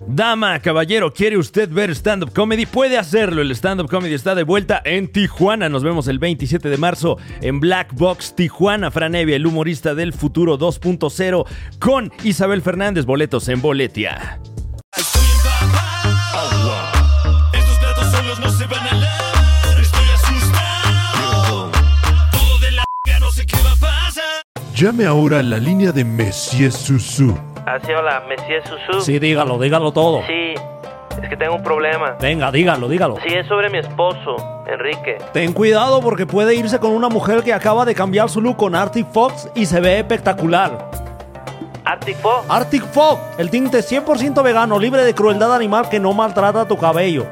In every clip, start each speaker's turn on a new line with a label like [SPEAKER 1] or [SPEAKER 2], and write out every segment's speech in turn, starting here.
[SPEAKER 1] Dama, caballero, ¿quiere usted ver stand-up comedy? Puede hacerlo. El stand-up comedy está de vuelta en Tijuana. Nos vemos el 27 de marzo en Black Box Tijuana. Fran Evia, el humorista del futuro 2.0, con Isabel Fernández. Boletos en Boletia.
[SPEAKER 2] Estoy empapado. Estos platos solos no se van a lavar. Estoy asustado. Todo de la no sé qué va a pasar.
[SPEAKER 3] Llame ahora a la línea de Messier Susu.
[SPEAKER 4] Así hola, Messi Susu.
[SPEAKER 5] Sí, dígalo, dígalo todo.
[SPEAKER 4] Sí, es que tengo un problema.
[SPEAKER 5] Venga, dígalo, dígalo.
[SPEAKER 4] Sí, es sobre mi esposo, Enrique.
[SPEAKER 5] Ten cuidado porque puede irse con una mujer que acaba de cambiar su look con Arctic Fox y se ve espectacular.
[SPEAKER 4] Arctic Fox.
[SPEAKER 5] Arctic Fox, el tinte 100% vegano, libre de crueldad animal que no maltrata tu cabello.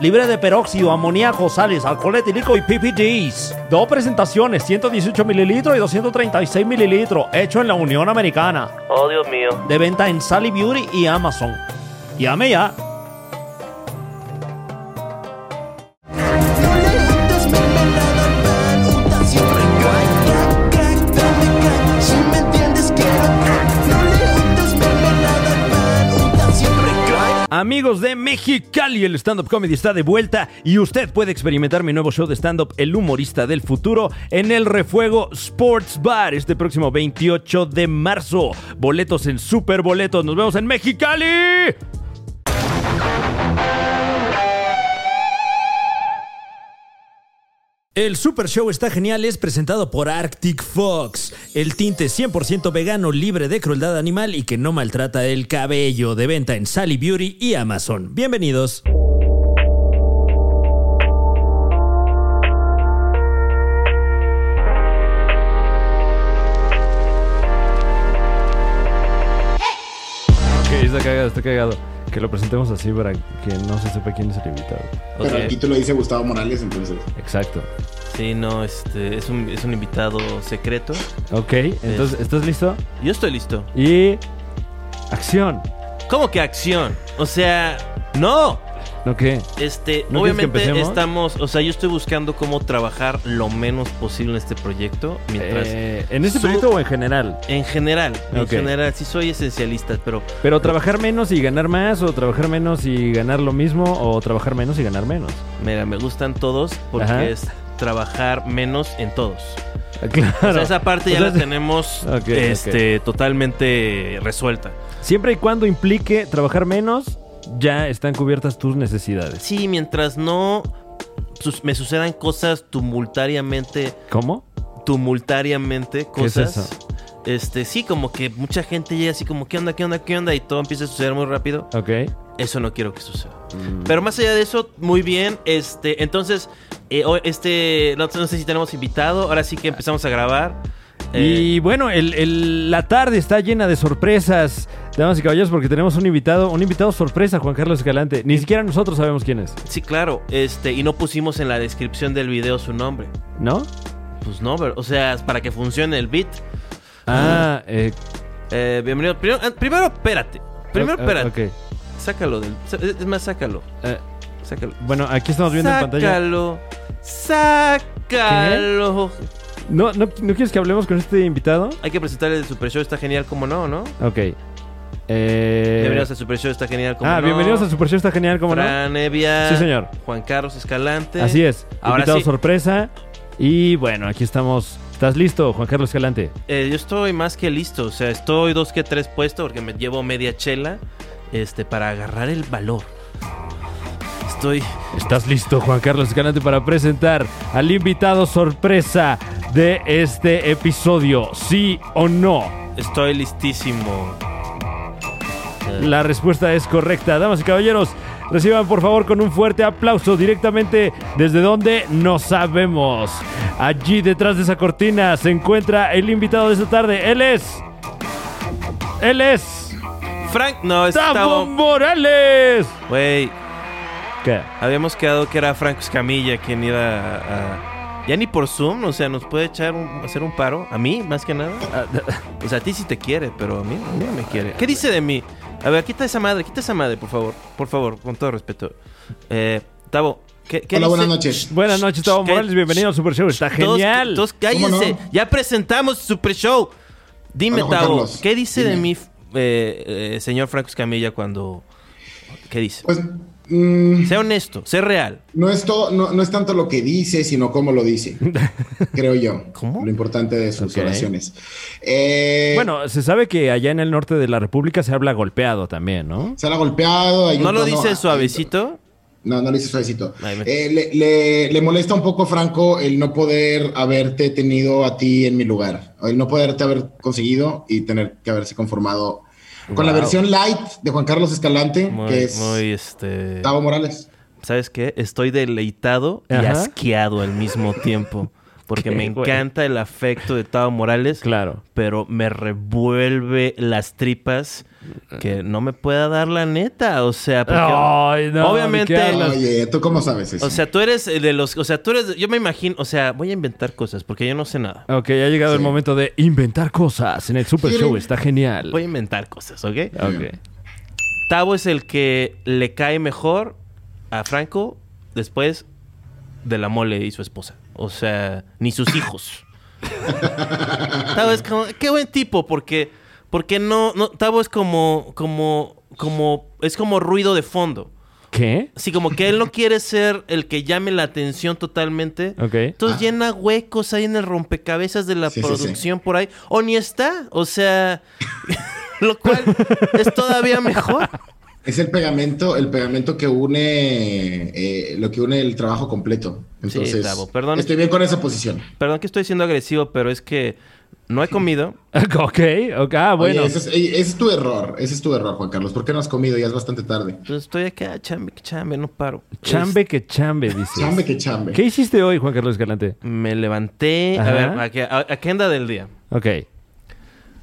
[SPEAKER 5] Libre de peróxido, amoníaco, sales, alcohol etílico y PPDs. Dos presentaciones, 118 mililitros y 236 mililitros, hecho en la Unión Americana.
[SPEAKER 4] Oh, Dios mío.
[SPEAKER 5] De venta en Sally Beauty y Amazon. Llame ya.
[SPEAKER 1] Amigos de Mexicali, el stand-up comedy está de vuelta y usted puede experimentar mi nuevo show de stand-up, El humorista del futuro, en el Refuego Sports Bar este próximo 28 de marzo. Boletos en Superboletos. Nos vemos en Mexicali.
[SPEAKER 6] El Super Show está genial es presentado por Arctic Fox, el tinte 100% vegano libre de crueldad animal y que no maltrata el cabello, de venta en Sally Beauty y Amazon. Bienvenidos.
[SPEAKER 1] Ok, está cagado, está cagado. Que lo presentemos así para que no se sepa quién es el invitado.
[SPEAKER 7] Pero el título dice Gustavo Morales, entonces.
[SPEAKER 1] Exacto.
[SPEAKER 4] Sí, no, este es un, es un invitado secreto.
[SPEAKER 1] Ok, entonces, ¿estás listo?
[SPEAKER 4] Yo estoy listo.
[SPEAKER 1] Y... Acción.
[SPEAKER 4] ¿Cómo que acción? O sea, no.
[SPEAKER 1] ¿No qué?
[SPEAKER 4] Este,
[SPEAKER 1] ¿No quieres que
[SPEAKER 4] obviamente
[SPEAKER 1] empecemos?
[SPEAKER 4] estamos, o sea, yo estoy buscando cómo trabajar lo menos posible en este proyecto, mientras
[SPEAKER 1] Eh, ¿En este
[SPEAKER 4] su-
[SPEAKER 1] proyecto o en general?
[SPEAKER 4] en general, en
[SPEAKER 1] Ok.
[SPEAKER 4] general sí soy esencialista, pero
[SPEAKER 1] ¿Pero trabajar menos y ganar más? ¿O trabajar menos y ganar lo mismo? ¿O trabajar menos y ganar menos?
[SPEAKER 4] mira, me gustan todos porque
[SPEAKER 1] Ajá.
[SPEAKER 4] es trabajar menos en todos.
[SPEAKER 1] Ah, Claro.
[SPEAKER 4] O sea, esa parte ya
[SPEAKER 1] O sea,
[SPEAKER 4] la tenemos
[SPEAKER 1] Ok,
[SPEAKER 4] este, totalmente resuelta.
[SPEAKER 1] Siempre y cuando implique trabajar menos, ya están cubiertas tus necesidades.
[SPEAKER 4] Sí, mientras no sus- me sucedan cosas tumultariamente,
[SPEAKER 1] ¿Cómo?
[SPEAKER 4] tumultariamente,
[SPEAKER 1] es
[SPEAKER 4] cosas. Este, sí, como que mucha gente llega así como, ¿qué onda, qué onda, qué onda? Y todo empieza a suceder muy rápido.
[SPEAKER 1] Ok.
[SPEAKER 4] Eso no quiero que suceda.
[SPEAKER 1] Mm.
[SPEAKER 4] Pero más allá de eso, muy bien. Este, entonces, eh, hoy- este, no, no sé si tenemos invitado. Ahora sí que empezamos a grabar. Eh,
[SPEAKER 1] Y bueno, el- el- la tarde está llena de sorpresas, damas y caballeros, porque tenemos un invitado, un invitado sorpresa, Juan Carlos Escalante. Ni siquiera nosotros sabemos quién es,
[SPEAKER 4] sí, claro. Este, y no pusimos en la descripción del video su nombre.
[SPEAKER 1] ¿no?
[SPEAKER 4] Pues no, pero, o sea, para que funcione el beat.
[SPEAKER 1] Ah, eh,
[SPEAKER 4] Eh, bienvenido. Primero, ah, primero, espérate. Primero,
[SPEAKER 1] ok,
[SPEAKER 4] espérate.
[SPEAKER 1] ok.
[SPEAKER 4] Sácalo del. sa- Es más, sácalo.
[SPEAKER 1] Eh,
[SPEAKER 4] Sácalo.
[SPEAKER 1] bueno, aquí estamos viendo en pantalla.
[SPEAKER 4] sácalo. Sácalo.
[SPEAKER 1] ¿No, no, ¿No quieres que hablemos con este invitado?
[SPEAKER 4] Hay que presentar el Super Show, está genial, como no, ¿no?
[SPEAKER 1] Ok. Eh,
[SPEAKER 4] Bienvenidos al Super Show, está genial, como
[SPEAKER 1] ah,
[SPEAKER 4] no.
[SPEAKER 1] bienvenidos a Super Show, está genial, ¿cómo no?
[SPEAKER 4] Fran Evia,
[SPEAKER 1] Sí, señor.
[SPEAKER 4] Juan Carlos Escalante.
[SPEAKER 1] Así es,
[SPEAKER 4] Ahora
[SPEAKER 1] invitado
[SPEAKER 4] sí.
[SPEAKER 1] sorpresa. Y bueno, aquí estamos. ¿Estás listo, Juan Carlos Escalante?
[SPEAKER 4] Eh, yo estoy más que listo, o sea, estoy dos que tres puesto porque me llevo media chela este, para agarrar el valor. Estoy.
[SPEAKER 1] ¿Estás listo, Juan Carlos Escalante, para presentar al invitado sorpresa de este episodio? ¿Sí o no?
[SPEAKER 4] Estoy listísimo.
[SPEAKER 1] La respuesta es correcta. Damas y caballeros, reciban por favor con un fuerte aplauso directamente desde donde no sabemos. Allí detrás de esa cortina se encuentra el invitado de esta tarde. Él es. Él es.
[SPEAKER 4] Frank, no,
[SPEAKER 1] ¡Tavo
[SPEAKER 4] estaba.
[SPEAKER 1] Morales!
[SPEAKER 4] Güey,
[SPEAKER 1] ¿Qué?
[SPEAKER 4] habíamos quedado que era Franco Escamilla quien iba a. a- Ya ni por Zoom, o sea, nos puede echar un, hacer un paro. A mí, más que nada. O sea, a ti sí te quiere, pero a mí, a mí no me quiere. Ah, ¿Qué dice de mí? A ver, quita esa madre, quita esa madre, por favor. Por favor, con todo respeto. Eh, Tavo, ¿qué, qué
[SPEAKER 7] Hola,
[SPEAKER 4] dice?
[SPEAKER 7] buenas noches.
[SPEAKER 1] Buenas noches, Tavo
[SPEAKER 4] ¿Qué?
[SPEAKER 1] Morales. Bienvenido al Super Show. Está
[SPEAKER 4] Todos-
[SPEAKER 1] Ah, genial.
[SPEAKER 4] Todos, cállense.
[SPEAKER 7] ¿Cómo no?
[SPEAKER 4] Ya presentamos Super Show. Dime,
[SPEAKER 7] Hola, Juan
[SPEAKER 4] Tavo,
[SPEAKER 7] Carlos.
[SPEAKER 4] ¿qué dice de
[SPEAKER 7] Dime.
[SPEAKER 4] mí, eh, eh, señor Franco Escamilla, cuando ¿Qué dice?
[SPEAKER 7] Pues mm,
[SPEAKER 4] Sea honesto, sea real.
[SPEAKER 7] no, es todo, no, no es tanto lo que dice, sino cómo lo dice, creo yo.
[SPEAKER 4] ¿Cómo?
[SPEAKER 7] Lo importante de sus
[SPEAKER 1] Ok.
[SPEAKER 7] oraciones. Eh,
[SPEAKER 1] Bueno, se sabe que allá en el norte de la República se habla golpeado también, ¿no?
[SPEAKER 7] Se la ha golpeado. hay
[SPEAKER 4] ¿No
[SPEAKER 7] un
[SPEAKER 4] lo
[SPEAKER 7] tono-
[SPEAKER 4] dice suavecito?
[SPEAKER 7] No, no le hice suavecito.
[SPEAKER 4] Ay, me-
[SPEAKER 7] Eh, le, le- le molesta un poco, Franco, el no poder haberte tenido a ti en mi lugar. El no poderte haber conseguido y tener que haberse conformado con la
[SPEAKER 4] Wow.
[SPEAKER 7] versión light de Juan Carlos Escalante,
[SPEAKER 4] Muy,
[SPEAKER 7] que es
[SPEAKER 4] muy, este...
[SPEAKER 7] Tavo Morales.
[SPEAKER 4] ¿Sabes qué? Estoy deleitado y
[SPEAKER 1] Ajá.
[SPEAKER 4] asqueado al mismo tiempo.
[SPEAKER 1] Qué
[SPEAKER 4] Porque me
[SPEAKER 1] güey.
[SPEAKER 4] encanta el afecto de Tavo Morales.
[SPEAKER 1] Claro.
[SPEAKER 4] Pero me revuelve las tripas que no me pueda dar la neta. O sea, porque
[SPEAKER 1] Ay, no,
[SPEAKER 4] obviamente
[SPEAKER 1] ¿de qué hablas?
[SPEAKER 7] Oye, ¿tú cómo sabes eso?
[SPEAKER 4] O sea, tú eres eh, de los. O sea, tú eres. Yo me imagino. O sea, voy a inventar cosas porque yo no sé nada.
[SPEAKER 1] Ok, ha llegado el
[SPEAKER 7] Sí.
[SPEAKER 1] momento de inventar cosas en el Super
[SPEAKER 7] ¿Quieren?
[SPEAKER 1] Show. Está genial.
[SPEAKER 4] Voy a inventar cosas, ¿ok?
[SPEAKER 1] Ok.
[SPEAKER 4] Tavo es el que le cae mejor a Franco después de la mole y su esposa. O sea, ni sus hijos. Tavo es como. Qué buen tipo, porque. Porque no. no Tavo es como. como. como. es como ruido de fondo.
[SPEAKER 1] ¿Qué?
[SPEAKER 4] Así como que él no quiere ser el que llame la atención totalmente.
[SPEAKER 1] Ok.
[SPEAKER 4] Entonces
[SPEAKER 7] Ah.
[SPEAKER 4] llena huecos ahí en el rompecabezas de la
[SPEAKER 7] Sí, sí,
[SPEAKER 4] producción por ahí. O ni está. O sea, lo cual es todavía mejor.
[SPEAKER 7] es el pegamento, el pegamento que une eh, lo que une el trabajo completo. Entonces,
[SPEAKER 4] Tavo, perdón.
[SPEAKER 7] estoy bien con esa posición.
[SPEAKER 4] Perdón que estoy siendo agresivo, pero es que no he comido.
[SPEAKER 1] Ok, ok. Ah, bueno.
[SPEAKER 7] Oye, ese es, ey, ese es tu error, ese es tu error, Juan Carlos. ¿Por qué no has comido? Ya es bastante tarde.
[SPEAKER 4] Entonces estoy acá, chambe, que chambe, no paro.
[SPEAKER 1] Chambe que chambe, dices.
[SPEAKER 7] Chambe que chambe.
[SPEAKER 1] ¿Qué hiciste hoy, Juan Carlos Escalante?
[SPEAKER 4] Es- me levanté.
[SPEAKER 1] Ajá.
[SPEAKER 4] A ver, aquí- a- agenda del día.
[SPEAKER 1] Ok.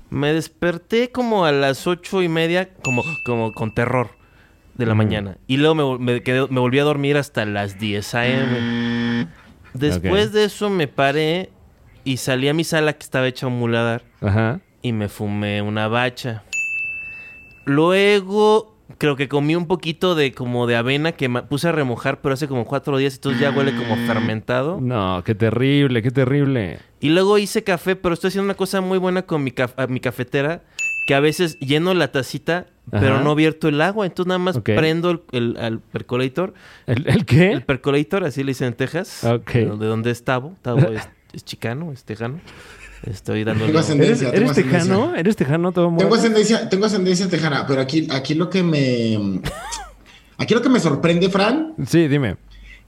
[SPEAKER 4] Me desperté como a las ocho y media, como, como con terror de la mañana. Y luego me, vol- me quedé- me volví a dormir hasta las 10 a.m. Después
[SPEAKER 1] Ok.
[SPEAKER 4] de eso me paré y salí a mi sala que estaba hecha un muladar
[SPEAKER 1] Ajá.
[SPEAKER 4] y me fumé una bacha. Luego creo que comí un poquito de como de avena que ma- puse a remojar, pero hace como cuatro días y entonces ya huele como fermentado.
[SPEAKER 1] No, qué terrible, qué terrible.
[SPEAKER 4] Y luego hice café, pero estoy haciendo una cosa muy buena con mi, caf- a mi cafetera, que a veces lleno la tacita, pero
[SPEAKER 1] Ajá.
[SPEAKER 4] no vierto el agua. Entonces nada más
[SPEAKER 1] Ok.
[SPEAKER 4] prendo el, el- al percolator.
[SPEAKER 1] ¿El, el qué?
[SPEAKER 4] El percolator, así le dicen en Texas.
[SPEAKER 1] Ok.
[SPEAKER 4] De donde- de donde es Tavo. Tavo es, es chicano, es tejano. Estoy dando
[SPEAKER 7] Tengo
[SPEAKER 1] ¿Eres,
[SPEAKER 7] ascendencia.
[SPEAKER 1] eres
[SPEAKER 7] tengo ascendencia.
[SPEAKER 1] tejano? ¿Eres tejano todo
[SPEAKER 7] Tengo
[SPEAKER 1] mundo?
[SPEAKER 7] ascendencia, tengo ascendencia tejana, pero aquí, aquí lo que me. Aquí lo que me sorprende, Fran,
[SPEAKER 1] Sí, dime.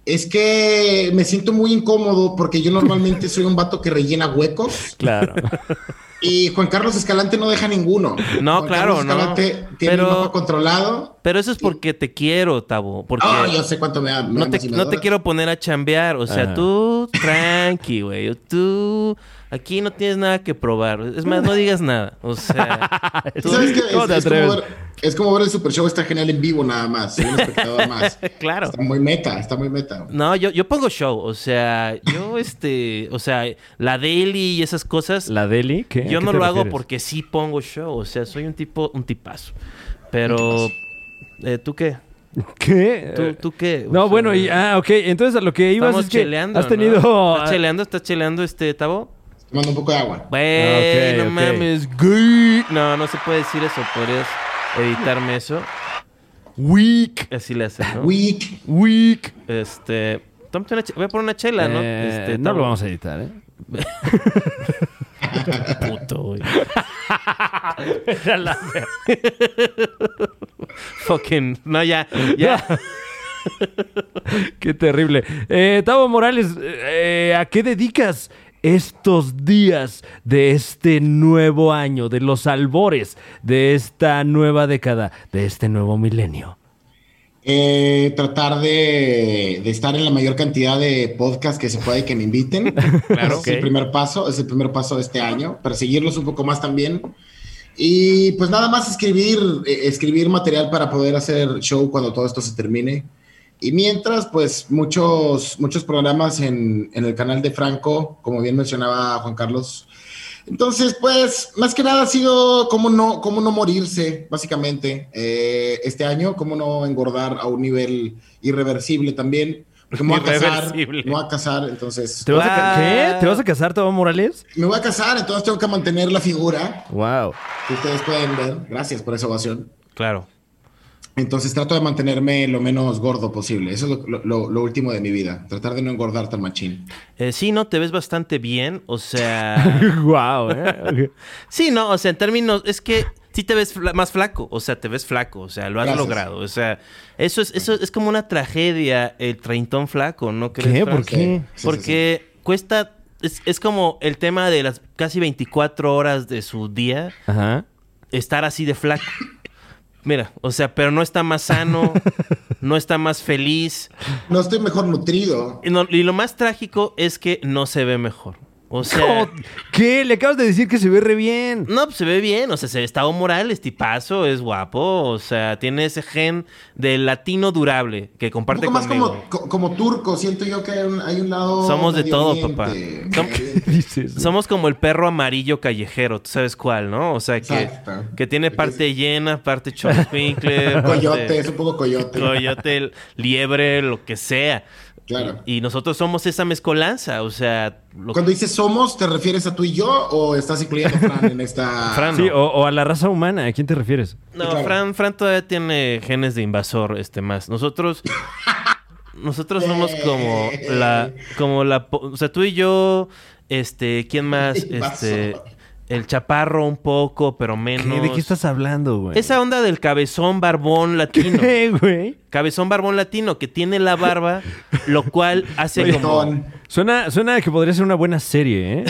[SPEAKER 7] es que me siento muy incómodo porque yo normalmente soy un vato que rellena huecos
[SPEAKER 1] Claro.
[SPEAKER 7] y Juan Carlos Escalante no deja ninguno.
[SPEAKER 4] No, claro,
[SPEAKER 7] Juan Carlos
[SPEAKER 4] no.
[SPEAKER 7] Escalante tiene
[SPEAKER 4] Pero-
[SPEAKER 7] un ojo controlado.
[SPEAKER 4] Pero eso es porque te quiero, Tavo. Porque
[SPEAKER 7] Ah, yo sé cuánto me da. me
[SPEAKER 4] no,
[SPEAKER 7] da
[SPEAKER 4] te,
[SPEAKER 7] más y me
[SPEAKER 4] no te
[SPEAKER 7] adora.
[SPEAKER 4] quiero poner a chambear. O sea,
[SPEAKER 1] Ajá.
[SPEAKER 4] tú tranqui, güey. Tú aquí no tienes nada que probar. Es más, no digas nada. O sea, tú-
[SPEAKER 7] ¿Sabes qué? Es,
[SPEAKER 1] ¿Cómo te
[SPEAKER 7] es como
[SPEAKER 1] atreves?
[SPEAKER 7] ver, es como ver el Super Show está genial en vivo nada más. soy un espectador más.
[SPEAKER 4] Claro.
[SPEAKER 7] Está muy meta, está muy meta.
[SPEAKER 4] No, yo, yo pongo show, o sea, yo este, o sea, la daily y esas cosas,
[SPEAKER 1] ¿La Deli? ¿Qué? ¿A
[SPEAKER 4] yo
[SPEAKER 1] qué
[SPEAKER 4] no
[SPEAKER 1] te
[SPEAKER 4] lo hago
[SPEAKER 1] refieres?
[SPEAKER 4] porque sí pongo show, o sea, soy un tipo, un tipazo. Pero, eh, ¿tú qué?
[SPEAKER 1] ¿Qué?
[SPEAKER 4] ¿Tú, tú qué? O
[SPEAKER 1] Eh, No,
[SPEAKER 4] sea,
[SPEAKER 1] bueno, y, ah, ok. Entonces, a lo que ibas
[SPEAKER 4] estamos
[SPEAKER 1] es que
[SPEAKER 4] cheleando,
[SPEAKER 1] has
[SPEAKER 4] ¿no?
[SPEAKER 1] tenido...
[SPEAKER 4] ¿Estás cheleando? ¿Estás cheleando este, Tabo?
[SPEAKER 7] Tomando un poco de agua.
[SPEAKER 4] Güey,
[SPEAKER 1] ok,
[SPEAKER 4] no
[SPEAKER 1] ok.
[SPEAKER 4] mames, güey. No, no se puede decir eso, podrías editarme eso.
[SPEAKER 1] Weak,
[SPEAKER 4] Así le hacen, ¿no?
[SPEAKER 7] Weak.
[SPEAKER 1] weak.
[SPEAKER 4] Este, tómate una che- voy a poner una chela, ¿no?
[SPEAKER 1] Eh,
[SPEAKER 4] Este,
[SPEAKER 1] no
[SPEAKER 4] Tavo.
[SPEAKER 1] lo vamos a editar, ¿eh?
[SPEAKER 4] puto, güey. Fucking. No, ya. Ya.
[SPEAKER 1] Qué terrible. Eh, Tavo Morales, eh, ¿a qué dedicas estos días de este nuevo año, de los albores, de esta nueva década, de este nuevo milenio?
[SPEAKER 7] Eh, tratar de, de estar en la mayor cantidad de podcasts que se pueda y que me inviten. Ese
[SPEAKER 4] ok.
[SPEAKER 7] Es el primer paso, es el primer paso de este año. Perseguirlos un poco más también. Y pues nada más escribir, eh, escribir material para poder hacer show cuando todo esto se termine. Y mientras, pues muchos, muchos programas en, en el canal de Franco, como bien mencionaba Juan Carlos. Entonces, pues, más que nada ha sido cómo no, cómo no morirse, básicamente, eh, este año, cómo no engordar a un nivel irreversible también. Porque me voy a casar,
[SPEAKER 4] Irreversible.
[SPEAKER 7] me voy a casar, entonces.
[SPEAKER 1] ¿Te vas a ca-
[SPEAKER 4] Ah.
[SPEAKER 1] ¿Qué? ¿Te vas a casar, Tavo Morales?
[SPEAKER 7] Me voy a casar, entonces tengo que mantener la figura
[SPEAKER 1] Wow.
[SPEAKER 7] que ustedes pueden ver. Gracias por esa ovación.
[SPEAKER 4] Claro.
[SPEAKER 7] Entonces trato de mantenerme lo menos gordo posible. Eso es lo, lo- lo último de mi vida. Tratar de no engordar tan machín.
[SPEAKER 4] Eh, sí, no, te ves bastante bien. O sea.
[SPEAKER 1] Guau, ¿eh?
[SPEAKER 4] sí, no, o sea, en términos. Es que sí te ves fla- más flaco. O sea, te ves flaco. O sea, lo has
[SPEAKER 7] Gracias.
[SPEAKER 4] logrado. O sea, eso es, eso es como una tragedia, el treintón flaco, ¿no
[SPEAKER 1] ¿Qué?
[SPEAKER 4] crees? Fran?
[SPEAKER 1] ¿Por qué?
[SPEAKER 7] Sí, sí,
[SPEAKER 4] Porque cuesta. Es, es como el tema de las casi 24 horas de su día
[SPEAKER 1] Ajá.
[SPEAKER 4] estar así de flaco. Mira, o sea, pero no está más sano, no está más feliz.
[SPEAKER 7] sí. No estoy mejor nutrido.
[SPEAKER 4] Y, no- y lo más trágico es que no se ve mejor. O sea,
[SPEAKER 1] ¿Cómo? ¿Qué? Le acabas de decir que se ve re bien.
[SPEAKER 4] no, pues se ve bien. O sea, se ve Estado Morales, tipazo, es guapo. O sea, tiene ese gen del latino durable que
[SPEAKER 7] Un
[SPEAKER 4] comparte
[SPEAKER 7] poco más
[SPEAKER 4] conmigo.
[SPEAKER 7] como, co- como turco. Siento yo que hay un, hay un lado.
[SPEAKER 4] Somos de
[SPEAKER 7] Medio
[SPEAKER 4] todo,
[SPEAKER 7] Oriente.
[SPEAKER 4] papá.
[SPEAKER 7] Medio
[SPEAKER 4] Som-
[SPEAKER 7] Oriente.
[SPEAKER 1] Dices.
[SPEAKER 4] Somos como el perro amarillo callejero, tú sabes cuál, ¿no? O sea, que,
[SPEAKER 7] Exacto.
[SPEAKER 4] que tiene parte llena, parte chompinkle,
[SPEAKER 7] Coyote, es un poco coyote.
[SPEAKER 4] coyote, liebre, lo que sea.
[SPEAKER 7] Claro.
[SPEAKER 4] Y nosotros somos esa mezcolanza, o sea, lo
[SPEAKER 7] Cuando dices somos, ¿te refieres a tú y yo o estás incluyendo a Fran en esta.
[SPEAKER 4] Fran,
[SPEAKER 1] Sí,
[SPEAKER 4] no.
[SPEAKER 1] o, o a la raza humana. ¿A quién te refieres?
[SPEAKER 4] No,
[SPEAKER 7] Claro.
[SPEAKER 4] Fran, Fran todavía tiene genes de invasor, este más. Nosotros, nosotros somos como la, como la, po- o sea, tú y yo, este, ¿quién más? Este,
[SPEAKER 7] Invasor.
[SPEAKER 4] el chaparro un poco, pero menos.
[SPEAKER 1] ¿Qué? ¿De qué estás hablando, güey?
[SPEAKER 4] Esa onda del cabezón barbón latino.
[SPEAKER 1] ¿Qué, güey?
[SPEAKER 4] Cabezón barbón latino que tiene la barba, lo cual hace como
[SPEAKER 7] Coyotón.
[SPEAKER 1] Suena, suena que podría ser una buena serie, ¿eh?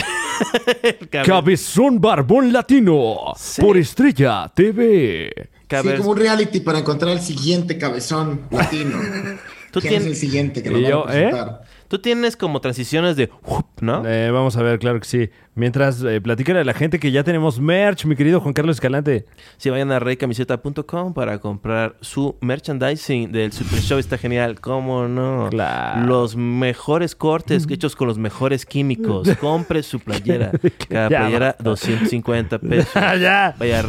[SPEAKER 4] el cabe-
[SPEAKER 1] Cabezón Barbón Latino
[SPEAKER 4] Sí.
[SPEAKER 1] por Estrella TV.
[SPEAKER 4] cabe-
[SPEAKER 7] Sí, como un reality para encontrar el siguiente cabezón latino.
[SPEAKER 4] Tú
[SPEAKER 7] ¿Quién
[SPEAKER 4] tienes-
[SPEAKER 7] es el siguiente que
[SPEAKER 1] Y
[SPEAKER 7] nos van
[SPEAKER 1] yo,
[SPEAKER 7] a
[SPEAKER 4] eh?
[SPEAKER 7] presentar?
[SPEAKER 4] Tú tienes como transiciones de, ¿no?
[SPEAKER 1] Eh, vamos a ver, claro que sí. Mientras eh, platícale a la gente que ya tenemos merch, mi querido Juan Carlos Escalante.
[SPEAKER 4] Si vayan a reycamiseta.com para comprar su merchandising del Super Show, está genial. ¿Cómo no?
[SPEAKER 1] Claro.
[SPEAKER 4] Los mejores cortes hechos con los mejores químicos. Compre su playera. Cada
[SPEAKER 1] Ya,
[SPEAKER 4] playera,
[SPEAKER 1] basta.
[SPEAKER 4] 250 pesos.
[SPEAKER 1] Ah, ya.
[SPEAKER 4] Vaya a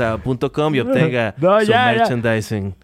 [SPEAKER 4] reycamiseta.com y obtenga
[SPEAKER 1] No,
[SPEAKER 4] su
[SPEAKER 1] ya, ya.
[SPEAKER 4] merchandising.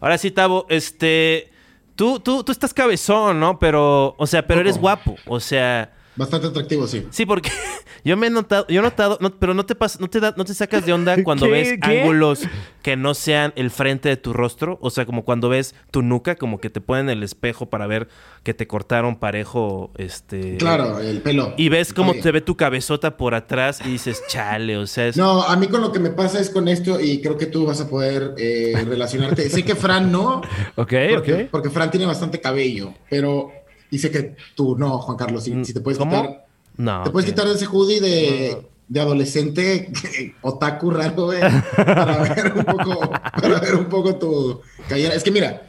[SPEAKER 4] Ahora sí, Tavo, este. Tú, tú, tú estás cabezón, ¿no? Pero, o sea, pero eres guapo. O sea.
[SPEAKER 7] Bastante atractivo, sí.
[SPEAKER 4] Sí, porque yo me he notado, yo he notado, no, pero no te pas- no te da- no te sacas de onda cuando
[SPEAKER 1] ¿Qué?
[SPEAKER 4] ves
[SPEAKER 1] ¿Qué?
[SPEAKER 4] ángulos que no sean el frente de tu rostro, o sea, como cuando ves tu nuca, como que te ponen el espejo para ver que te cortaron parejo, este,
[SPEAKER 7] Claro, el pelo.
[SPEAKER 4] y ves cómo
[SPEAKER 7] Oye.
[SPEAKER 4] te ve tu cabezota por atrás y dices, chale, o sea, es,
[SPEAKER 7] No, a mí con lo que me pasa es con esto y creo que tú vas a poder eh, relacionarte. sé que Fran no,
[SPEAKER 1] Ok,
[SPEAKER 7] porque,
[SPEAKER 1] ok.
[SPEAKER 7] porque Fran tiene bastante cabello, pero y sé que tú no, Juan Carlos, si, si te puedes
[SPEAKER 4] ¿Cómo?
[SPEAKER 7] quitar,
[SPEAKER 4] no,
[SPEAKER 7] te puedes
[SPEAKER 4] ok.
[SPEAKER 7] quitar ese hoodie de, de adolescente otaku raro, güey, para ver un poco, para ver un poco tu cabellera. Es que mira,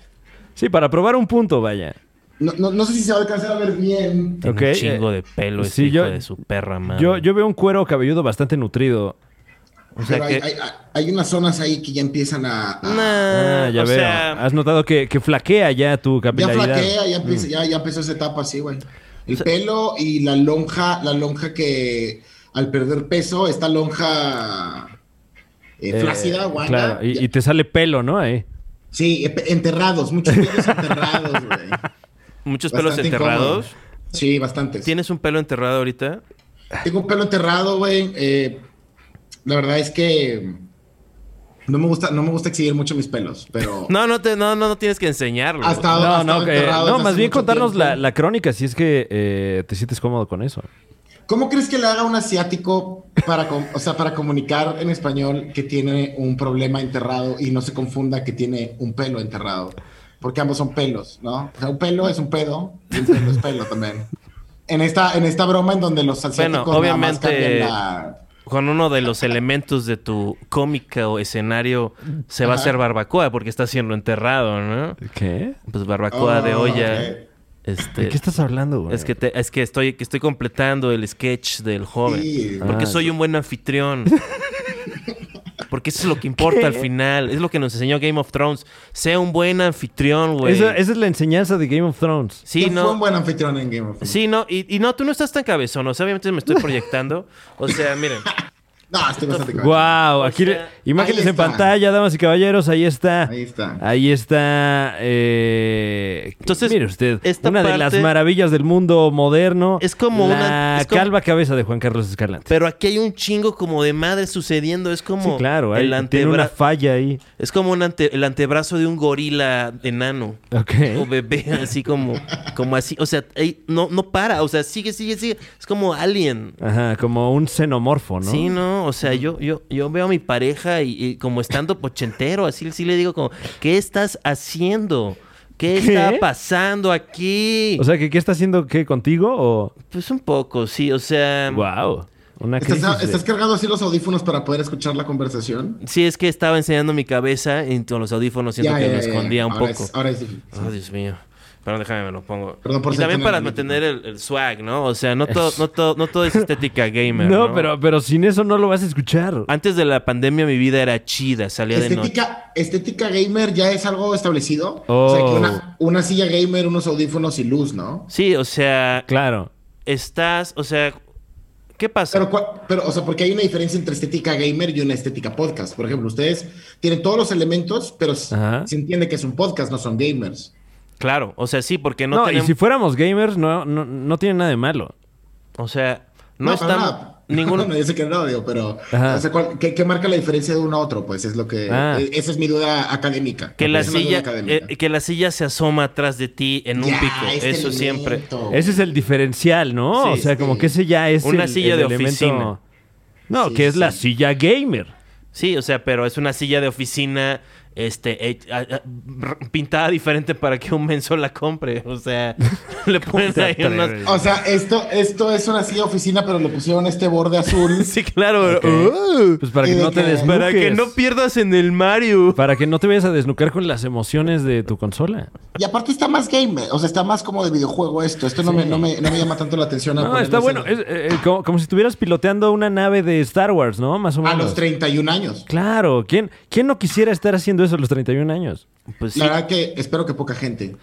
[SPEAKER 1] Sí, para probar un punto, vaya.
[SPEAKER 7] no, no, no sé si se va a alcanzar a ver bien.
[SPEAKER 4] Tiene
[SPEAKER 1] Ok,
[SPEAKER 4] un chingo
[SPEAKER 1] eh,
[SPEAKER 4] de pelo ese
[SPEAKER 1] sí,
[SPEAKER 4] hijo
[SPEAKER 1] yo-
[SPEAKER 4] de su perra madre.
[SPEAKER 1] Yo, yo veo un cuero cabelludo bastante nutrido.
[SPEAKER 4] o sea
[SPEAKER 7] Pero hay,
[SPEAKER 4] que,
[SPEAKER 7] hay- hay- hay unas zonas ahí que ya empiezan a. a-
[SPEAKER 4] Nah,
[SPEAKER 1] Ah, ya
[SPEAKER 4] o
[SPEAKER 1] veo.
[SPEAKER 4] sea,
[SPEAKER 1] Has notado que, que flaquea ya tu
[SPEAKER 7] ya
[SPEAKER 1] capilaridad.
[SPEAKER 7] flaquea, ya, empieza- ya, ya empezó esa etapa así, güey. El pelo y la lonja, la lonja que al perder peso, esta lonja eh,
[SPEAKER 1] Eh,
[SPEAKER 7] flácida, guanga.
[SPEAKER 1] Claro, y,
[SPEAKER 7] ya-
[SPEAKER 1] y te sale pelo, ¿no? Ahí.
[SPEAKER 7] Sí, ep- enterrados, muchos pelos enterrados, güey.
[SPEAKER 4] muchos pelos
[SPEAKER 7] Bastante incómodo.
[SPEAKER 4] enterrados.
[SPEAKER 7] Sí, bastantes.
[SPEAKER 4] ¿Tienes un pelo enterrado ahorita?
[SPEAKER 7] Tengo un pelo enterrado, güey. eh, la verdad es que no me gusta, no me gusta exhibir mucho mis pelos, pero
[SPEAKER 4] No, no, te, no, no, no tienes que enseñarlo.
[SPEAKER 7] ha estado, ha
[SPEAKER 1] No,
[SPEAKER 7] estado
[SPEAKER 1] no, que-
[SPEAKER 7] enterrado
[SPEAKER 1] no
[SPEAKER 7] desde
[SPEAKER 1] más
[SPEAKER 7] hace
[SPEAKER 1] bien
[SPEAKER 7] mucho
[SPEAKER 1] contarnos
[SPEAKER 7] tiempo.
[SPEAKER 1] la, la crónica, si es que eh, te sientes cómodo con eso.
[SPEAKER 7] ¿Cómo crees que le haga un asiático para, com- o sea, para comunicar en español que tiene un problema enterrado y no se confunda que tiene un pelo enterrado? Porque ambos son pelos, ¿no? O sea, un pelo es un pedo y un pelo es pelo también. En esta, en esta broma en donde los asiáticos nada más
[SPEAKER 4] obviamente-
[SPEAKER 7] cambian la-
[SPEAKER 4] Con uno de los elementos de tu cómica o escenario se va a
[SPEAKER 7] Ajá.
[SPEAKER 4] hacer barbacoa porque está siendo enterrado, ¿no?
[SPEAKER 1] ¿Qué?
[SPEAKER 4] Pues barbacoa
[SPEAKER 7] Oh,
[SPEAKER 4] de olla.
[SPEAKER 7] ok.
[SPEAKER 4] Este,
[SPEAKER 1] ¿De qué estás hablando, güey?
[SPEAKER 4] es que te- es que estoy que estoy completando el sketch del joven
[SPEAKER 7] Sí.
[SPEAKER 4] porque
[SPEAKER 1] Ah,
[SPEAKER 4] soy un buen anfitrión. porque eso es lo que importa al final, es lo que nos enseñó Game of Thrones, sea un buen anfitrión, güey.
[SPEAKER 1] Esa, esa es la enseñanza de Game of Thrones.
[SPEAKER 4] Sí,
[SPEAKER 7] Yo
[SPEAKER 4] no.
[SPEAKER 7] Fui un buen anfitrión en Game of Thrones.
[SPEAKER 4] Sí, no, y, y no, tú no estás tan cabezón, o sea, obviamente me estoy proyectando. O sea, miren,
[SPEAKER 7] No, estoy bastante cabrón.
[SPEAKER 1] Wow, aquí
[SPEAKER 4] sea,
[SPEAKER 1] le- imágenes en
[SPEAKER 7] ahí está.
[SPEAKER 1] pantalla, damas y caballeros, ahí está.
[SPEAKER 7] Ahí está.
[SPEAKER 1] Ahí está. eh,
[SPEAKER 4] Entonces,
[SPEAKER 1] mire usted,
[SPEAKER 4] esta
[SPEAKER 1] una de las
[SPEAKER 4] parte-
[SPEAKER 1] maravillas del mundo moderno.
[SPEAKER 4] Es como
[SPEAKER 1] la
[SPEAKER 4] una- es como-
[SPEAKER 1] calva cabeza de Juan Carlos Escarlante.
[SPEAKER 4] Pero aquí hay un chingo como de madre sucediendo. Es como
[SPEAKER 1] sí, claro, ahí
[SPEAKER 4] el
[SPEAKER 1] tiene una
[SPEAKER 4] antebra-
[SPEAKER 1] falla ahí.
[SPEAKER 4] Es como un ante- el antebrazo de un gorila enano.
[SPEAKER 1] Ok.
[SPEAKER 4] O bebé, así como, como así. O sea, ahí no, no para. O sea, sigue, sigue, sigue. Es como alien.
[SPEAKER 1] Ajá, como un xenomorfo, ¿no?
[SPEAKER 4] Sí, no, o sea, yo, yo, yo veo a mi pareja y, y como estando pochentero, así sí le digo como, ¿qué estás haciendo? ¿Qué,
[SPEAKER 1] ¿Qué?
[SPEAKER 4] está pasando aquí?
[SPEAKER 1] O sea, que qué está haciendo qué contigo o
[SPEAKER 4] pues un poco, sí, o sea,
[SPEAKER 1] wow, una crisis.
[SPEAKER 7] ¿Estás,
[SPEAKER 1] de-
[SPEAKER 7] estás cargando así los audífonos para poder escuchar la conversación?
[SPEAKER 4] sí es que estaba enseñando mi cabeza y con los audífonos siento que lo escondía un
[SPEAKER 7] eh, Ahora
[SPEAKER 4] poco.
[SPEAKER 7] es- ahora es difícil.
[SPEAKER 4] Oh, Dios mío. Pero déjame, me lo pongo.
[SPEAKER 7] Perdón por
[SPEAKER 4] y
[SPEAKER 7] ser
[SPEAKER 4] también
[SPEAKER 7] tan
[SPEAKER 4] para
[SPEAKER 7] analítico.
[SPEAKER 4] mantener el, el swag, ¿no? O sea, no todo, no todo, no todo es estética gamer.
[SPEAKER 1] No,
[SPEAKER 4] No,
[SPEAKER 1] pero pero sin eso no lo vas a escuchar.
[SPEAKER 4] Antes de la pandemia mi vida era chida, salía de noche.
[SPEAKER 7] Estética, estética gamer ya es algo establecido. O sea,
[SPEAKER 1] Oh.
[SPEAKER 7] que una, una silla gamer, unos audífonos y luz, ¿no?
[SPEAKER 4] Sí, o sea,
[SPEAKER 1] Claro.
[SPEAKER 4] estás, o sea, ¿qué pasa?
[SPEAKER 7] Pero, cua- pero, o sea, porque hay una diferencia entre estética gamer y una estética podcast. Por ejemplo, ustedes tienen todos los elementos, pero s-
[SPEAKER 1] Ajá.
[SPEAKER 7] se entiende que es un podcast, no son gamers.
[SPEAKER 4] Claro, o sea, sí, porque no,
[SPEAKER 1] No,
[SPEAKER 4] tenemos,
[SPEAKER 1] y si fuéramos gamers no, no no tiene nada de malo.
[SPEAKER 4] o sea, no,
[SPEAKER 7] para
[SPEAKER 4] estamos
[SPEAKER 7] nada.
[SPEAKER 4] ninguno
[SPEAKER 7] no, yo sé que no, digo, pero.
[SPEAKER 1] Ajá.
[SPEAKER 7] o sea, ¿cuál- qué, qué marca la diferencia de uno a otro? Pues es lo que.
[SPEAKER 1] Ah.
[SPEAKER 7] e- esa es mi duda académica.
[SPEAKER 4] que la
[SPEAKER 7] Es una duda
[SPEAKER 4] silla
[SPEAKER 7] académica.
[SPEAKER 4] eh, que la silla se asoma atrás de ti en un
[SPEAKER 7] Ya,
[SPEAKER 4] pico,
[SPEAKER 7] este
[SPEAKER 4] eso siempre.
[SPEAKER 7] elemento.
[SPEAKER 1] Ese es el diferencial, ¿no?
[SPEAKER 4] Sí,
[SPEAKER 1] o sea,
[SPEAKER 7] sí.
[SPEAKER 1] como que ese ya es
[SPEAKER 4] Una
[SPEAKER 1] el-
[SPEAKER 4] silla
[SPEAKER 1] el
[SPEAKER 4] de
[SPEAKER 1] elemento-
[SPEAKER 4] oficina.
[SPEAKER 1] No,
[SPEAKER 7] Sí,
[SPEAKER 1] que es la
[SPEAKER 7] sí.
[SPEAKER 1] silla gamer.
[SPEAKER 4] Sí, o sea, pero es una silla de oficina este eh, ah, ah, r- pintada diferente para que un menso la compre, o sea, le ponen
[SPEAKER 1] te
[SPEAKER 4] ahí unas
[SPEAKER 1] atreves?
[SPEAKER 7] O sea, esto, esto es una silla oficina, pero le pusieron este borde azul.
[SPEAKER 4] Sí, claro. ¿eh?
[SPEAKER 1] Ok. Pues para que
[SPEAKER 7] Y de
[SPEAKER 1] no te
[SPEAKER 7] que-
[SPEAKER 1] desnuques.
[SPEAKER 4] Para que no pierdas en el Mario.
[SPEAKER 1] Para que no te vayas a desnucar con las emociones de tu consola.
[SPEAKER 7] Y aparte está más gamer, o sea, está más como de videojuego esto. Esto no, me, no, me, no me llama tanto la atención. a
[SPEAKER 1] No,
[SPEAKER 7] ponerle
[SPEAKER 1] está
[SPEAKER 7] ese-
[SPEAKER 1] bueno. Es, eh, eh, como, como si estuvieras piloteando una nave de Star Wars, ¿no? Más o
[SPEAKER 7] A
[SPEAKER 1] menos.
[SPEAKER 7] Ah, los 31 años.
[SPEAKER 1] Claro. ¿Quién, ¿Quién no quisiera estar haciendo eso a los 31 años?
[SPEAKER 4] Pues sí,
[SPEAKER 7] La verdad que espero que poca gente.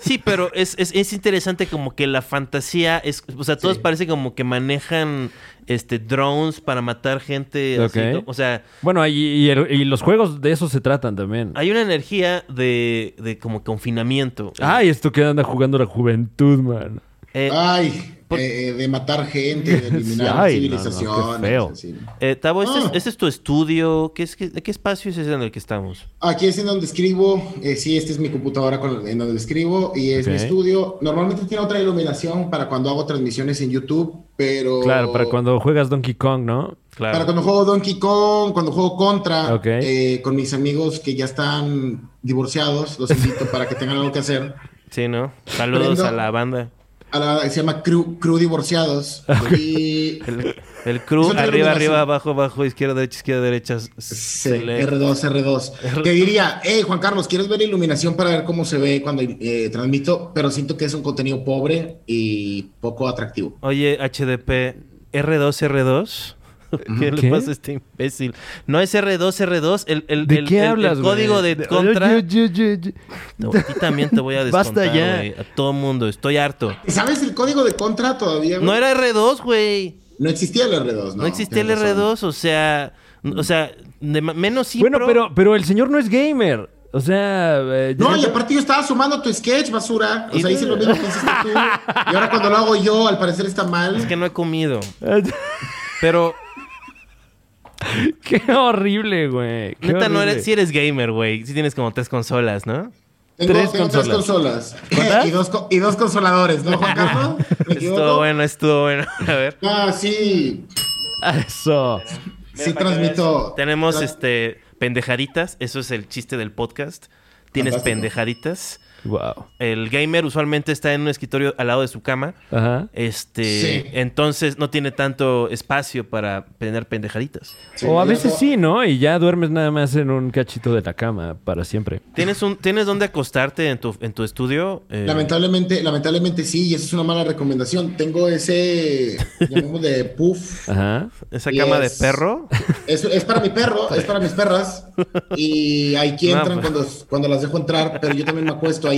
[SPEAKER 4] Sí, pero es, es, es interesante como que la fantasía es, o sea, todos parece como que manejan este drones para matar gente, así,
[SPEAKER 1] Ok.
[SPEAKER 4] ¿no? o sea,
[SPEAKER 1] Bueno, y, y el- y los juegos de eso se tratan también.
[SPEAKER 4] hay una energía de, de como confinamiento.
[SPEAKER 1] Ay, esto que anda jugando la juventud, man.
[SPEAKER 4] Eh,
[SPEAKER 1] Ah,
[SPEAKER 7] Ay, eh, de matar gente, de
[SPEAKER 1] Ay, no,
[SPEAKER 7] eliminar
[SPEAKER 1] no, qué
[SPEAKER 7] civilizaciones.
[SPEAKER 1] feo.
[SPEAKER 7] así.
[SPEAKER 4] eh, Tavo, este,
[SPEAKER 7] Ah.
[SPEAKER 4] es, este es tu estudio, ¿Qué, es, qué, qué espacio es ese en el que estamos?
[SPEAKER 7] Aquí es en donde escribo. eh, sí, esta es mi computadora con- en donde escribo y es mi
[SPEAKER 1] Ok.
[SPEAKER 7] estudio. Normalmente tiene otra iluminación para cuando hago transmisiones en YouTube, pero.
[SPEAKER 1] Claro, para cuando juegas Donkey Kong, ¿no?
[SPEAKER 4] Oh. Claro.
[SPEAKER 7] Para cuando juego Donkey Kong, cuando juego Contra,
[SPEAKER 1] Ok.
[SPEAKER 7] eh, con mis amigos que ya están divorciados, los invito para que tengan algo que hacer.
[SPEAKER 4] Sí, ¿no? Saludos
[SPEAKER 7] Prendo.
[SPEAKER 4] a la banda.
[SPEAKER 7] A la- se llama Crew, Crew Divorciados. Y
[SPEAKER 4] El, el crew,
[SPEAKER 7] Es otra
[SPEAKER 4] arriba,
[SPEAKER 7] iluminación.
[SPEAKER 4] arriba, abajo, abajo, izquierda, derecha, izquierda, derecha.
[SPEAKER 7] Sí,
[SPEAKER 4] select.
[SPEAKER 7] R2, R2. Te diría, hey, Juan Carlos, ¿quieres ver iluminación para ver cómo se ve cuando eh, transmito? Pero siento que es un contenido pobre y poco atractivo.
[SPEAKER 4] Oye, HDP, R2, R2. ¿Qué le
[SPEAKER 1] ¿Qué?
[SPEAKER 4] pasa a este imbécil? No es R2, R2. El, el,
[SPEAKER 1] ¿De
[SPEAKER 4] el-
[SPEAKER 1] qué
[SPEAKER 4] el- el
[SPEAKER 1] hablas, güey?
[SPEAKER 4] código de contra.
[SPEAKER 1] Yo- yo- yo- yo-
[SPEAKER 4] No, a ti también te voy a descontar,
[SPEAKER 1] Basta ya.
[SPEAKER 4] güey, A todo mundo. Estoy harto.
[SPEAKER 7] ¿Sabes el código de contra todavía? güey?
[SPEAKER 4] No era R2, güey.
[SPEAKER 7] No existía el R2, ¿no?
[SPEAKER 4] No, existía el
[SPEAKER 7] tienes razón.
[SPEAKER 4] R2. O sea, o sea de ma- menos impro.
[SPEAKER 1] Bueno, pero, pero el señor no es gamer. O sea... eh,
[SPEAKER 7] No,
[SPEAKER 1] ya-
[SPEAKER 7] y aparte yo estaba sumando tu sketch, basura. O sea, hice lo mismo que hiciste tú. Y ahora cuando lo hago yo, al parecer está mal.
[SPEAKER 4] Es que no he comido. Pero,
[SPEAKER 1] Qué horrible, güey. Qué
[SPEAKER 4] neta, no
[SPEAKER 1] horrible.
[SPEAKER 4] eres, si eres gamer, güey. Si tienes como tres consolas, ¿no?
[SPEAKER 7] Tengo
[SPEAKER 1] Tres
[SPEAKER 7] tengo tres consolas.
[SPEAKER 1] ¿Cuántas?
[SPEAKER 7] y, dos, co- y dos consoladores, ¿no, Juan Carlos? ¿Me
[SPEAKER 4] Estuvo
[SPEAKER 7] equivoco?
[SPEAKER 4] bueno, estuvo bueno. A ver.
[SPEAKER 7] Ah, sí.
[SPEAKER 1] Eso.
[SPEAKER 7] sí transmito.
[SPEAKER 4] Tenemos
[SPEAKER 7] tra-
[SPEAKER 4] este pendejaditas, eso es el chiste del podcast. Tienes
[SPEAKER 7] Fantástico.
[SPEAKER 4] pendejaditas.
[SPEAKER 1] Wow.
[SPEAKER 4] El gamer usualmente está en un escritorio al lado de su cama.
[SPEAKER 1] Ajá.
[SPEAKER 4] Este,
[SPEAKER 7] Sí.
[SPEAKER 4] entonces no tiene tanto espacio para tener pendejaditas.
[SPEAKER 7] sí,
[SPEAKER 1] o a
[SPEAKER 7] yo
[SPEAKER 1] veces
[SPEAKER 7] no-
[SPEAKER 1] sí, ¿no? Y ya duermes nada más en un cachito de la cama para siempre.
[SPEAKER 4] ¿Tienes un tienes dónde acostarte en tu en tu estudio? Eh,
[SPEAKER 7] Lamentablemente, lamentablemente sí, y eso es una mala recomendación. Tengo ese, de puff.
[SPEAKER 1] Ajá.
[SPEAKER 4] esa
[SPEAKER 7] y
[SPEAKER 4] cama
[SPEAKER 7] es-
[SPEAKER 4] de perro.
[SPEAKER 7] Es, es para mi perro, es para mis perras. Y hay quien
[SPEAKER 4] No,
[SPEAKER 7] entran
[SPEAKER 4] pues.
[SPEAKER 7] cuando, cuando las dejo entrar, pero yo también me acuesto ahí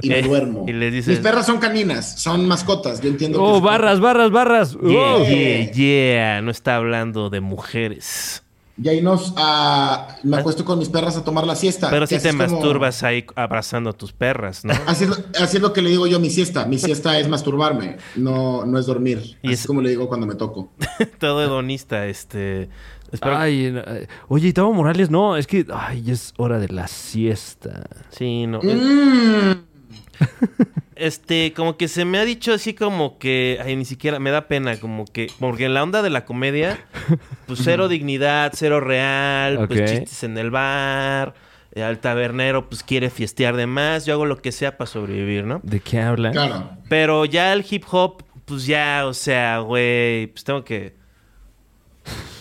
[SPEAKER 7] y me duermo.
[SPEAKER 4] y les dices-
[SPEAKER 7] Mis perras son caninas, son mascotas, yo entiendo. que
[SPEAKER 1] Oh,
[SPEAKER 7] es-
[SPEAKER 1] barras, barras, barras.
[SPEAKER 4] Yeah,
[SPEAKER 1] Oh.
[SPEAKER 4] yeah, yeah. No está hablando de mujeres.
[SPEAKER 7] Y ahí nos, ah, me acuesto con mis perras a tomar la siesta.
[SPEAKER 4] Pero
[SPEAKER 7] que
[SPEAKER 4] si te
[SPEAKER 7] así es como-
[SPEAKER 4] masturbas ahí abrazando a tus perras, ¿no?
[SPEAKER 7] Así es, lo, así es lo que le digo yo a mi siesta. Mi siesta es masturbarme, no, no es dormir.
[SPEAKER 4] Y
[SPEAKER 7] así
[SPEAKER 4] es-
[SPEAKER 7] es como le digo cuando me toco.
[SPEAKER 4] Todo hedonista, este. Espero
[SPEAKER 1] Ay, no, eh, oye, y Tavo Morales, no, es que ay, ya es hora de la siesta.
[SPEAKER 4] Sí, no.
[SPEAKER 7] Mm.
[SPEAKER 4] Este, como que se me ha dicho así como que, ay, ni siquiera, me da pena, como que, porque en la onda de la comedia, pues cero dignidad, cero real,
[SPEAKER 1] Ok.
[SPEAKER 4] pues chistes en el bar, eh, al tabernero, pues quiere fiestear de más, yo hago lo que sea para sobrevivir, ¿no?
[SPEAKER 1] ¿De qué habla?
[SPEAKER 7] Claro.
[SPEAKER 4] Pero ya el hip hop, pues ya, o sea, güey, pues tengo que,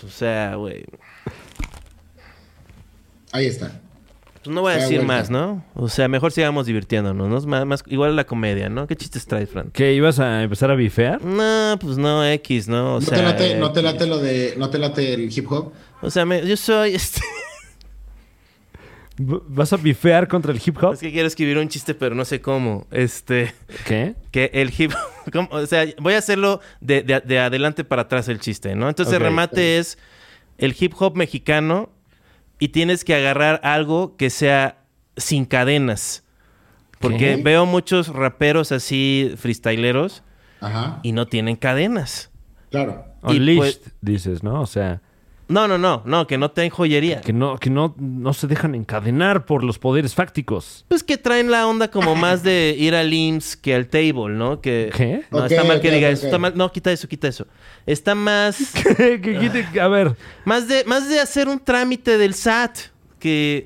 [SPEAKER 4] o sea, güey,
[SPEAKER 7] Ahí está.
[SPEAKER 4] pues no voy a
[SPEAKER 7] Ya,
[SPEAKER 4] decir
[SPEAKER 7] güey,
[SPEAKER 4] más,
[SPEAKER 7] ya.
[SPEAKER 4] ¿no? O sea, mejor sigamos divirtiéndonos, ¿no? Es Más, más- igual la comedia, ¿no? ¿Qué chistes traes, Fran?
[SPEAKER 1] ¿Qué ibas a empezar a bifear?
[SPEAKER 4] No, pues no, X, ¿no? O
[SPEAKER 7] no,
[SPEAKER 4] sea,
[SPEAKER 7] te late, no te
[SPEAKER 4] X.
[SPEAKER 7] late lo de. No te late el hip hop.
[SPEAKER 4] O sea, me- yo soy. Este,
[SPEAKER 1] ¿V- ¿Vas a bifear contra el hip hop?
[SPEAKER 4] es que quiero escribir un chiste, pero no sé cómo. Este.
[SPEAKER 1] ¿Qué?
[SPEAKER 4] Que el hip. ¿cómo? O sea, voy a hacerlo de, de- de adelante para atrás el chiste, ¿no? Entonces,
[SPEAKER 1] Ok,
[SPEAKER 4] el remate es el hip hop mexicano y tienes que agarrar algo que sea sin cadenas. Porque
[SPEAKER 1] ¿Qué?
[SPEAKER 4] veo muchos raperos así, freestyleros,
[SPEAKER 7] Ajá.
[SPEAKER 4] y no tienen cadenas.
[SPEAKER 7] Claro.
[SPEAKER 4] Y pues-
[SPEAKER 1] Unleashed, dices, ¿no? O sea,
[SPEAKER 4] No, no, no, no, que no tengan joyería.
[SPEAKER 1] que no, que no, no se dejan encadenar por los poderes fácticos.
[SPEAKER 4] Pues que traen la onda como más de ir al IMSS que al table, ¿no? Que,
[SPEAKER 1] ¿Qué?
[SPEAKER 4] No,
[SPEAKER 7] Ok,
[SPEAKER 4] está mal que
[SPEAKER 7] ok,
[SPEAKER 4] diga
[SPEAKER 7] ok.
[SPEAKER 4] eso. Está mal. No, quita eso, quita eso. Está más.
[SPEAKER 1] Que quite- a ver,
[SPEAKER 4] más, de, más de hacer un trámite del SAT que.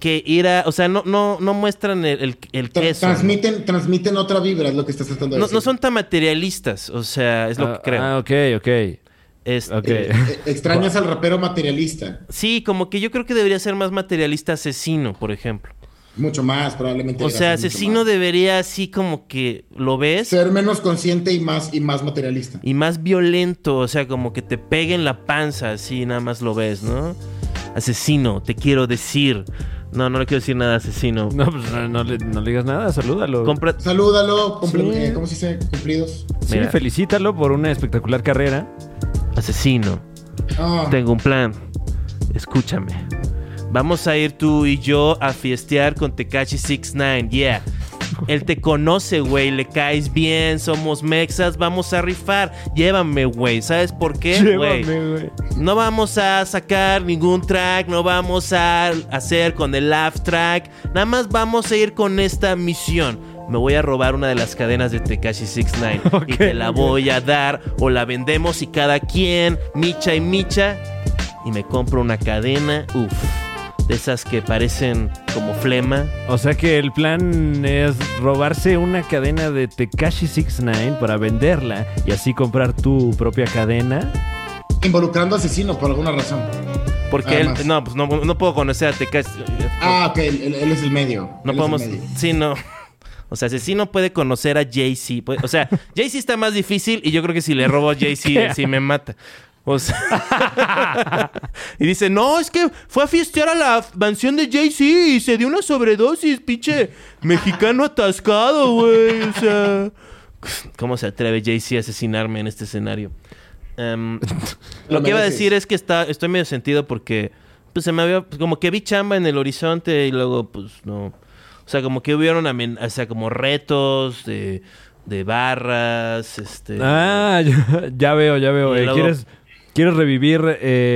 [SPEAKER 4] Que ir a. O sea, no, no, no muestran el, el, el
[SPEAKER 7] Tra-
[SPEAKER 4] queso. ¿no?
[SPEAKER 7] transmiten, transmiten otra vibra, es lo que estás tratando de
[SPEAKER 4] No,
[SPEAKER 7] decir.
[SPEAKER 4] no son tan materialistas. O sea, es lo
[SPEAKER 1] ah,
[SPEAKER 4] que creo.
[SPEAKER 1] Ah, ok, ok.
[SPEAKER 4] Este,
[SPEAKER 1] ok.
[SPEAKER 7] Eh, eh, extrañas al rapero materialista.
[SPEAKER 4] Sí, como que yo creo que debería ser más materialista asesino, por ejemplo.
[SPEAKER 7] Mucho más, probablemente.
[SPEAKER 4] O
[SPEAKER 7] le
[SPEAKER 4] sea,
[SPEAKER 7] haces mucho
[SPEAKER 4] asesino
[SPEAKER 7] más.
[SPEAKER 4] debería así como que lo ves.
[SPEAKER 7] Ser menos consciente y más, y más materialista.
[SPEAKER 4] y más violento, o sea, como que te pegue en la panza, así nada más lo ves, ¿no? Asesino, te quiero decir. No, no le quiero decir nada, asesino.
[SPEAKER 1] No, pues no, no le, no le digas nada, salúdalo.
[SPEAKER 4] Compra.
[SPEAKER 7] Salúdalo, cumple-
[SPEAKER 4] Sí.
[SPEAKER 7] eh, ¿cómo se dice? Cumplidos.
[SPEAKER 1] Sí,
[SPEAKER 4] Mira.
[SPEAKER 1] felicítalo por una espectacular carrera.
[SPEAKER 4] Asesino,
[SPEAKER 7] Ah,
[SPEAKER 4] tengo un plan. Escúchame. Vamos a ir tú y yo a fiestear con Tekashi 69, yeah. Él te conoce, güey, le caes bien, somos mexas, vamos a rifar. Llévame, güey. ¿Sabes por qué, güey?
[SPEAKER 1] Llévame, güey.
[SPEAKER 4] No vamos a sacar ningún track, no vamos a hacer con el laugh track, nada más vamos a ir con esta misión. Me voy a robar una de las cadenas de Tekashi 69 y te la voy a dar o la vendemos y cada quien, micha y micha, y me compro una cadena, uff, de esas que parecen como flema.
[SPEAKER 1] O sea que el plan es robarse una cadena de Tekashi 69 para venderla y así comprar tu propia cadena.
[SPEAKER 7] Involucrando asesino por alguna razón.
[SPEAKER 4] Porque
[SPEAKER 7] Nada
[SPEAKER 4] él,
[SPEAKER 7] más.
[SPEAKER 4] no, pues no, no puedo conocer a Tekashi. eh,
[SPEAKER 7] Ah, ok, él, él- él es el medio. Él
[SPEAKER 4] No
[SPEAKER 7] es el
[SPEAKER 4] podemos.
[SPEAKER 7] medio.
[SPEAKER 4] Sí, no. O sea, si sí no puede conocer a Jay-Z. pues, O sea, Jay-Z está más difícil y yo creo que si le robo a Jay-Z, sí me mata. O sea. y dice, no, es que fue a fiestear a la mansión de Jay-Z y se dio una sobredosis, pinche mexicano atascado, güey. O sea. ¿Cómo se atreve Jay-Z a asesinarme en este escenario? Em, lo
[SPEAKER 7] Lo
[SPEAKER 4] que iba a
[SPEAKER 7] mereces.
[SPEAKER 4] decir es que está, estoy medio sentido porque pues, se me había, pues, como que vi chamba en el horizonte y luego, pues no. O sea, como que hubieron amen- o sea, como retos de, de barras, este.
[SPEAKER 1] Ah, ya, ya veo, ya veo.
[SPEAKER 4] Y
[SPEAKER 1] Eh,
[SPEAKER 4] luego-
[SPEAKER 1] ¿Quieres, quieres revivir,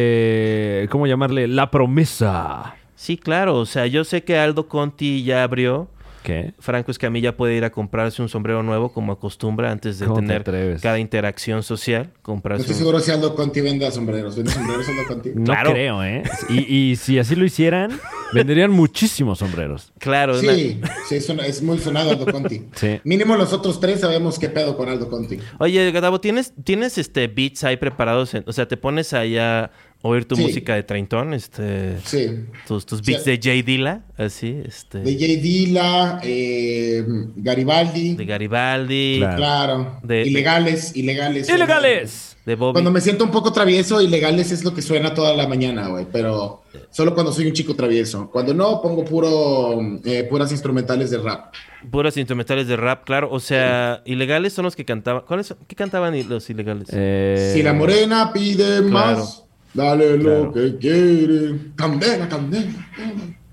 [SPEAKER 1] eh, ¿cómo llamarle? La promesa.
[SPEAKER 4] Sí, claro. O sea, yo sé que Aldo Conti ya abrió.
[SPEAKER 1] ¿Qué?
[SPEAKER 4] Franco Escamilla puede ir a comprarse un sombrero nuevo como acostumbra antes de
[SPEAKER 1] ¿Cómo te
[SPEAKER 4] tener
[SPEAKER 1] atreves?
[SPEAKER 4] cada interacción social.
[SPEAKER 7] No
[SPEAKER 4] Comprarse
[SPEAKER 7] estoy
[SPEAKER 4] un-
[SPEAKER 7] seguro si Aldo Conti venda sombreros. ¿Vende sombreros Aldo Conti?
[SPEAKER 1] No
[SPEAKER 4] Claro.
[SPEAKER 1] creo, ¿eh? Y, y si así lo hicieran, venderían muchísimos sombreros.
[SPEAKER 4] Claro, una-
[SPEAKER 7] Sí, sí es, un- es muy sonado Aldo Conti.
[SPEAKER 1] Sí.
[SPEAKER 7] Mínimo los otros tres sabemos qué pedo con Aldo Conti.
[SPEAKER 4] Oye, Gustavo, ¿tienes, ¿tienes este beats ahí preparados? En- o sea, ¿te pones ahí a oír tu
[SPEAKER 7] Sí.
[SPEAKER 4] música de Treintón? Este,
[SPEAKER 7] Sí.
[SPEAKER 4] tus, tus beats
[SPEAKER 7] Sí.
[SPEAKER 4] de Jay Dilla, así, este,
[SPEAKER 7] De
[SPEAKER 4] de,
[SPEAKER 7] J. Dilla, eh, Garibaldi.
[SPEAKER 4] Garibaldi.
[SPEAKER 1] Claro.
[SPEAKER 7] Claro.
[SPEAKER 4] De-
[SPEAKER 7] ilegales, ilegales.
[SPEAKER 1] ¡Ilegales!
[SPEAKER 4] de Bobby.
[SPEAKER 7] Cuando me siento un poco travieso, ilegales es lo que suena toda la mañana, güey. Pero solo cuando soy un chico travieso. Cuando no, pongo puro, eh, puras instrumentales de rap.
[SPEAKER 4] Puras instrumentales de rap, claro. O sea, ilegales son los que cantaban. ¿Cuáles son- ¿Qué cantaban i- los ilegales?
[SPEAKER 1] Eh,
[SPEAKER 7] si la morena pide más, dale
[SPEAKER 4] claro.
[SPEAKER 7] lo que quiere. Candela, candela.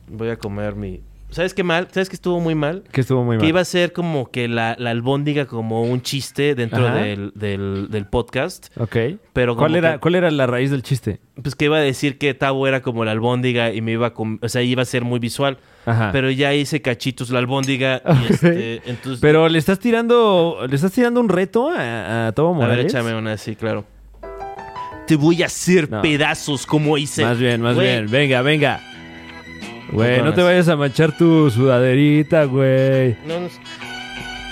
[SPEAKER 4] Voy a comer mi. ¿Sabes qué mal? ¿Sabes qué estuvo muy mal?
[SPEAKER 1] que estuvo muy
[SPEAKER 4] que
[SPEAKER 1] mal.
[SPEAKER 4] iba a ser como que la, la albóndiga como un chiste dentro
[SPEAKER 1] Ajá.
[SPEAKER 4] del, del- del podcast.
[SPEAKER 1] Ok.
[SPEAKER 4] Pero como
[SPEAKER 1] ¿Cuál era,
[SPEAKER 4] que-
[SPEAKER 1] ¿Cuál era la raíz del chiste?
[SPEAKER 4] Pues que iba a decir que Tavo era como la albóndiga y me iba a com- o sea, iba a ser muy visual.
[SPEAKER 1] Ajá.
[SPEAKER 4] Pero ya hice cachitos la albóndiga y este, entonces
[SPEAKER 1] Pero le estás tirando, le estás tirando un reto a, a Tavo
[SPEAKER 4] a ver,
[SPEAKER 1] Morales.
[SPEAKER 4] échame una así, claro. Te voy a hacer
[SPEAKER 1] No.
[SPEAKER 4] pedazos como hice.
[SPEAKER 1] Más bien, más
[SPEAKER 4] Güey,
[SPEAKER 1] bien. Venga, venga. Güey, no
[SPEAKER 4] Perdonas.
[SPEAKER 1] te vayas a manchar tu sudaderita, güey.
[SPEAKER 4] no, no sé.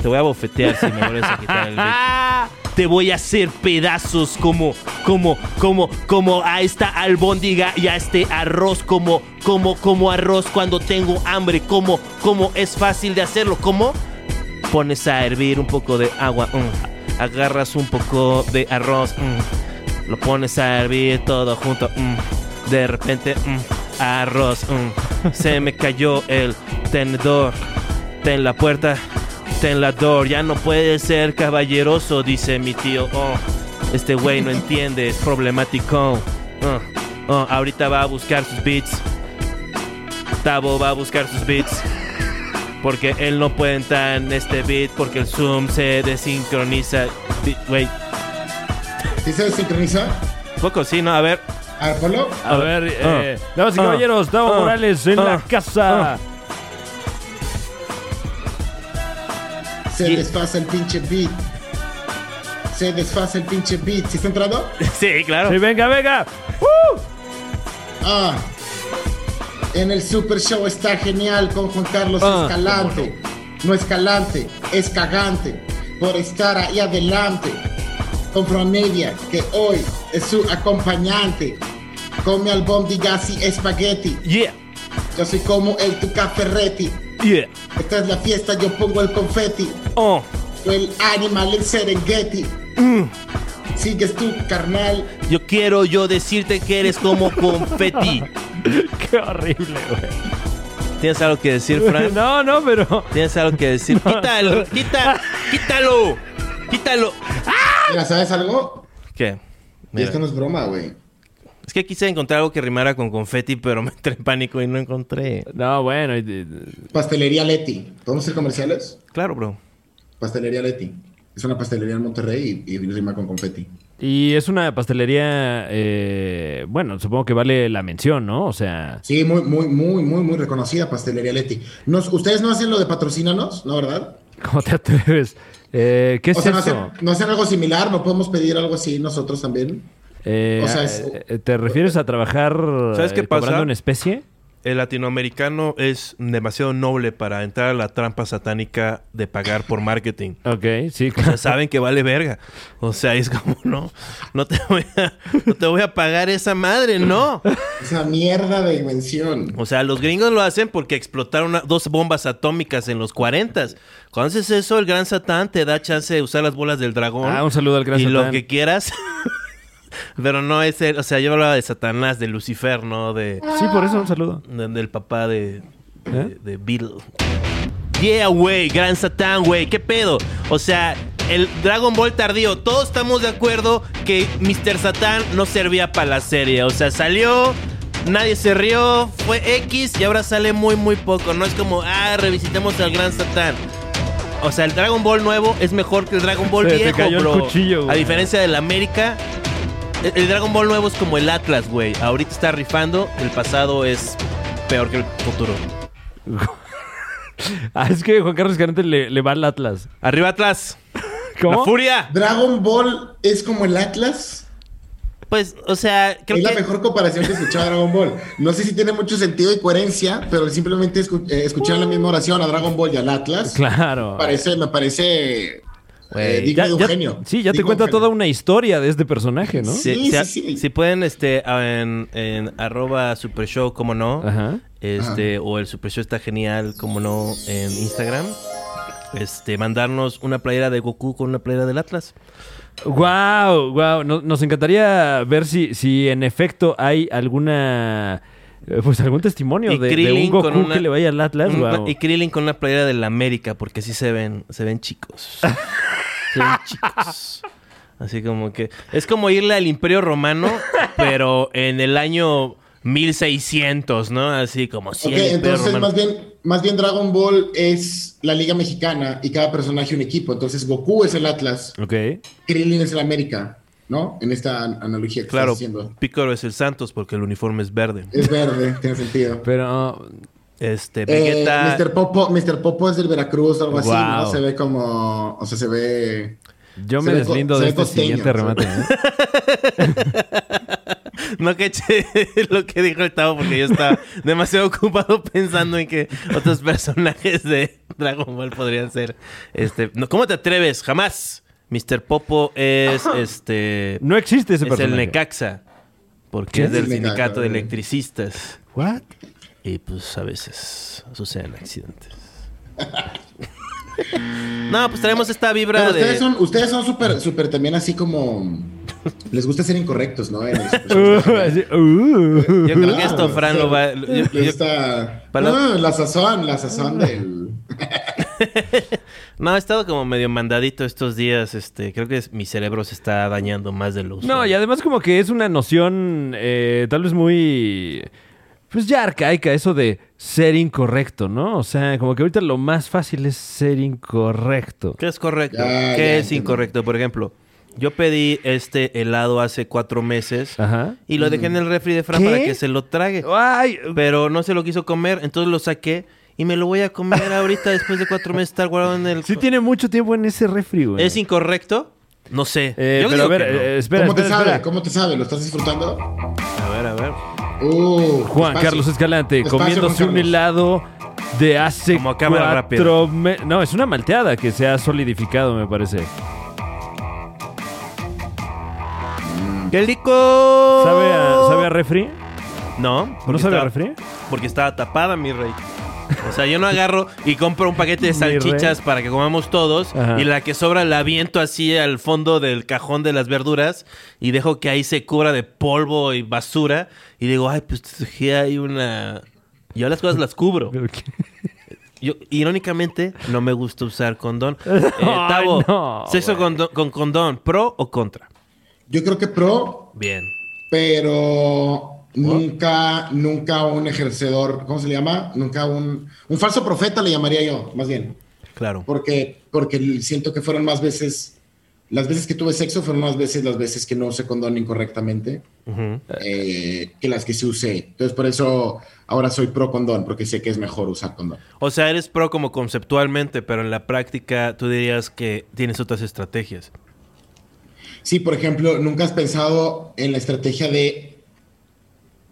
[SPEAKER 4] te voy a bofetear si me vuelves a quitar el
[SPEAKER 1] Ah.
[SPEAKER 4] beat. Te voy a hacer pedazos como, como, como, como a esta albóndiga y a este arroz, como, como, como arroz cuando tengo hambre, como, como es fácil de hacerlo, como pones a hervir un poco de agua, mm. agarras un poco de arroz, mm. lo pones a hervir todo junto, mm. de repente mm, arroz, mm. se me cayó el tenedor, ten la puerta, ten la door, ya no puede ser caballeroso, dice mi tío, oh, este güey no entiende, es problemático, Oh, oh, ahorita va a buscar sus beats, Tavo va a buscar sus beats. Porque él no puede entrar en este beat porque el Zoom se desincroniza. Bi- Güey,
[SPEAKER 7] ¿Sí se desincroniza?
[SPEAKER 4] poco sí, ¿no? A ver.
[SPEAKER 7] A ver, ponlo.
[SPEAKER 1] A ver, eh, damas y
[SPEAKER 4] ah,
[SPEAKER 1] caballeros, Tavo
[SPEAKER 4] ah,
[SPEAKER 1] Morales en la
[SPEAKER 4] ah,
[SPEAKER 1] casa.
[SPEAKER 7] Se
[SPEAKER 4] Y-
[SPEAKER 7] desfasa el pinche beat. Se desfasa el pinche beat. ¿Sí está entrando?
[SPEAKER 4] Sí, claro.
[SPEAKER 1] Sí, venga, venga.
[SPEAKER 7] Ah. En el Super Show está genial con Juan Carlos Escalante. No Escalante, es cagante por estar ahí adelante. Con Fromedia, que hoy es su acompañante. Come albóndigas y espagueti.
[SPEAKER 4] Yeah,
[SPEAKER 7] Yo soy como el Tuca Ferretti.
[SPEAKER 4] yeah.
[SPEAKER 7] Esta es la fiesta, yo pongo el confeti.
[SPEAKER 4] Oh,
[SPEAKER 7] Yo el animal, el Serengeti. Sigues tú, carnal.
[SPEAKER 4] yo quiero yo decirte que eres como confeti.
[SPEAKER 1] Qué horrible, güey.
[SPEAKER 4] ¿Tienes algo que decir, Frank?
[SPEAKER 1] No, no, pero.
[SPEAKER 4] ¿Tienes algo que decir? Quítalo, quita, quítalo, quítalo.
[SPEAKER 7] Mira, ¿sabes algo?
[SPEAKER 4] ¿Qué?
[SPEAKER 7] Y
[SPEAKER 4] Mira,
[SPEAKER 7] esto no es broma, güey.
[SPEAKER 4] Es que quise encontrar algo que rimara con confeti, pero me entré en pánico y no encontré.
[SPEAKER 1] No, bueno. y- y-
[SPEAKER 7] Pastelería Leti. ¿Podemos hacer comerciales?
[SPEAKER 4] Claro, bro.
[SPEAKER 7] Pastelería Leti. Es una pastelería en Monterrey y, y rima con confeti.
[SPEAKER 1] Y es una pastelería. eh, bueno, supongo que vale la mención, ¿no? O sea.
[SPEAKER 7] Sí, muy, muy, muy, muy, muy reconocida pastelería Leti. Nos- ¿Ustedes no hacen lo de patrocínanos? ¿No, verdad?
[SPEAKER 1] ¿Cómo te atreves? Eh, ¿Qué es
[SPEAKER 7] o sea,
[SPEAKER 1] eso?
[SPEAKER 7] no hacen, no hacen algo similar? ¿No podemos pedir algo así nosotros también?
[SPEAKER 1] Eh,
[SPEAKER 7] o sea, es-
[SPEAKER 1] eh, ¿Te refieres a trabajar
[SPEAKER 4] ¿Sabes qué
[SPEAKER 1] eh, cobrando
[SPEAKER 4] pasa?
[SPEAKER 1] en especie?
[SPEAKER 4] El latinoamericano es demasiado noble para entrar a la trampa satánica de pagar por marketing.
[SPEAKER 1] Ok, sí,
[SPEAKER 4] O sea,
[SPEAKER 1] claro.
[SPEAKER 4] saben que vale verga. O sea, es como, no, no te voy a, no te voy a pagar esa madre, no.
[SPEAKER 7] Esa mierda de invención.
[SPEAKER 4] O sea, los gringos lo hacen porque explotaron una- dos bombas atómicas en los 40. Cuando haces eso, el gran satán te da chance de usar las bolas del dragón.
[SPEAKER 1] Ah, un saludo al gran
[SPEAKER 4] y
[SPEAKER 1] satán.
[SPEAKER 4] lo que quieras. Pero no es el, o sea, yo hablaba de Satanás, de Lucifer, ¿no? De,
[SPEAKER 1] Sí, por eso un saludo.
[SPEAKER 4] de- del papá de, de,
[SPEAKER 1] ¿Eh?
[SPEAKER 4] de Beatle. Yeah, güey, Gran Satán, güey, qué pedo. O sea, el Dragon Ball tardío, todos estamos de acuerdo que Mr. Satán no servía para la serie. O sea, salió, nadie se rió, fue X y ahora sale muy, muy poco. No es como, ah, revisitemos al Gran Satán. O sea, el Dragon Ball nuevo es mejor que el Dragon Ball
[SPEAKER 1] Se te
[SPEAKER 4] viejo,
[SPEAKER 1] cayó el
[SPEAKER 4] bro.
[SPEAKER 1] cuchillo, güey.
[SPEAKER 4] A diferencia del América, el, el Dragon Ball nuevo es como el Atlas, güey. Ahorita está rifando, el pasado es peor que el futuro.
[SPEAKER 1] Ah, es que Juan Carlos Escalante le, le va al Atlas.
[SPEAKER 4] Arriba Atlas,
[SPEAKER 1] ¿Cómo?
[SPEAKER 4] la furia.
[SPEAKER 7] Dragon Ball es como el Atlas.
[SPEAKER 4] Pues, o sea, creo
[SPEAKER 7] es
[SPEAKER 4] que
[SPEAKER 7] la mejor comparación que he escuchado a Dragon Ball. No sé si tiene mucho sentido y coherencia, pero simplemente escu- eh, escuchar la misma oración a Dragon Ball y al Atlas
[SPEAKER 1] Claro.
[SPEAKER 7] me parece, me parece eh,
[SPEAKER 4] Güey,
[SPEAKER 7] digno
[SPEAKER 1] Ya-
[SPEAKER 7] de un
[SPEAKER 1] ya-
[SPEAKER 7] genio.
[SPEAKER 1] Sí, ya te
[SPEAKER 7] Digno de
[SPEAKER 1] cuenta
[SPEAKER 7] un genio.
[SPEAKER 1] toda una historia de este personaje, ¿no?
[SPEAKER 4] si,
[SPEAKER 7] Sí,
[SPEAKER 4] si-
[SPEAKER 7] sí, sí.
[SPEAKER 4] si pueden, este, a- en, en arroba Super Show, como no,
[SPEAKER 1] Ajá.
[SPEAKER 4] este, o el Super Show está genial, como no, en Instagram, este, mandarnos una playera de Goku con una playera del Atlas.
[SPEAKER 1] Wow, wow. Nos, encantaría ver si, si en efecto hay alguna. eh, Pues algún testimonio
[SPEAKER 4] Y
[SPEAKER 1] de, de un
[SPEAKER 4] Krillin
[SPEAKER 1] Goku
[SPEAKER 4] con una-
[SPEAKER 1] que le vaya al Atlas.
[SPEAKER 4] Un-
[SPEAKER 1] guau.
[SPEAKER 4] Mm, Y Krillin con una playera de la América, porque sí se ven, se ven chicos. se ven chicos. Así como que. Es como irle al Imperio Romano, pero en el año 1600, ¿no? Así como si
[SPEAKER 7] Ok,
[SPEAKER 4] el Imperio
[SPEAKER 7] entonces
[SPEAKER 4] Romano.
[SPEAKER 7] más bien, más bien Dragon Ball es la liga mexicana y cada personaje un equipo. Entonces Goku es el Atlas,
[SPEAKER 1] Ok.
[SPEAKER 7] Krillin es el América, ¿no? En esta an- analogía que
[SPEAKER 4] Claro,
[SPEAKER 7] estás haciendo.
[SPEAKER 4] Pícaro es el Santos porque el uniforme es verde.
[SPEAKER 7] Es verde, tiene sentido.
[SPEAKER 1] Pero.
[SPEAKER 4] Este,
[SPEAKER 7] Eh,
[SPEAKER 4] Vegeta.
[SPEAKER 7] Mr. Popo, Mr. Popo es del Veracruz, algo así,
[SPEAKER 1] Wow.
[SPEAKER 7] ¿no? Se ve como, o sea, se ve...
[SPEAKER 1] Yo
[SPEAKER 7] Se
[SPEAKER 1] me
[SPEAKER 7] ve co-
[SPEAKER 1] deslindo
[SPEAKER 7] se
[SPEAKER 1] de
[SPEAKER 7] ve
[SPEAKER 1] este
[SPEAKER 7] costeño,
[SPEAKER 1] siguiente
[SPEAKER 7] se ve-
[SPEAKER 1] remate. ¿eh?
[SPEAKER 4] No caché lo que dijo el Tavo porque yo estaba demasiado ocupado pensando en que otros personajes de Dragon Ball podrían ser. Este, no, ¿Cómo te atreves? Jamás. Mr. Popo es este.
[SPEAKER 1] No existe ese
[SPEAKER 4] es el
[SPEAKER 1] personaje.
[SPEAKER 4] Necaxa. Porque
[SPEAKER 1] ¿Qué?
[SPEAKER 4] es del
[SPEAKER 7] El Necaxa,
[SPEAKER 4] sindicato de
[SPEAKER 7] güey.
[SPEAKER 4] electricistas.
[SPEAKER 1] What?
[SPEAKER 4] Y pues a veces suceden accidentes. no, pues traemos esta vibra
[SPEAKER 7] Pero ustedes
[SPEAKER 4] de.
[SPEAKER 7] son, ustedes son súper, súper también así como... Les gusta ser incorrectos, ¿no? En sus
[SPEAKER 1] Uh,
[SPEAKER 7] personajes.
[SPEAKER 1] así, uh.
[SPEAKER 4] Yo creo que
[SPEAKER 7] Ah,
[SPEAKER 4] esto Fran lo va. yo- yo-
[SPEAKER 7] Les gusta-
[SPEAKER 4] para-
[SPEAKER 7] Ah, la sazón, la sazón del...
[SPEAKER 4] No, he estado como medio mandadito estos días. Este, creo que es- mi cerebro se está dañando más de luz.
[SPEAKER 1] No, y además como que es una noción eh, tal vez muy... Pues ya arcaica eso de ser incorrecto, ¿no? O sea, como que ahorita lo más fácil es ser incorrecto.
[SPEAKER 4] ¿Qué es correcto?
[SPEAKER 7] Ya,
[SPEAKER 4] ¿Qué
[SPEAKER 7] ya
[SPEAKER 4] es
[SPEAKER 7] entiendo.
[SPEAKER 4] incorrecto? Por ejemplo, yo pedí este helado hace cuatro meses
[SPEAKER 1] Ajá.
[SPEAKER 4] y lo dejé en el refri de Fran
[SPEAKER 1] ¿Qué?
[SPEAKER 4] para que se lo trague.
[SPEAKER 1] Ay,
[SPEAKER 4] Pero no se lo quiso comer, entonces lo saqué y me lo voy a comer ahorita después de cuatro meses de estar guardado en el.
[SPEAKER 1] sí tiene mucho tiempo en ese refri, güey.
[SPEAKER 4] ¿Es incorrecto? No sé.
[SPEAKER 1] Eh, pero
[SPEAKER 4] Yo
[SPEAKER 1] a
[SPEAKER 4] digo
[SPEAKER 1] ver,
[SPEAKER 4] que no.
[SPEAKER 1] eh, espera,
[SPEAKER 7] ¿Cómo te
[SPEAKER 1] espera,
[SPEAKER 7] sabe?
[SPEAKER 1] espera.
[SPEAKER 7] ¿Cómo te sabe? ¿Lo estás disfrutando?
[SPEAKER 4] A ver, a ver.
[SPEAKER 7] Uh,
[SPEAKER 1] Juan
[SPEAKER 7] espacio.
[SPEAKER 1] Carlos Escalante
[SPEAKER 7] Espacio,
[SPEAKER 1] comiéndose
[SPEAKER 7] Juan
[SPEAKER 1] un
[SPEAKER 7] Carlos.
[SPEAKER 1] helado de hace
[SPEAKER 4] Como cámara
[SPEAKER 1] cuatro me- No, es una malteada que se ha solidificado, me parece.
[SPEAKER 4] ¡Qué rico!
[SPEAKER 1] ¿Sabe
[SPEAKER 4] Oh.
[SPEAKER 1] a, sabe a refri?
[SPEAKER 4] No.
[SPEAKER 1] ¿No
[SPEAKER 4] porque
[SPEAKER 1] sabe a
[SPEAKER 4] estaba-
[SPEAKER 1] refri?
[SPEAKER 4] Porque estaba tapada, mi rey. O sea, yo no agarro y compro un paquete de
[SPEAKER 1] Mi rey.
[SPEAKER 4] salchichas para que comamos todos
[SPEAKER 1] Ajá.
[SPEAKER 4] y la que sobra la aviento así al fondo del cajón de las verduras y dejo que ahí se cubra de polvo y basura y digo, ay, pues aquí hay una... Yo las cosas las cubro.
[SPEAKER 1] ¿Pero qué?
[SPEAKER 4] Yo, irónicamente, no me gusta usar condón. Eh,
[SPEAKER 1] Ay,
[SPEAKER 4] Tavo,
[SPEAKER 1] no,
[SPEAKER 4] ¿sexo condo- con condón, pro o contra?
[SPEAKER 7] Yo creo que pro,
[SPEAKER 4] Bien.
[SPEAKER 7] pero nunca, nunca un ejercedor, ¿cómo se le llama? Nunca un, un falso profeta le llamaría yo, más bien.
[SPEAKER 4] Claro.
[SPEAKER 7] Porque, porque siento que fueron más veces, las veces que tuve sexo fueron más veces las veces que no usé condón incorrectamente
[SPEAKER 4] Ujú.
[SPEAKER 7] eh, que las que sí usé. Entonces por eso ahora soy pro condón, porque sé que es mejor usar condón.
[SPEAKER 4] O sea, eres pro como conceptualmente, pero en la práctica tú dirías que tienes otras estrategias.
[SPEAKER 7] Sí, por ejemplo, ¿nunca has pensado en la estrategia de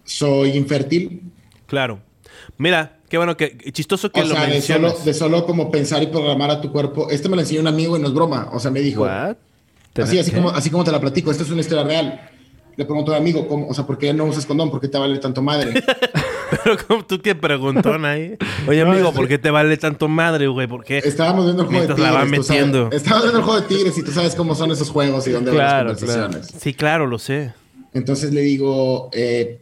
[SPEAKER 7] soy infértil?
[SPEAKER 4] Claro. Mira, qué bueno que chistoso que
[SPEAKER 7] O
[SPEAKER 4] lo
[SPEAKER 7] sea, de solo,
[SPEAKER 4] mencionas.
[SPEAKER 7] de solo como pensar y programar a tu cuerpo. Este me lo enseñó un amigo y no es broma. O sea, me dijo,
[SPEAKER 1] What?
[SPEAKER 7] así, así,
[SPEAKER 1] ¿Qué?
[SPEAKER 7] como, así como te la platico, esto es una historia real. Le pregunto a mi amigo, ¿cómo? o sea, ¿por qué no usas condón? ¿Por qué te vale tanto madre?
[SPEAKER 4] Pero como tú que preguntón ahí. Oye, amigo, ¿por qué te vale tanto madre, güey? ¿Por qué?
[SPEAKER 7] Estábamos viendo el juego
[SPEAKER 4] Mientras
[SPEAKER 7] de
[SPEAKER 4] la
[SPEAKER 7] tigres.
[SPEAKER 4] van
[SPEAKER 7] tú sabes.
[SPEAKER 4] metiendo.
[SPEAKER 7] Estábamos viendo el juego de tigres y tú sabes cómo son esos juegos y dónde van
[SPEAKER 1] Claro,
[SPEAKER 7] las conversaciones.
[SPEAKER 4] Sí, claro, lo sé.
[SPEAKER 7] Entonces le digo, eh,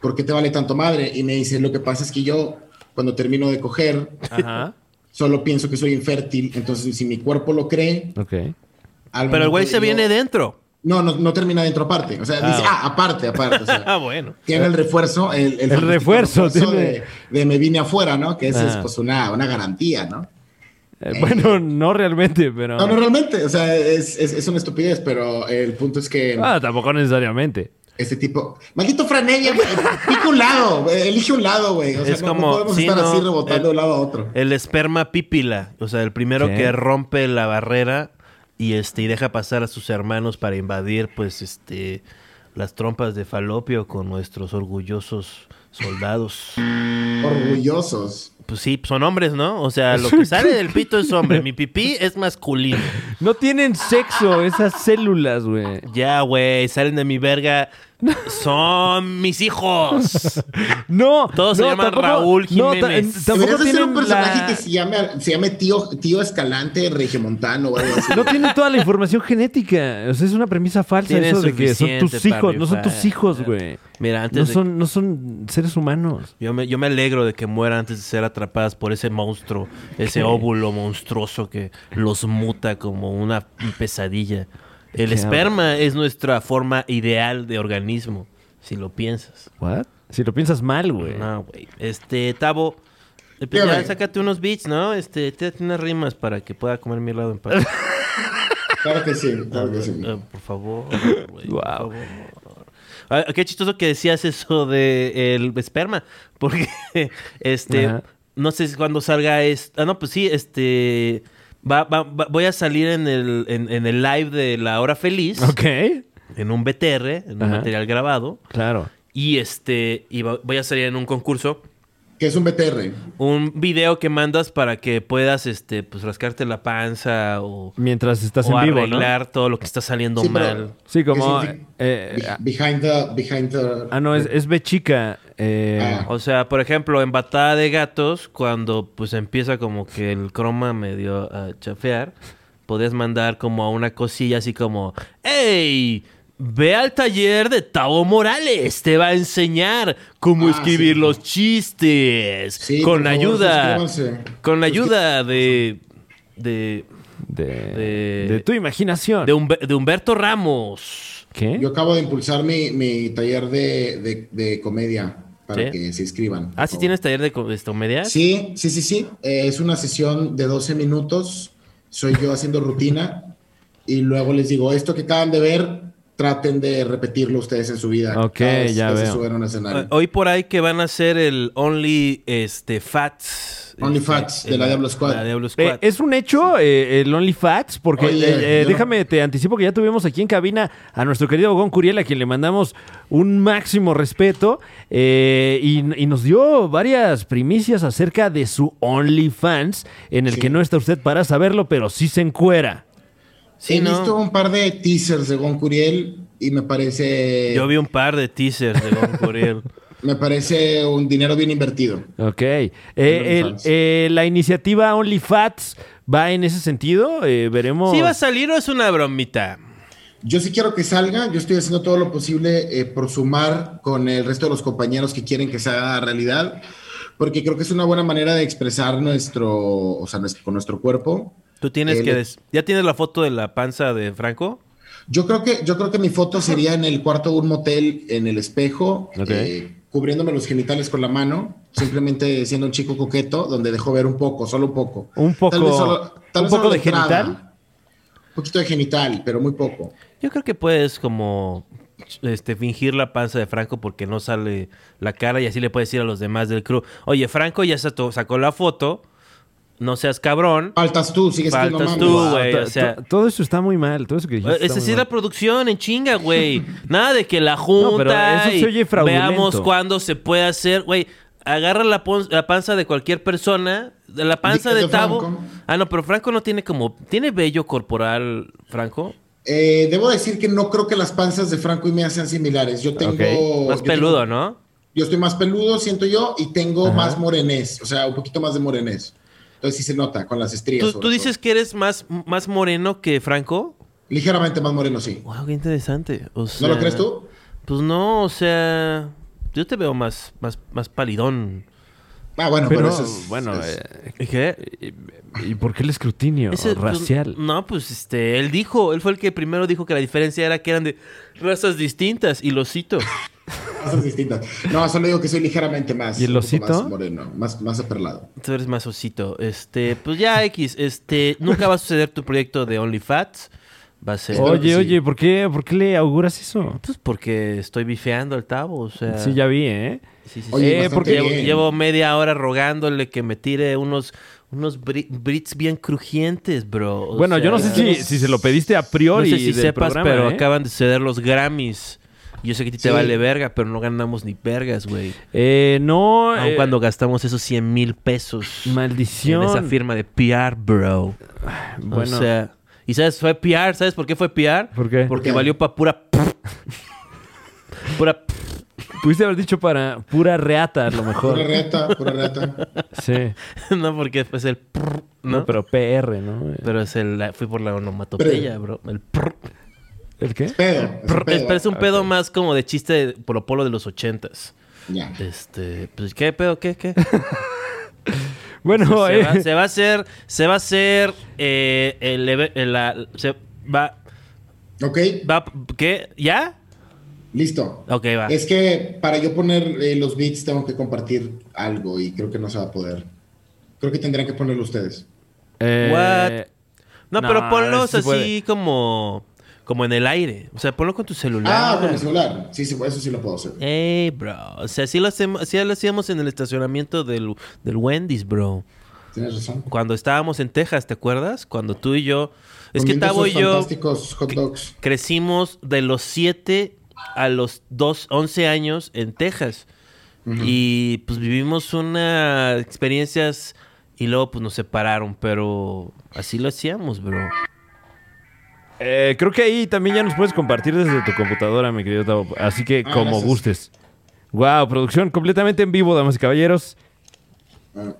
[SPEAKER 7] ¿por qué te vale tanto madre? Y me dice, lo que pasa es que yo, cuando termino de coger,
[SPEAKER 1] Ajá.
[SPEAKER 7] solo pienso que soy infértil. Entonces, si mi cuerpo lo cree...
[SPEAKER 1] Ok. Eh,
[SPEAKER 7] al
[SPEAKER 4] Pero el güey
[SPEAKER 7] momento
[SPEAKER 4] se
[SPEAKER 7] de yo-
[SPEAKER 4] viene dentro.
[SPEAKER 7] No, no, no termina dentro aparte. O sea, dice, ah, aparte, aparte. o sea,
[SPEAKER 4] Ah, bueno.
[SPEAKER 7] tiene el refuerzo. El,
[SPEAKER 1] El refuerzo, tiene-
[SPEAKER 7] de, de me vine afuera, ¿no? Que esa es
[SPEAKER 1] Ah.
[SPEAKER 7] pues una, una garantía, ¿no?
[SPEAKER 1] Eh, bueno, no realmente, pero...
[SPEAKER 7] No, no, realmente. O sea, es, es, es una estupidez, pero el punto es que
[SPEAKER 1] Ah, tampoco necesariamente.
[SPEAKER 7] este tipo. Maldito Franella, güey, pica un lado, güey, elige un lado, güey. O sea,
[SPEAKER 4] Es
[SPEAKER 7] no, no
[SPEAKER 4] como-
[SPEAKER 7] podemos
[SPEAKER 4] sí,
[SPEAKER 7] estar
[SPEAKER 4] no,
[SPEAKER 7] así rebotando
[SPEAKER 1] eh,
[SPEAKER 4] el-
[SPEAKER 7] de un lado a otro.
[SPEAKER 4] El esperma pípila. O sea, el primero
[SPEAKER 1] ¿Qué?
[SPEAKER 4] que rompe la barrera y este y deja pasar a sus hermanos para invadir, pues, este, las trompas de
[SPEAKER 1] eh,
[SPEAKER 4] falopio con nuestros orgullosos soldados.
[SPEAKER 7] Orgullosos.
[SPEAKER 4] pues sí, son hombres, ¿no? O sea, lo que sale del pito es hombre. Mi pipí es masculino.
[SPEAKER 1] No tienen sexo esas células, güey.
[SPEAKER 4] Ya, güey, salen de mi verga. Son mis hijos.
[SPEAKER 1] No,
[SPEAKER 4] Todos se
[SPEAKER 1] no,
[SPEAKER 4] llaman
[SPEAKER 1] tampoco-
[SPEAKER 4] Raúl
[SPEAKER 1] no, ta-
[SPEAKER 4] Jiménez.
[SPEAKER 1] en-
[SPEAKER 7] Deberías
[SPEAKER 1] tampoco
[SPEAKER 7] de ser
[SPEAKER 1] tienen
[SPEAKER 7] un personaje
[SPEAKER 1] la-
[SPEAKER 7] que se llame, se llame tío, tío Escalante Regiomontano o algo así.
[SPEAKER 1] No tienen toda la información genética. O sea, es una premisa falsa
[SPEAKER 4] Tienen
[SPEAKER 1] eso de que son
[SPEAKER 4] suficiente
[SPEAKER 1] tus hijos.
[SPEAKER 4] para
[SPEAKER 1] No son tus
[SPEAKER 4] rifar.
[SPEAKER 1] hijos, güey.
[SPEAKER 4] Mira, antes
[SPEAKER 1] No
[SPEAKER 4] de-
[SPEAKER 1] son, no son seres humanos.
[SPEAKER 4] Yo me, yo me alegro de que muera antes de ser atrapadas por ese monstruo, ese óvulo monstruoso que los muta como una pesadilla. El
[SPEAKER 1] Qué
[SPEAKER 4] esperma es nuestra forma ideal de organismo, si lo piensas.
[SPEAKER 1] ¿What? Si lo piensas mal, güey.
[SPEAKER 4] No, güey. Este, Tavo, eh, pues
[SPEAKER 7] Dígame.
[SPEAKER 4] ya sácate unos beats, ¿no? Este, te unas rimas para que pueda comer mi helado en paz.
[SPEAKER 7] Claro que sí, claro que
[SPEAKER 1] Ah,
[SPEAKER 7] sí.
[SPEAKER 4] Eh, por favor, güey. por
[SPEAKER 1] Guau.
[SPEAKER 4] favor. Ah, qué chistoso que decías eso de el esperma, porque este
[SPEAKER 1] Ajá.
[SPEAKER 4] no sé si cuando salga es ah no pues sí este va, va- va- voy a salir en el en, en el live de la hora feliz
[SPEAKER 1] Ok.
[SPEAKER 4] en un BTR en un
[SPEAKER 1] Ajá.
[SPEAKER 4] material grabado
[SPEAKER 1] Claro.
[SPEAKER 4] y este y va- voy a salir en un concurso
[SPEAKER 1] eh,
[SPEAKER 7] Que es un BTR.
[SPEAKER 4] un video que mandas para que puedas este pues rascarte la panza o,
[SPEAKER 1] Mientras estás
[SPEAKER 4] o
[SPEAKER 1] en vivo, ¿no?
[SPEAKER 4] arreglar todo lo que está saliendo
[SPEAKER 7] Sí, pero-
[SPEAKER 4] mal.
[SPEAKER 1] Sí, como.
[SPEAKER 7] Que significa-
[SPEAKER 1] eh,
[SPEAKER 7] Be- Behind the... Behind the...
[SPEAKER 1] ah, no, es, es bechica. eh,
[SPEAKER 7] Ah.
[SPEAKER 4] O sea, por ejemplo, en Batalla de Gatos, cuando pues empieza como que el croma medio a chafear, podías mandar como a una cosilla así como, ¡Ey! Ve al taller de Tavo Morales, te va a enseñar cómo
[SPEAKER 7] Ah,
[SPEAKER 4] escribir
[SPEAKER 7] sí.
[SPEAKER 4] los chistes.
[SPEAKER 7] Sí,
[SPEAKER 4] con
[SPEAKER 7] por
[SPEAKER 4] la
[SPEAKER 7] favor,
[SPEAKER 4] ayuda.
[SPEAKER 7] suscríbanse.
[SPEAKER 4] Con la ayuda de. de.
[SPEAKER 1] de,
[SPEAKER 4] de-
[SPEAKER 1] de tu imaginación.
[SPEAKER 4] de, Humbe- de Humberto Ramos.
[SPEAKER 1] ¿Qué?
[SPEAKER 7] Yo acabo de impulsar mi, mi taller de, de- de comedia para
[SPEAKER 4] Sí.
[SPEAKER 7] que se inscriban. por
[SPEAKER 4] Ah, sí
[SPEAKER 7] favor.
[SPEAKER 4] tienes taller de, co- de comedia.
[SPEAKER 7] Sí, sí, sí, sí. Eh, es una sesión de 12 minutos. Soy yo haciendo rutina y luego les digo, esto que acaban de ver, traten de repetirlo ustedes en su vida.
[SPEAKER 1] Ok,
[SPEAKER 7] Cada vez
[SPEAKER 1] ya
[SPEAKER 7] que se
[SPEAKER 1] veo.
[SPEAKER 7] suben a un escenario.
[SPEAKER 4] Hoy por ahí que van a hacer el Only este, Fats.
[SPEAKER 7] Only
[SPEAKER 4] Este,
[SPEAKER 7] Fats, de
[SPEAKER 4] el-
[SPEAKER 7] la Diablo Squad.
[SPEAKER 4] la Diablo
[SPEAKER 1] Eh,
[SPEAKER 4] Squad.
[SPEAKER 1] es un hecho eh, el OnlyFats, porque
[SPEAKER 7] Oye,
[SPEAKER 1] eh, eh,
[SPEAKER 7] yo-
[SPEAKER 1] déjame, te anticipo que ya tuvimos aquí en cabina a nuestro querido Gon Curiel, a quien le mandamos un máximo respeto, eh, y, y nos dio varias primicias acerca de su OnlyFans, en el
[SPEAKER 7] Sí.
[SPEAKER 1] que no está usted para saberlo, pero sí se encuera.
[SPEAKER 4] Sí,
[SPEAKER 7] He
[SPEAKER 4] ¿no?
[SPEAKER 7] visto un par de teasers de Gon Curiel y me parece,
[SPEAKER 4] Yo vi un par de teasers de Gon Curiel.
[SPEAKER 7] me parece un dinero bien invertido.
[SPEAKER 1] Ok. Eh, el-
[SPEAKER 7] OnlyFans.
[SPEAKER 1] eh, la iniciativa OnlyFats va en ese sentido, eh, veremos.
[SPEAKER 4] ¿Sí va a salir o es una bromita?
[SPEAKER 7] Yo sí quiero que salga, yo estoy haciendo todo lo posible eh, por sumar con el resto de los compañeros que quieren que se haga realidad, porque creo que es una buena manera de expresar nuestro, o sea, nuestro- con nuestro cuerpo.
[SPEAKER 4] Tú tienes
[SPEAKER 7] El-
[SPEAKER 4] que... des- ¿Ya tienes la foto de la panza de Franco?
[SPEAKER 7] Yo creo que, yo creo que mi foto sería en el cuarto de un motel, en el espejo, eh, cubriéndome los genitales con la mano, simplemente siendo un chico coqueto, donde dejo ver un poco, solo un poco.
[SPEAKER 1] Un poco- un poco
[SPEAKER 7] la
[SPEAKER 1] de
[SPEAKER 7] entrada.
[SPEAKER 1] genital.
[SPEAKER 7] Un poquito de genital, pero muy poco.
[SPEAKER 4] Yo creo que puedes como... Este, fingir la panza de Franco porque no sale la cara y así le puedes decir a los demás del crew. Oye, Franco ya sato- sacó la foto. No seas cabrón.
[SPEAKER 7] Faltas tú, sigues siendo
[SPEAKER 4] Faltas
[SPEAKER 7] mami.
[SPEAKER 4] tú,
[SPEAKER 7] Wow.
[SPEAKER 4] güey.
[SPEAKER 1] Ah, To-
[SPEAKER 4] O sea,
[SPEAKER 1] to- todo eso está muy mal, todo eso que dijiste. está
[SPEAKER 4] Eh, Esa
[SPEAKER 1] muy
[SPEAKER 4] sí es
[SPEAKER 1] mal.
[SPEAKER 4] la producción en chinga, güey. Nada de que la junta
[SPEAKER 1] No, pero eso se
[SPEAKER 4] y
[SPEAKER 1] oye fraudulento.
[SPEAKER 4] veamos cuándo se puede hacer, güey. Agarra la, pon- la panza de cualquier persona, de la panza de
[SPEAKER 7] Díctate,
[SPEAKER 4] Tavo.
[SPEAKER 7] Franco.
[SPEAKER 4] Ah, no, pero Franco no tiene como tiene vello corporal, Franco.
[SPEAKER 7] Eh, debo decir que no creo que las panzas de Franco y mía sean similares. Yo tengo.
[SPEAKER 4] Más
[SPEAKER 7] Oh, yo
[SPEAKER 4] peludo,
[SPEAKER 7] tengo-
[SPEAKER 4] ¿no?
[SPEAKER 7] Yo estoy más peludo, siento yo, y tengo más morenés, o sea, un poquito más de morenés. Entonces sí se nota con las estrías.
[SPEAKER 4] ¿Tú,
[SPEAKER 7] sobre
[SPEAKER 4] tú dices
[SPEAKER 7] todo.
[SPEAKER 4] que eres más, más moreno que Franco?
[SPEAKER 7] Ligeramente más moreno, sí.
[SPEAKER 4] Wow, qué interesante. O
[SPEAKER 7] ¿No
[SPEAKER 4] sea,
[SPEAKER 7] lo crees tú?
[SPEAKER 4] Pues no, o sea, yo te veo más más más palidón.
[SPEAKER 7] Ah, bueno, pero,
[SPEAKER 1] Pero,
[SPEAKER 7] eso es.
[SPEAKER 1] bueno,
[SPEAKER 7] es-
[SPEAKER 1] eh,
[SPEAKER 4] ¿Y qué?
[SPEAKER 1] ¿y por qué el escrutinio
[SPEAKER 4] Ese, pues,
[SPEAKER 1] racial?
[SPEAKER 4] no, pues este, él dijo, él fue el que primero dijo que la diferencia era que eran de razas distintas y lo cito.
[SPEAKER 7] cosas distintas. No, solo digo que soy ligeramente más.
[SPEAKER 1] ¿Y el
[SPEAKER 7] un poco
[SPEAKER 1] osito?
[SPEAKER 7] Más moreno, más, más aperlado.
[SPEAKER 4] Tú eres más osito. Este, pues ya X, este, nunca va a suceder tu proyecto de OnlyFats. Va a ser
[SPEAKER 7] claro que
[SPEAKER 1] oye,
[SPEAKER 7] sí.
[SPEAKER 1] oye, ¿por qué, ¿por qué le auguras eso?
[SPEAKER 4] pues porque estoy bifeando al tabo, o sea.
[SPEAKER 1] Sí, ya vi, ¿eh?
[SPEAKER 4] Sí, sí, sí.
[SPEAKER 7] Oye,
[SPEAKER 4] Eh,
[SPEAKER 7] bastante
[SPEAKER 4] porque llevo,
[SPEAKER 7] bien.
[SPEAKER 4] llevo media hora rogándole que me tire unos unos bri- brits bien crujientes, bro. O
[SPEAKER 1] Bueno, yo no sé
[SPEAKER 4] sea,
[SPEAKER 1] si, si se lo pediste a
[SPEAKER 4] no
[SPEAKER 1] priori
[SPEAKER 4] sé si
[SPEAKER 1] del
[SPEAKER 4] sepas,
[SPEAKER 1] programa,
[SPEAKER 4] pero
[SPEAKER 1] ¿eh?
[SPEAKER 4] acaban de suceder los Grammys. Yo sé que a ti te
[SPEAKER 7] Sí.
[SPEAKER 4] vale verga, pero no ganamos ni vergas, güey.
[SPEAKER 1] Eh, no.
[SPEAKER 4] Aun
[SPEAKER 1] eh,
[SPEAKER 4] cuando gastamos esos 100 mil pesos
[SPEAKER 1] Maldición.
[SPEAKER 4] en esa firma de PR, bro.
[SPEAKER 1] Bueno.
[SPEAKER 4] O sea, ¿y sabes? Fue PR, ¿sabes por qué fue PR?
[SPEAKER 1] ¿Por qué?
[SPEAKER 4] Porque
[SPEAKER 7] qué?
[SPEAKER 4] valió para pura. pura.
[SPEAKER 1] Pudiste haber dicho para pura reata, a lo mejor.
[SPEAKER 7] Pura reata, pura reata.
[SPEAKER 1] sí.
[SPEAKER 4] no, porque después el.
[SPEAKER 1] ¿no?
[SPEAKER 4] ¿no?
[SPEAKER 1] pero PR, ¿no?
[SPEAKER 4] Pero es el, la- fui por la onomatopeya, bro. El prr,
[SPEAKER 1] ¿El qué?
[SPEAKER 7] Pedo. es
[SPEAKER 4] prr, es,
[SPEAKER 7] pedo.
[SPEAKER 4] pero es un pedo más como de chiste de Polo Polo de los ochentas.
[SPEAKER 7] Ya.
[SPEAKER 4] Este, pues, ¿qué pedo? ¿Qué? ¿Qué?
[SPEAKER 1] Bueno,
[SPEAKER 4] se, va,
[SPEAKER 1] eh,
[SPEAKER 4] se va a hacer, se va a hacer, eh, el, eve- el- la, se va,
[SPEAKER 7] Ok,
[SPEAKER 4] va, ¿qué? ¿Ya?
[SPEAKER 7] listo.
[SPEAKER 4] Ok, va.
[SPEAKER 7] Es que para yo poner eh, los beats tengo que compartir algo y creo que no se va a poder. Creo que tendrán que ponerlo ustedes.
[SPEAKER 1] eh,
[SPEAKER 4] no,
[SPEAKER 1] no,
[SPEAKER 4] pero ponlos
[SPEAKER 1] sí
[SPEAKER 4] así
[SPEAKER 1] puede.
[SPEAKER 4] como, como en el aire. O sea, ponlo con tu celular. Eh.
[SPEAKER 7] Ah, con el celular. Sí, sí, eso sí lo puedo hacer.
[SPEAKER 4] Ey, bro. O sea, así lo, hacemos, así lo hacíamos en el estacionamiento del, del Wendy's, bro.
[SPEAKER 7] Tienes razón.
[SPEAKER 4] Cuando estábamos en Texas, ¿te acuerdas? Cuando tú y yo... Es que
[SPEAKER 7] Comiendo
[SPEAKER 4] Tavo y
[SPEAKER 7] esos
[SPEAKER 4] yo...
[SPEAKER 7] Fantásticos hot dogs.
[SPEAKER 4] crecimos de los 7 a los 2, 11 años en Texas. Y pues vivimos unas experiencias y luego pues nos separaron, pero así lo hacíamos, bro.
[SPEAKER 1] eh, creo que ahí también ya nos puedes compartir desde tu computadora, mi querido Tavo. Así que
[SPEAKER 7] Ah,
[SPEAKER 1] como
[SPEAKER 7] gracias.
[SPEAKER 1] gustes. Wow, producción completamente en vivo, damas y caballeros.
[SPEAKER 7] Ah.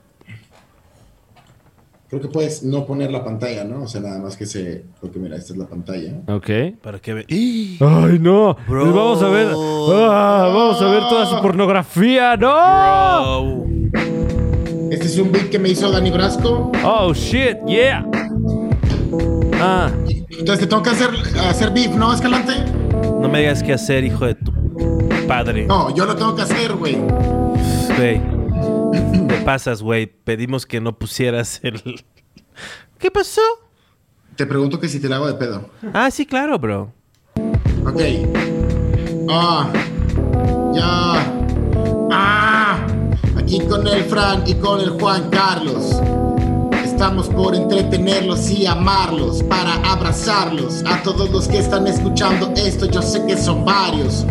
[SPEAKER 7] Creo que puedes no poner la pantalla, ¿no? O sea, nada más que se. Porque mira, esta es la pantalla.
[SPEAKER 1] Ok.
[SPEAKER 4] Para que ve- ¡Ih!
[SPEAKER 1] Ay, no.
[SPEAKER 4] Bro.
[SPEAKER 1] Les Vamos a ver. Ah, vamos a ver toda su pornografía. ¡No!
[SPEAKER 4] Au.
[SPEAKER 7] Este es un beat que me hizo Dani Brasco.
[SPEAKER 1] Oh, shit, yeah. Ah,
[SPEAKER 7] Entonces te tengo que hacer, hacer beat, ¿no, Escalante?
[SPEAKER 4] No me digas qué hacer, hijo de tu padre.
[SPEAKER 7] No, yo lo tengo que hacer, güey.
[SPEAKER 4] Güey. Te pasas, güey. Pedimos que no pusieras el... ¿Qué pasó?
[SPEAKER 7] Te pregunto que si te la hago de pedo.
[SPEAKER 4] Ah, sí, claro, bro.
[SPEAKER 7] Ok. Ah. Ya. Ah. Aquí con el Fran y con el Juan Carlos. Estamos por entretenerlos y amarlos, para abrazarlos. A todos los que están escuchando esto, yo sé que son varios,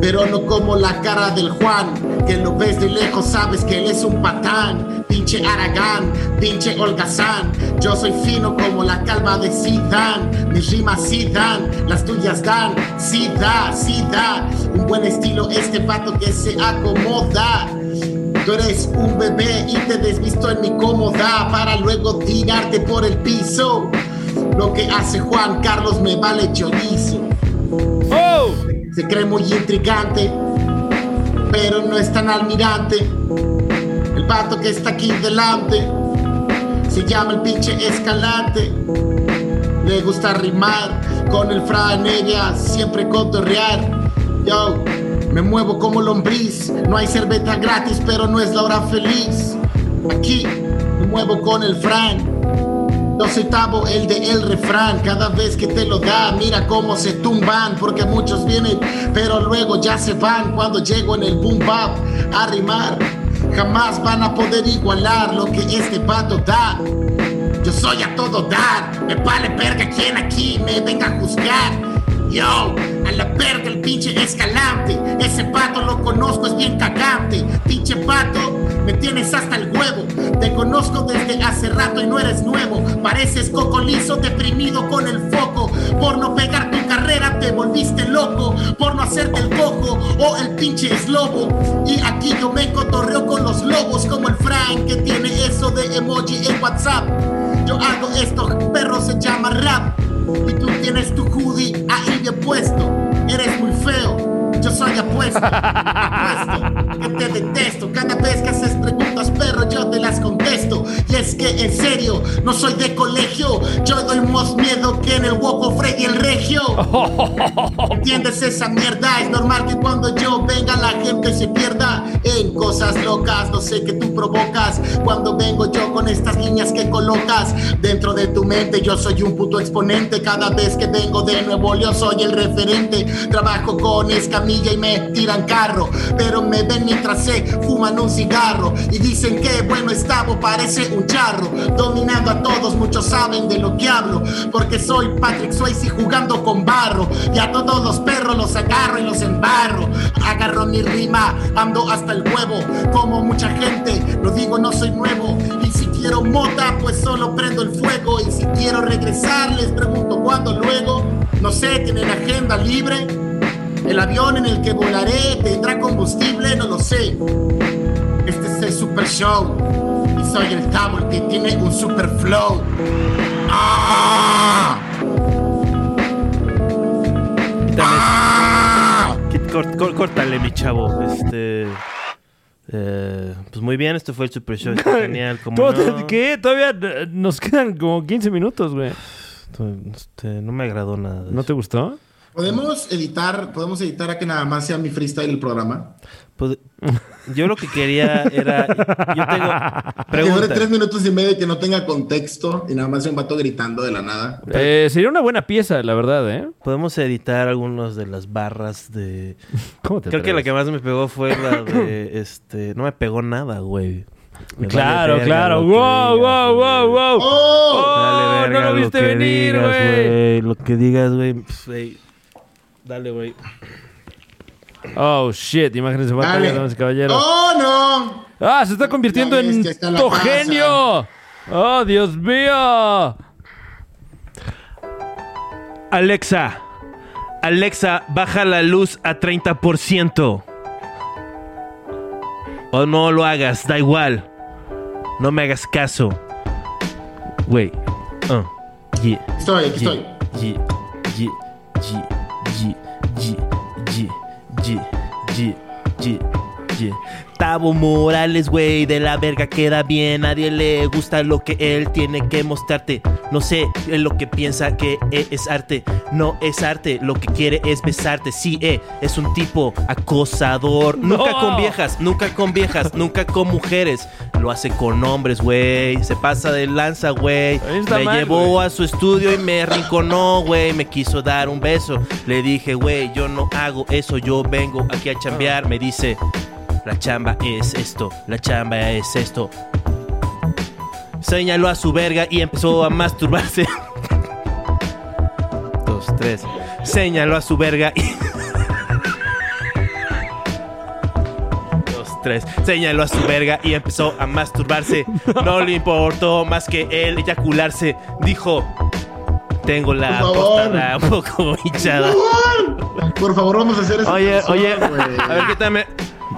[SPEAKER 7] pero no como la cara del Juan, que lo ves de lejos, sabes que él es un patán. Pinche Aragán, pinche Holgazán, yo soy fino como la calma de Zidane. Mis rimas sí dan, las tuyas dan, sí da, sí da. Un buen estilo este vato que se acomoda. Tú eres un bebé y te desvisto en mi cómoda para luego tirarte por el piso. Lo que hace Juan Carlos me vale chorizo.
[SPEAKER 1] Oh.
[SPEAKER 7] Se cree muy intrigante, pero no es tan almirante. El pato que está aquí delante se llama el pinche Escalante. Le gusta rimar con el Fran, ella siempre cotorrear. Yo me muevo como lombriz, no hay cerveza gratis, pero no es la hora feliz. Aquí me muevo con el Fran. Yo soy Tavo, el de el refrán. Cada vez que te lo da, mira cómo se tumban. Porque muchos vienen, pero luego ya se van. Cuando llego en el boom bap a rimar, jamás van a poder igualar lo que este pato da. Yo soy a todo dar, me vale verga quien aquí me venga a juzgar. Yo, a la verga el pinche escalante, ese pato lo conozco, es bien cagante. Pinche pato, me tienes hasta el huevo, te conozco desde hace rato y no eres nuevo. Pareces coco liso, deprimido con el foco. Por no pegar tu carrera te volviste loco, por no hacerte el cojo o el pinche es lobo. Y aquí yo me cotorreo con los lobos, como el Frank que tiene eso de emoji en WhatsApp. Yo hago esto, perro se llama rap. Y tú tienes tu hoodie ahí bien puesto. Eres muy feo, yo soy apuesto. Apuesto que te detesto. Cada vez que haces preguntas, perro, yo te las contesto. Y es que en serio, no soy de colegio. Yo doy más miedo que en el Woco Freddy el Regio. ¿Entiendes esa mierda? Es normal que cuando yo venga la gente se pierda. Ey, hacen cosas locas, no sé qué tú provocas cuando vengo yo con estas líneas que colocas dentro de tu mente. Yo soy un puto exponente, cada vez que vengo de nuevo yo soy el referente. Trabajo con escamilla y me tiran carro, pero me ven mientras se fuman un cigarro y dicen que bueno estamos, parece un charro. Dominando a todos, muchos saben de lo que hablo, porque soy Patrick Swayze jugando con barro y a todos los perros los agarro y los embarro. Agarro mi rima, ando hasta el huevo, como mucha gente, lo digo, no soy nuevo. Y si quiero mota, pues solo prendo el fuego. Y si quiero regresar, les pregunto cuándo luego. No sé, tienen agenda libre. El avión en el que volaré tendrá combustible, no lo sé. Este es el super show. Y soy el Tabor que tiene un super flow. ¡Ah!
[SPEAKER 4] Quítame-
[SPEAKER 7] ¡Ah!
[SPEAKER 4] quit- cor- cor- córtale, mi chavo. Este. eh, pues muy bien, este fue el Super Show. está genial. Como
[SPEAKER 1] Todo-
[SPEAKER 4] no,
[SPEAKER 1] ¿Qué? Todavía eh, nos quedan como 15 minutos, güey.
[SPEAKER 4] Este, no me agradó nada. de
[SPEAKER 1] ¿No
[SPEAKER 4] eso.
[SPEAKER 1] te gustó?
[SPEAKER 7] Podemos editar, podemos editar a que nada más sea mi freestyle el programa.
[SPEAKER 4] Pod- Pues, yo lo que quería era. Yo tengo.
[SPEAKER 7] Que dure tres
[SPEAKER 4] Pregunta.
[SPEAKER 7] minutos y medio y que no tenga contexto y nada más sea un vato gritando de la nada.
[SPEAKER 1] Eh, sería una buena pieza, la verdad, ¿eh?
[SPEAKER 4] Podemos editar algunas de las barras de.
[SPEAKER 1] ¿Cómo te
[SPEAKER 4] Creo que la
[SPEAKER 1] atreves?
[SPEAKER 4] que más me pegó fue la de. Este. No me pegó nada, güey. Me vale
[SPEAKER 1] Claro,
[SPEAKER 4] verga
[SPEAKER 1] claro.
[SPEAKER 4] lo que
[SPEAKER 1] ¡Wow,
[SPEAKER 4] digas,
[SPEAKER 1] wow,
[SPEAKER 4] güey.
[SPEAKER 1] wow, wow!
[SPEAKER 7] ¡Oh!
[SPEAKER 1] ¡Oh!
[SPEAKER 4] Dale, verga,
[SPEAKER 1] no lo viste
[SPEAKER 4] que
[SPEAKER 1] venir,
[SPEAKER 4] digas,
[SPEAKER 1] güey.
[SPEAKER 4] Lo que digas, güey. Pf, güey. Dale, güey.
[SPEAKER 1] Oh, shit. Imagínense,
[SPEAKER 7] Dale.
[SPEAKER 1] damas y caballeros.
[SPEAKER 7] ¡Oh, no!
[SPEAKER 1] ¡Ah, se está convirtiendo
[SPEAKER 7] Ya ves
[SPEAKER 1] en
[SPEAKER 7] que está la
[SPEAKER 1] tu genio! ¡Oh, Dios mío!
[SPEAKER 4] Alexa. Alexa, baja la luz a 30%. O no lo hagas, da igual. No me hagas caso. Güey. Ah, yeah,
[SPEAKER 7] Estoy, aquí
[SPEAKER 4] yeah,
[SPEAKER 7] estoy.
[SPEAKER 4] yeah, yeah, yeah, yeah, yeah, yeah, yeah, yeah, yeah. Tabo Morales, güey, de la verga queda bien. Nadie le gusta lo que él tiene que mostrarte. No sé eh, lo que piensa que eh, es arte. No es arte, lo que quiere es besarte. Sí, eh, es un tipo acosador. Nunca con viejas, nunca con viejas, nunca con mujeres. Lo hace con hombres, güey. Se pasa de lanza, güey.
[SPEAKER 1] Ahí está
[SPEAKER 4] Me
[SPEAKER 1] mal,
[SPEAKER 4] llevó
[SPEAKER 1] güey.
[SPEAKER 4] a su estudio y me rinconó, güey. Me quiso dar un beso. Le dije, güey, yo no hago eso. Yo vengo aquí a
[SPEAKER 1] Ah.
[SPEAKER 4] chambear. Me dice, la chamba es esto, la chamba es esto. Señaló a su verga y empezó a masturbarse. Dos, tres. Señaló a su verga y. Dos, tres. Señaló a su verga y empezó a masturbarse. No le importó más que él eyacularse. Dijo: Tengo la
[SPEAKER 7] Por favor.
[SPEAKER 4] tostada un poco hinchada.
[SPEAKER 7] Por favor, vamos a hacer eso.
[SPEAKER 4] Oye, oye, a ver, quítame.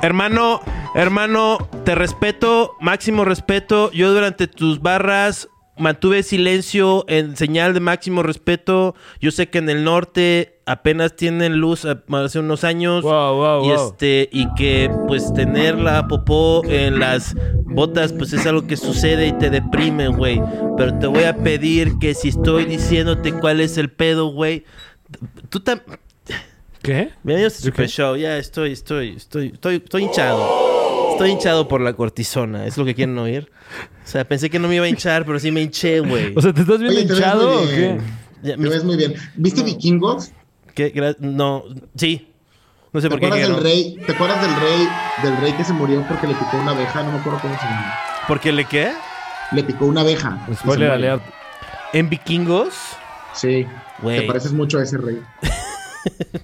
[SPEAKER 4] Hermano, hermano, te respeto, máximo respeto. Yo durante tus barras mantuve silencio en señal de máximo respeto. Yo sé que en el norte apenas tienen luz a- hace unos años.
[SPEAKER 1] Wow, wow,
[SPEAKER 4] y
[SPEAKER 1] wow.
[SPEAKER 4] este, y que pues tener la popó en las botas, pues es algo que sucede y te deprime, güey. Pero te voy a pedir que si estoy diciéndote cuál es el pedo, güey, tú también.
[SPEAKER 1] ¿Qué?
[SPEAKER 4] Bienvenidos a Super
[SPEAKER 1] Ok.
[SPEAKER 4] Show. Ya estoy, estoy, estoy, estoy, estoy hinchado. Estoy hinchado por la cortisona. Es lo que quieren oír. O sea, pensé que no me iba a hinchar, pero sí me hinché, güey.
[SPEAKER 1] O sea, ¿te estás bien
[SPEAKER 7] Oye, te ves
[SPEAKER 1] hinchado o
[SPEAKER 7] muy
[SPEAKER 1] qué?
[SPEAKER 7] bien.
[SPEAKER 4] Ya,
[SPEAKER 7] Te
[SPEAKER 4] mi-
[SPEAKER 7] ves muy bien. ¿Viste Vikingos?
[SPEAKER 4] ¿qué? Gra- No, sí. No sé
[SPEAKER 7] ¿Te
[SPEAKER 4] por qué.
[SPEAKER 7] acuerdas
[SPEAKER 4] que
[SPEAKER 7] del
[SPEAKER 4] no.
[SPEAKER 7] rey? ¿Te acuerdas del rey? Del rey que se murió porque le picó una abeja, no me acuerdo cómo se llama.
[SPEAKER 4] ¿Por qué le qué?
[SPEAKER 7] Le picó una abeja. y se
[SPEAKER 1] Spoiler
[SPEAKER 7] murió.
[SPEAKER 1] alert.
[SPEAKER 4] ¿En vikingos?
[SPEAKER 7] Sí.
[SPEAKER 4] Güey.
[SPEAKER 7] Te pareces mucho a ese rey.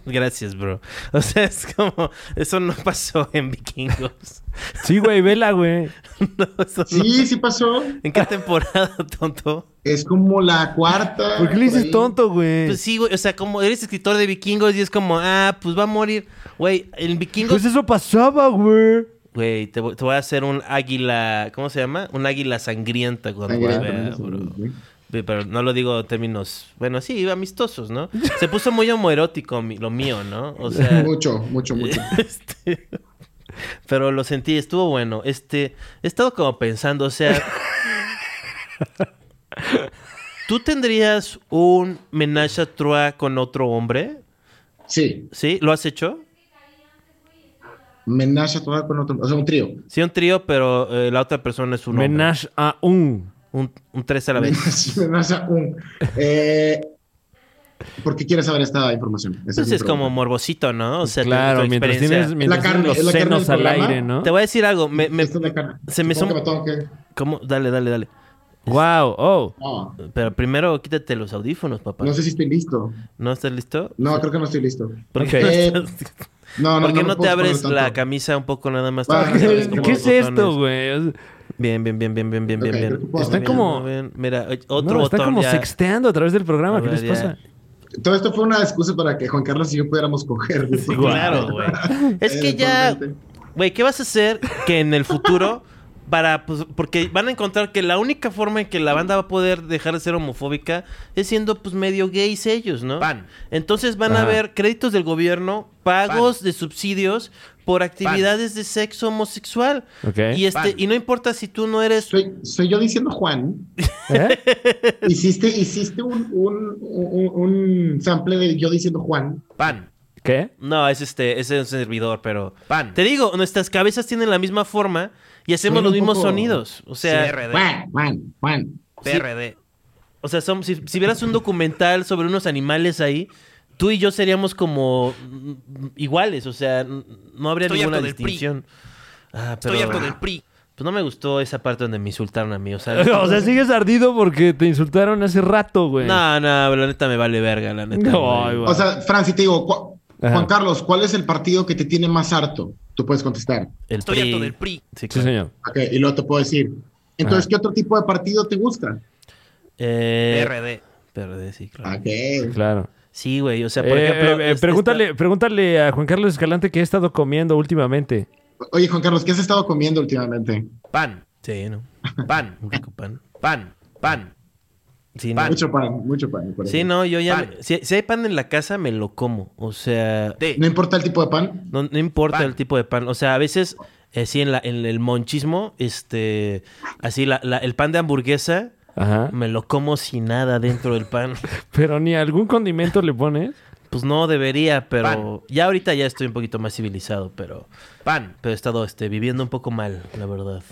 [SPEAKER 4] Gracias, bro. O sea, es como. Eso no pasó en vikingos.
[SPEAKER 1] Sí, güey, vela, güey.
[SPEAKER 4] No, eso no-
[SPEAKER 7] Sí, sí pasó.
[SPEAKER 4] ¿En qué temporada, tonto?
[SPEAKER 7] Es como la cuarta.
[SPEAKER 1] ¿Por qué le
[SPEAKER 7] por
[SPEAKER 1] dices
[SPEAKER 7] ahí.
[SPEAKER 1] tonto, güey?
[SPEAKER 4] Pues sí, güey. O sea, como eres escritor de vikingos y es como, ah, pues va a morir. Güey, en vikingos.
[SPEAKER 1] Pues eso pasaba, güey.
[SPEAKER 4] Güey, te, vo- te voy a hacer un águila. ¿Cómo se llama? Un águila sangrienta cuando
[SPEAKER 7] Sangrienta,
[SPEAKER 4] la vea,
[SPEAKER 7] no sé,
[SPEAKER 4] bro.
[SPEAKER 7] güey.
[SPEAKER 4] Güey, Pero no lo digo en términos. Bueno, sí, amistosos, ¿no? Se puso muy homoerótico mi- lo mío, ¿no? O sea.
[SPEAKER 7] Mucho, mucho, mucho.
[SPEAKER 4] este, pero lo sentí, estuvo bueno. Este. He estado como pensando, o sea. ¿Tú tendrías un menage a trois con otro hombre?
[SPEAKER 7] Sí.
[SPEAKER 4] ¿Sí? ¿Lo has hecho?
[SPEAKER 7] Menage a toda con otro, o sea, un trío.
[SPEAKER 4] Sí, un trío, pero eh, la otra persona es un hombre.
[SPEAKER 1] Menage a un.
[SPEAKER 4] Un, un tres a la vez.
[SPEAKER 7] Menage a un. Eh, ¿Por qué quieres saber esta información? Esa
[SPEAKER 4] Entonces
[SPEAKER 7] mi
[SPEAKER 4] Pues es
[SPEAKER 7] pregunta.
[SPEAKER 4] como morbosito, ¿no? O sea, tu-
[SPEAKER 1] claro,
[SPEAKER 4] tu
[SPEAKER 1] mientras
[SPEAKER 4] experiencia.
[SPEAKER 1] tienes, mientras
[SPEAKER 7] la carne,
[SPEAKER 1] tienes
[SPEAKER 7] es
[SPEAKER 1] los
[SPEAKER 7] la carne del
[SPEAKER 1] senos al
[SPEAKER 7] programa.
[SPEAKER 1] aire, ¿no?
[SPEAKER 4] Te voy a decir algo. Me, me-
[SPEAKER 7] Esto es la carne.
[SPEAKER 4] se me
[SPEAKER 7] Supongo
[SPEAKER 4] son-
[SPEAKER 7] que me tengo que-
[SPEAKER 4] ¿Cómo? Dale, dale, dale.
[SPEAKER 1] Wow, oh.
[SPEAKER 7] No,
[SPEAKER 4] Pero primero quítate los audífonos, papá.
[SPEAKER 7] no sé si estoy listo.
[SPEAKER 4] ¿No estás listo?
[SPEAKER 7] No, creo que no estoy listo.
[SPEAKER 4] ¿Por qué,
[SPEAKER 1] Ok.
[SPEAKER 7] Eh, No, no,
[SPEAKER 4] ¿Por qué
[SPEAKER 7] me
[SPEAKER 4] no, te
[SPEAKER 7] puedo poner
[SPEAKER 4] abres
[SPEAKER 7] tanto.
[SPEAKER 4] la camisa un poco nada más?
[SPEAKER 7] Ah,
[SPEAKER 4] Para que
[SPEAKER 7] ¿qué-
[SPEAKER 4] sabes cómo
[SPEAKER 1] ¿Qué
[SPEAKER 4] los
[SPEAKER 1] es esto,
[SPEAKER 4] botones.
[SPEAKER 1] güey? Es-
[SPEAKER 4] Bien, bien, bien, bien, bien, bien, bien,
[SPEAKER 7] Ok,
[SPEAKER 4] bien.
[SPEAKER 7] creo que puedo
[SPEAKER 1] Están
[SPEAKER 4] Bien,
[SPEAKER 1] como-
[SPEAKER 4] bien. Mira, oye, otro
[SPEAKER 1] No,
[SPEAKER 4] botón.
[SPEAKER 1] está como
[SPEAKER 4] ya.
[SPEAKER 1] sexteando a través del
[SPEAKER 4] A
[SPEAKER 1] programa. ¿Qué
[SPEAKER 4] ver,
[SPEAKER 1] les
[SPEAKER 4] ya.
[SPEAKER 1] pasa?
[SPEAKER 7] Todo esto fue una excusa para que Juan Carlos y yo pudiéramos coger.
[SPEAKER 4] Sí, claro, güey. Es que ya, güey, ¿qué vas a hacer que en el futuro para pues porque van a encontrar que la única forma en que la banda va a poder dejar de ser homofóbica es siendo pues medio gays ellos, ¿no?
[SPEAKER 5] Pan.
[SPEAKER 4] Entonces van a
[SPEAKER 1] Ajá.
[SPEAKER 4] haber créditos del gobierno, pagos de subsidios por actividades de sexo homosexual.
[SPEAKER 1] Ok.
[SPEAKER 4] Y este
[SPEAKER 5] Pan.
[SPEAKER 4] y no importa si tú no eres
[SPEAKER 7] Soy, soy yo diciendo Juan.
[SPEAKER 1] ¿Eh?
[SPEAKER 7] Hiciste, hiciste un, un, un, un sample de yo diciendo Juan.
[SPEAKER 5] Pan.
[SPEAKER 1] ¿Qué?
[SPEAKER 4] No, es este, es un servidor, pero.
[SPEAKER 5] Pan.
[SPEAKER 4] Te digo, nuestras cabezas tienen la misma forma y hacemos
[SPEAKER 7] Suena
[SPEAKER 4] los
[SPEAKER 7] un
[SPEAKER 4] mismos
[SPEAKER 7] poco-
[SPEAKER 4] sonidos. O sea,
[SPEAKER 5] PRD.
[SPEAKER 7] Juan, Juan, Juan.
[SPEAKER 5] PRD.
[SPEAKER 4] o sea, son- si, si vieras un documental sobre unos animales ahí, tú y yo seríamos como mm, iguales. O sea, n- no habría
[SPEAKER 5] Estoy
[SPEAKER 4] ninguna
[SPEAKER 5] harto del PRI.
[SPEAKER 4] distinción. Ah, pero,
[SPEAKER 5] Estoy harto del PRI.
[SPEAKER 4] Pues no me gustó esa parte donde me insultaron a mí. O sea,
[SPEAKER 1] O sea, sigues ardido porque te insultaron hace rato, güey.
[SPEAKER 4] no, no, la neta me vale verga, la neta.
[SPEAKER 1] No,
[SPEAKER 4] güey.
[SPEAKER 1] ay, güey.
[SPEAKER 7] O sea, Francis, te digo, cu-
[SPEAKER 1] Ajá.
[SPEAKER 7] Juan Carlos, ¿cuál es el partido que te tiene más harto? Tú puedes contestar.
[SPEAKER 4] El
[SPEAKER 5] Estoy harto del PRI.
[SPEAKER 4] Sí,
[SPEAKER 1] Sí,
[SPEAKER 4] claro.
[SPEAKER 1] señor.
[SPEAKER 7] Ok, y luego te puedo decir. Entonces,
[SPEAKER 1] Ajá.
[SPEAKER 7] ¿qué otro tipo de partido te gusta?
[SPEAKER 4] Eh,
[SPEAKER 5] PRD.
[SPEAKER 4] PRD, sí, claro.
[SPEAKER 7] Ok.
[SPEAKER 1] Claro.
[SPEAKER 4] Sí, güey, o sea, por
[SPEAKER 1] Ah. Eh,
[SPEAKER 4] ejemplo...
[SPEAKER 1] eh, eh,
[SPEAKER 4] es-
[SPEAKER 1] pregúntale, pregúntale a Juan Carlos Escalante qué he estado comiendo últimamente.
[SPEAKER 7] Oye, Juan Carlos, ¿qué has estado comiendo últimamente?
[SPEAKER 5] Pan.
[SPEAKER 4] esta- Sí, ¿no?
[SPEAKER 5] Pan.
[SPEAKER 4] Un rico pan.
[SPEAKER 5] Pan. Pan.
[SPEAKER 4] Sí,
[SPEAKER 5] Pan.
[SPEAKER 4] no.
[SPEAKER 7] Mucho pan, mucho pan. por
[SPEAKER 4] Sí,
[SPEAKER 7] ejemplo.
[SPEAKER 4] no, yo ya...
[SPEAKER 5] Pan.
[SPEAKER 4] me- Si, si hay pan en la casa, me lo como. O sea,
[SPEAKER 5] D.
[SPEAKER 7] No importa el tipo de pan.
[SPEAKER 4] no, no importa
[SPEAKER 5] Pan.
[SPEAKER 4] el tipo de pan. O sea, a veces, eh, sí, en, la, en el monchismo, este... Así, la, la- el pan de hamburguesa,
[SPEAKER 1] Ajá.
[SPEAKER 4] me lo como sin nada dentro del pan.
[SPEAKER 1] Pero ni algún condimento le pones.
[SPEAKER 4] Pues no debería, pero... Ya ahorita ya estoy un poquito más civilizado, pero...
[SPEAKER 5] Pan.
[SPEAKER 4] Pero he estado, este, viviendo un poco mal, la verdad.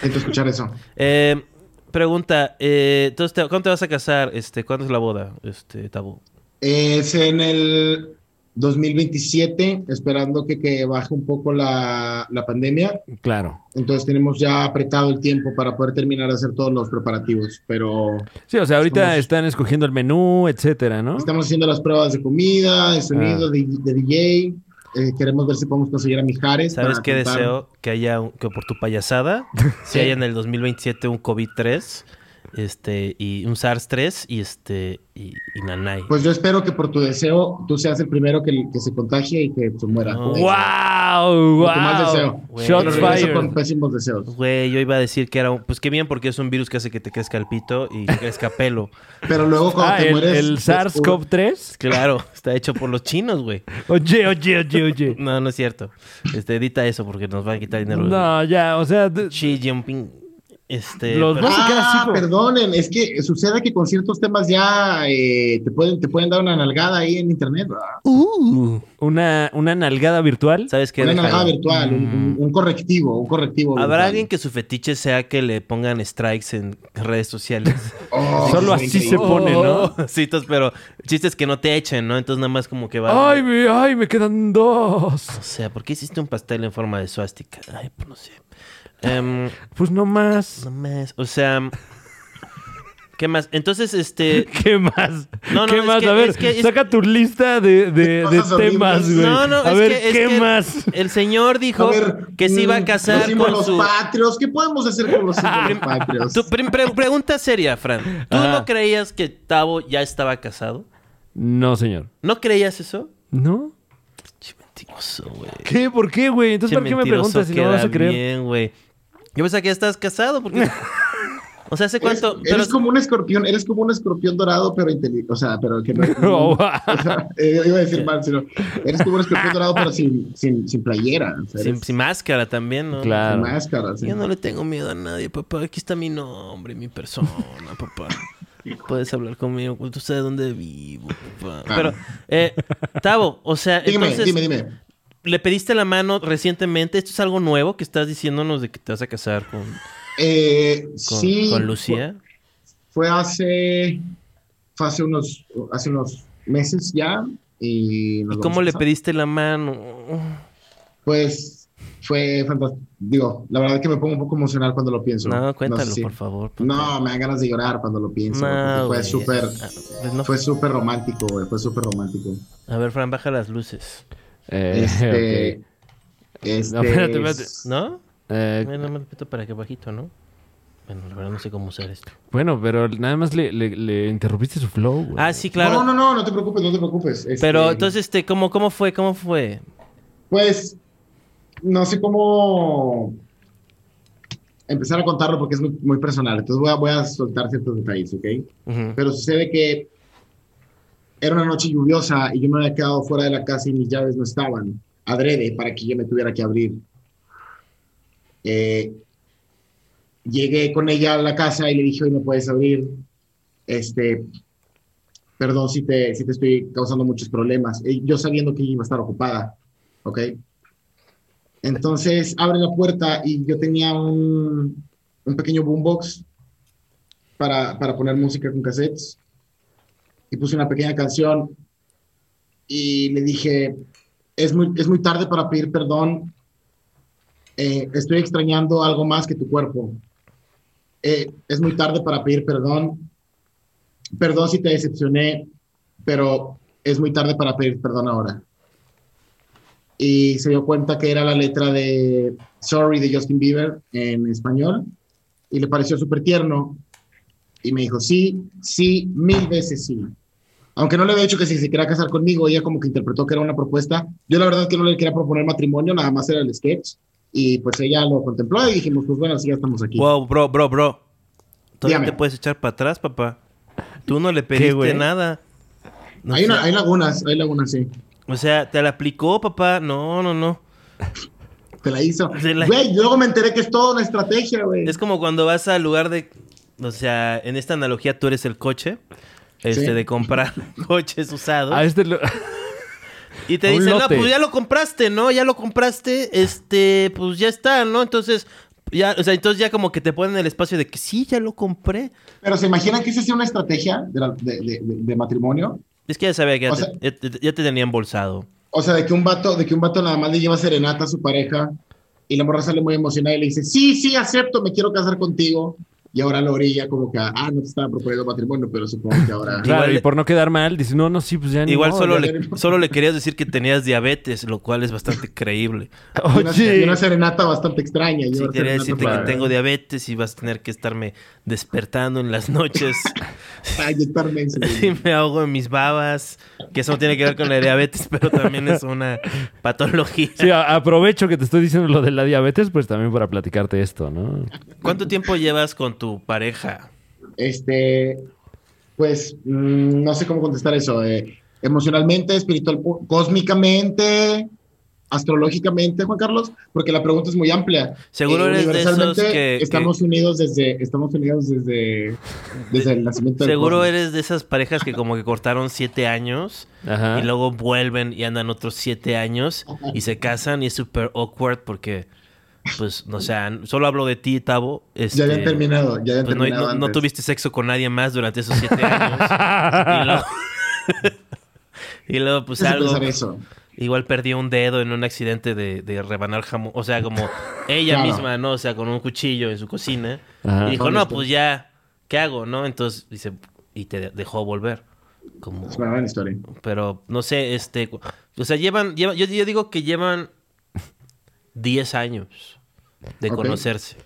[SPEAKER 7] Siento escuchar eso.
[SPEAKER 4] Eh, pregunta, eh, entonces, te- ¿cuándo te vas a casar? Este, ¿Cuándo es la boda, este, Tabú?
[SPEAKER 7] Es en el 2027, esperando que, que baje un poco la, la pandemia.
[SPEAKER 1] Claro.
[SPEAKER 7] Entonces tenemos ya apretado el tiempo para poder terminar de hacer todos los preparativos, pero
[SPEAKER 1] Sí, o sea, ahorita
[SPEAKER 7] Somos-
[SPEAKER 1] están escogiendo el menú, etcétera, ¿no?
[SPEAKER 7] estamos haciendo las pruebas de comida, de sonido,
[SPEAKER 1] Ah.
[SPEAKER 7] de, de DJ. Eh, queremos ver si podemos conseguir a Mijares.
[SPEAKER 4] ¿Sabes
[SPEAKER 7] para
[SPEAKER 4] qué
[SPEAKER 7] contar.
[SPEAKER 4] deseo? Que haya, un- que por tu payasada, si haya en el 2027 un COVID-3, este, y un SARS-3 y este, y, y Nanay.
[SPEAKER 7] Pues yo espero que por tu deseo tú seas el primero que, que se contagie y que se muera.
[SPEAKER 4] No.
[SPEAKER 1] ¡Wow!
[SPEAKER 7] Lo
[SPEAKER 1] ¡Wow!
[SPEAKER 7] que más deseo.
[SPEAKER 4] Güey.
[SPEAKER 7] Pero
[SPEAKER 1] Shots
[SPEAKER 7] regreso con
[SPEAKER 1] fired.
[SPEAKER 7] pésimos deseos.
[SPEAKER 4] Güey, yo iba a decir que era un... Pues qué bien, porque es un virus que hace que te crezca el pito y que crezca pelo.
[SPEAKER 7] Pero luego cuando
[SPEAKER 1] Ah,
[SPEAKER 7] te
[SPEAKER 1] el,
[SPEAKER 7] mueres...
[SPEAKER 1] el SARS-CoV-3.
[SPEAKER 4] Claro, está hecho por los chinos, güey.
[SPEAKER 1] Oye, oye, oye, oye.
[SPEAKER 4] No, no es cierto. Este, edita eso porque nos va a quitar dinero.
[SPEAKER 1] No, ya, o sea, d-
[SPEAKER 4] Xi Jinping. Este,
[SPEAKER 1] Los
[SPEAKER 4] pero-
[SPEAKER 1] dos- se queda así
[SPEAKER 7] Ah,
[SPEAKER 1] como-
[SPEAKER 7] perdonen, es que sucede que con ciertos temas ya eh, te, pueden, te pueden dar una nalgada ahí en internet, ¿verdad?
[SPEAKER 4] uh.
[SPEAKER 1] una, una nalgada virtual.
[SPEAKER 4] ¿sabes qué?
[SPEAKER 7] una
[SPEAKER 4] Déjalo.
[SPEAKER 7] nalgada virtual, un- un, un correctivo, un correctivo. virtual.
[SPEAKER 4] ¿Habrá alguien que su fetiche sea que le pongan strikes en redes sociales?
[SPEAKER 7] Oh,
[SPEAKER 1] Solo
[SPEAKER 7] sí,
[SPEAKER 1] así se
[SPEAKER 7] increíble.
[SPEAKER 1] pone, ¿no?
[SPEAKER 4] Oh, Sí, entonces, pero chistes que no te echen, ¿no? Entonces nada más como que va.
[SPEAKER 1] Ay, me, ay, me quedan dos.
[SPEAKER 4] O sea, ¿por qué hiciste un pastel en forma de suástica? Ay, pues no sé. Em,
[SPEAKER 1] Pues no más.
[SPEAKER 4] no más. O sea. ¿Qué más? Entonces, este.
[SPEAKER 1] ¿Qué más?
[SPEAKER 4] No, no,
[SPEAKER 1] ¿Qué
[SPEAKER 4] es
[SPEAKER 1] más?
[SPEAKER 4] que-
[SPEAKER 1] a ver,
[SPEAKER 4] es que- es-
[SPEAKER 1] saca tu lista de, de- de
[SPEAKER 7] Cosas
[SPEAKER 1] temas,
[SPEAKER 7] horribles.
[SPEAKER 1] güey.
[SPEAKER 4] No, no,
[SPEAKER 1] a
[SPEAKER 4] es
[SPEAKER 1] ver,
[SPEAKER 4] que- es
[SPEAKER 1] ¿qué
[SPEAKER 4] que
[SPEAKER 1] más?
[SPEAKER 4] El señor dijo
[SPEAKER 7] A ver,
[SPEAKER 4] que se iba
[SPEAKER 7] mm,
[SPEAKER 4] a
[SPEAKER 7] los
[SPEAKER 4] casar con
[SPEAKER 7] símbolos
[SPEAKER 4] su.
[SPEAKER 7] patrios, ¿qué podemos hacer con los símbolos patrios?
[SPEAKER 4] Tu prim- pre- pregunta seria, Fran. ¿Tú
[SPEAKER 1] Ajá.
[SPEAKER 4] no creías que Tavo ya estaba casado?
[SPEAKER 1] No, señor.
[SPEAKER 4] ¿No creías eso?
[SPEAKER 1] ¿No?
[SPEAKER 4] Che, mentiroso, güey.
[SPEAKER 1] ¿Qué? ¿Por qué, güey? Entonces,
[SPEAKER 4] Che,
[SPEAKER 1] ¿para qué me
[SPEAKER 4] mentiroso
[SPEAKER 1] preguntas si no
[SPEAKER 4] queda
[SPEAKER 1] vas a creer?
[SPEAKER 4] Bien, güey. Yo pensaba que ya estás casado porque... o sea, ¿hace
[SPEAKER 7] Eres-
[SPEAKER 4] cuánto?
[SPEAKER 7] Eres, como un escorpión, eres como un escorpión dorado, pero inteligente. O sea, pero que no.
[SPEAKER 1] No,
[SPEAKER 7] o sea, eh, iba a decir mal, sino. Eres como un escorpión dorado, pero sin, sin, sin playera. o sea,
[SPEAKER 4] Sin,
[SPEAKER 7] eres-
[SPEAKER 4] sin máscara también, ¿no?
[SPEAKER 1] Claro.
[SPEAKER 7] Sin máscara. sí.
[SPEAKER 4] Yo no le tengo miedo a nadie, papá. Aquí está mi nombre, mi persona, papá. Puedes hablar conmigo. pues, Tú sabes dónde vivo, papá. Pero, eh, Tavo, o sea,
[SPEAKER 7] Ah. Dime,
[SPEAKER 4] entonces,
[SPEAKER 7] dime, dime.
[SPEAKER 4] le pediste la mano recientemente. ¿Esto es algo nuevo que estás diciéndonos de que te vas a casar con,
[SPEAKER 7] Eh,
[SPEAKER 4] con-
[SPEAKER 7] sí,
[SPEAKER 4] con Lucía?
[SPEAKER 7] Fue hace, fue hace unos, hace unos meses ya.
[SPEAKER 4] ¿Y
[SPEAKER 7] ¿Y, nos vamos
[SPEAKER 4] cómo
[SPEAKER 7] a
[SPEAKER 4] le
[SPEAKER 7] casar.
[SPEAKER 4] pediste la mano?
[SPEAKER 7] Pues fue fantástico. Digo, la verdad que me pongo un poco emocional cuando lo pienso.
[SPEAKER 4] No, cuéntalo,
[SPEAKER 7] sé si-
[SPEAKER 4] por favor.
[SPEAKER 7] No, me dan ganas de llorar cuando lo pienso. porque
[SPEAKER 4] No,
[SPEAKER 7] fue
[SPEAKER 4] güey.
[SPEAKER 7] súper,
[SPEAKER 4] Ah, pues no.
[SPEAKER 7] fue súper romántico, güey. Fue súper romántico.
[SPEAKER 4] A ver, Fran, baja las luces.
[SPEAKER 1] Eh,
[SPEAKER 7] Este,
[SPEAKER 1] ok.
[SPEAKER 7] este,
[SPEAKER 1] No, espérate, espérate.
[SPEAKER 4] ¿No?
[SPEAKER 1] Eh,
[SPEAKER 4] Mira, nada más repito para que bajito, ¿no? Bueno, la verdad no sé cómo usar esto.
[SPEAKER 1] bueno, pero nada más le, le- le interrumpiste su flow, güey.
[SPEAKER 4] Ah, sí, claro.
[SPEAKER 7] No, no, no, no te preocupes, no te preocupes. Este,
[SPEAKER 4] Pero entonces, este, ¿cómo, ¿cómo fue? ¿Cómo fue?
[SPEAKER 7] Pues, no sé cómo empezar a contarlo porque es muy, muy personal. Entonces voy a, voy a soltar ciertos detalles, ¿ok?
[SPEAKER 4] Ujú.
[SPEAKER 7] Pero sucede que era una noche lluviosa y yo me había quedado fuera de la casa y mis llaves no estaban adrede para que yo me tuviera que abrir. Eh, llegué con ella a la casa y le dije, hoy no puedes abrir. Este, perdón si te, si te estoy causando muchos problemas. Eh, yo sabiendo que iba a estar ocupada, ¿ok? Entonces abre la puerta y yo tenía un, un pequeño boombox para, para poner música con cassettes. Y puse una pequeña canción y le dije, es muy, es muy tarde para pedir perdón. Eh, estoy extrañando algo más que tu cuerpo. Eh, es muy tarde para pedir perdón. Perdón si te decepcioné, pero es muy tarde para pedir perdón ahora. Y se dio cuenta que era la letra de Sorry de Justin Bieber en español y le pareció súper tierno y me dijo, sí, sí, mil veces sí. Aunque no le había dicho que si se quería casar conmigo, ella como que interpretó que era una propuesta. Yo la verdad es que no le quería proponer matrimonio, nada más era el sketch. Y pues ella lo contempló y dijimos, pues bueno, así ya estamos aquí.
[SPEAKER 4] Wow, bro, bro, bro. Todavía te
[SPEAKER 7] Dígame.
[SPEAKER 4] puedes echar para atrás, papá. Tú no le pediste
[SPEAKER 1] güey?
[SPEAKER 4] nada. No
[SPEAKER 7] hay,
[SPEAKER 4] sé.
[SPEAKER 7] una- hay lagunas, hay lagunas, sí.
[SPEAKER 4] O sea, te la aplicó, papá. No, no, no.
[SPEAKER 7] Te la hizo.
[SPEAKER 4] Se la-
[SPEAKER 7] Güey, luego me enteré que es toda una estrategia, güey.
[SPEAKER 4] Es como cuando vas al lugar de. O sea, en esta analogía tú eres el coche. Este,
[SPEAKER 7] Sí. Ah,
[SPEAKER 4] de comprar coches usados.
[SPEAKER 1] A este lo-
[SPEAKER 4] Y te
[SPEAKER 1] A un
[SPEAKER 4] dicen, no,
[SPEAKER 1] lote.
[SPEAKER 4] pues ya lo compraste, ¿no? Ya lo compraste, este, pues ya está, ¿no? Entonces, ya, o sea, entonces ya como que te ponen el espacio de que sí, ya lo compré.
[SPEAKER 7] Pero se imaginan que esa sea una estrategia de, la- de- de- de- de matrimonio.
[SPEAKER 4] Es que ya sabía que ya,
[SPEAKER 7] O
[SPEAKER 4] te,
[SPEAKER 7] sea-
[SPEAKER 4] ya te- ya te tenía embolsado.
[SPEAKER 7] O sea, de que un vato, de que un vato nada más le lleva serenata a su pareja y la morra sale muy emocionada y le dice, sí, sí, acepto, me quiero casar contigo. Y ahora la orilla como que, ah, no te estaba proponiendo matrimonio, pero supongo que ahora...
[SPEAKER 1] claro,
[SPEAKER 4] Igual-
[SPEAKER 1] y por no quedar mal, dice, no, no, sí, pues ya ni
[SPEAKER 4] Igual
[SPEAKER 1] modo,
[SPEAKER 4] solo,
[SPEAKER 1] ya".
[SPEAKER 4] le, solo le querías decir que tenías diabetes, lo cual es bastante creíble.
[SPEAKER 7] Y una, y
[SPEAKER 1] Oye,
[SPEAKER 7] una serenata bastante extraña.
[SPEAKER 4] Sí,
[SPEAKER 7] llevar
[SPEAKER 4] quería
[SPEAKER 7] serenata
[SPEAKER 4] decirte que
[SPEAKER 7] para-
[SPEAKER 4] tengo diabetes y vas a tener que estarme despertando en las noches
[SPEAKER 7] para inyectarme insulina.
[SPEAKER 4] si me ahogo en mis babas, que eso no tiene que ver con la diabetes, pero también es una patología.
[SPEAKER 1] sí, a- aprovecho que te estoy diciendo lo de la diabetes, pues también para platicarte esto, ¿no?
[SPEAKER 4] ¿Cuánto tiempo llevas con tu pareja?
[SPEAKER 7] Este, pues, mm, no sé cómo contestar eso. eh. Emocionalmente, espiritual, cósmicamente, astrológicamente, Juan Carlos, porque la pregunta es muy amplia. Eh,
[SPEAKER 4] Seguro eres de
[SPEAKER 7] universalmente,
[SPEAKER 4] esos que-
[SPEAKER 7] estamos unidos desde, estamos unidos desde, desde el nacimiento. del
[SPEAKER 4] Seguro
[SPEAKER 7] cosmos.
[SPEAKER 4] eres de esas parejas que como que cortaron siete años
[SPEAKER 1] Ajá.
[SPEAKER 4] y luego vuelven y andan otros siete años y se casan y es súper awkward porque, pues, no sea, solo hablo de ti, Tavo. Este,
[SPEAKER 7] Ya habían terminado, ya habían
[SPEAKER 4] pues, no,
[SPEAKER 7] terminado.
[SPEAKER 4] no- no
[SPEAKER 7] antes.
[SPEAKER 4] tuviste sexo con nadie más durante esos siete años. y, luego, y luego, pues,
[SPEAKER 7] Antes de
[SPEAKER 4] algo...
[SPEAKER 7] pensar eso.
[SPEAKER 4] Igual perdió un dedo en un accidente de, de rebanar jamón. O sea, como ella
[SPEAKER 7] Claro.
[SPEAKER 4] misma, ¿no? O sea, con un cuchillo en su cocina.
[SPEAKER 1] Ajá.
[SPEAKER 4] Y dijo, no,
[SPEAKER 7] Honestamente.
[SPEAKER 4] pues ya, ¿qué hago, no? Entonces, dice, y te dejó volver. Como,
[SPEAKER 7] Es una gran historia.
[SPEAKER 4] pero no sé, este. cu- O sea, llevan. llevan- yo, yo digo que llevan 10 años de
[SPEAKER 7] Ok.
[SPEAKER 4] conocerse.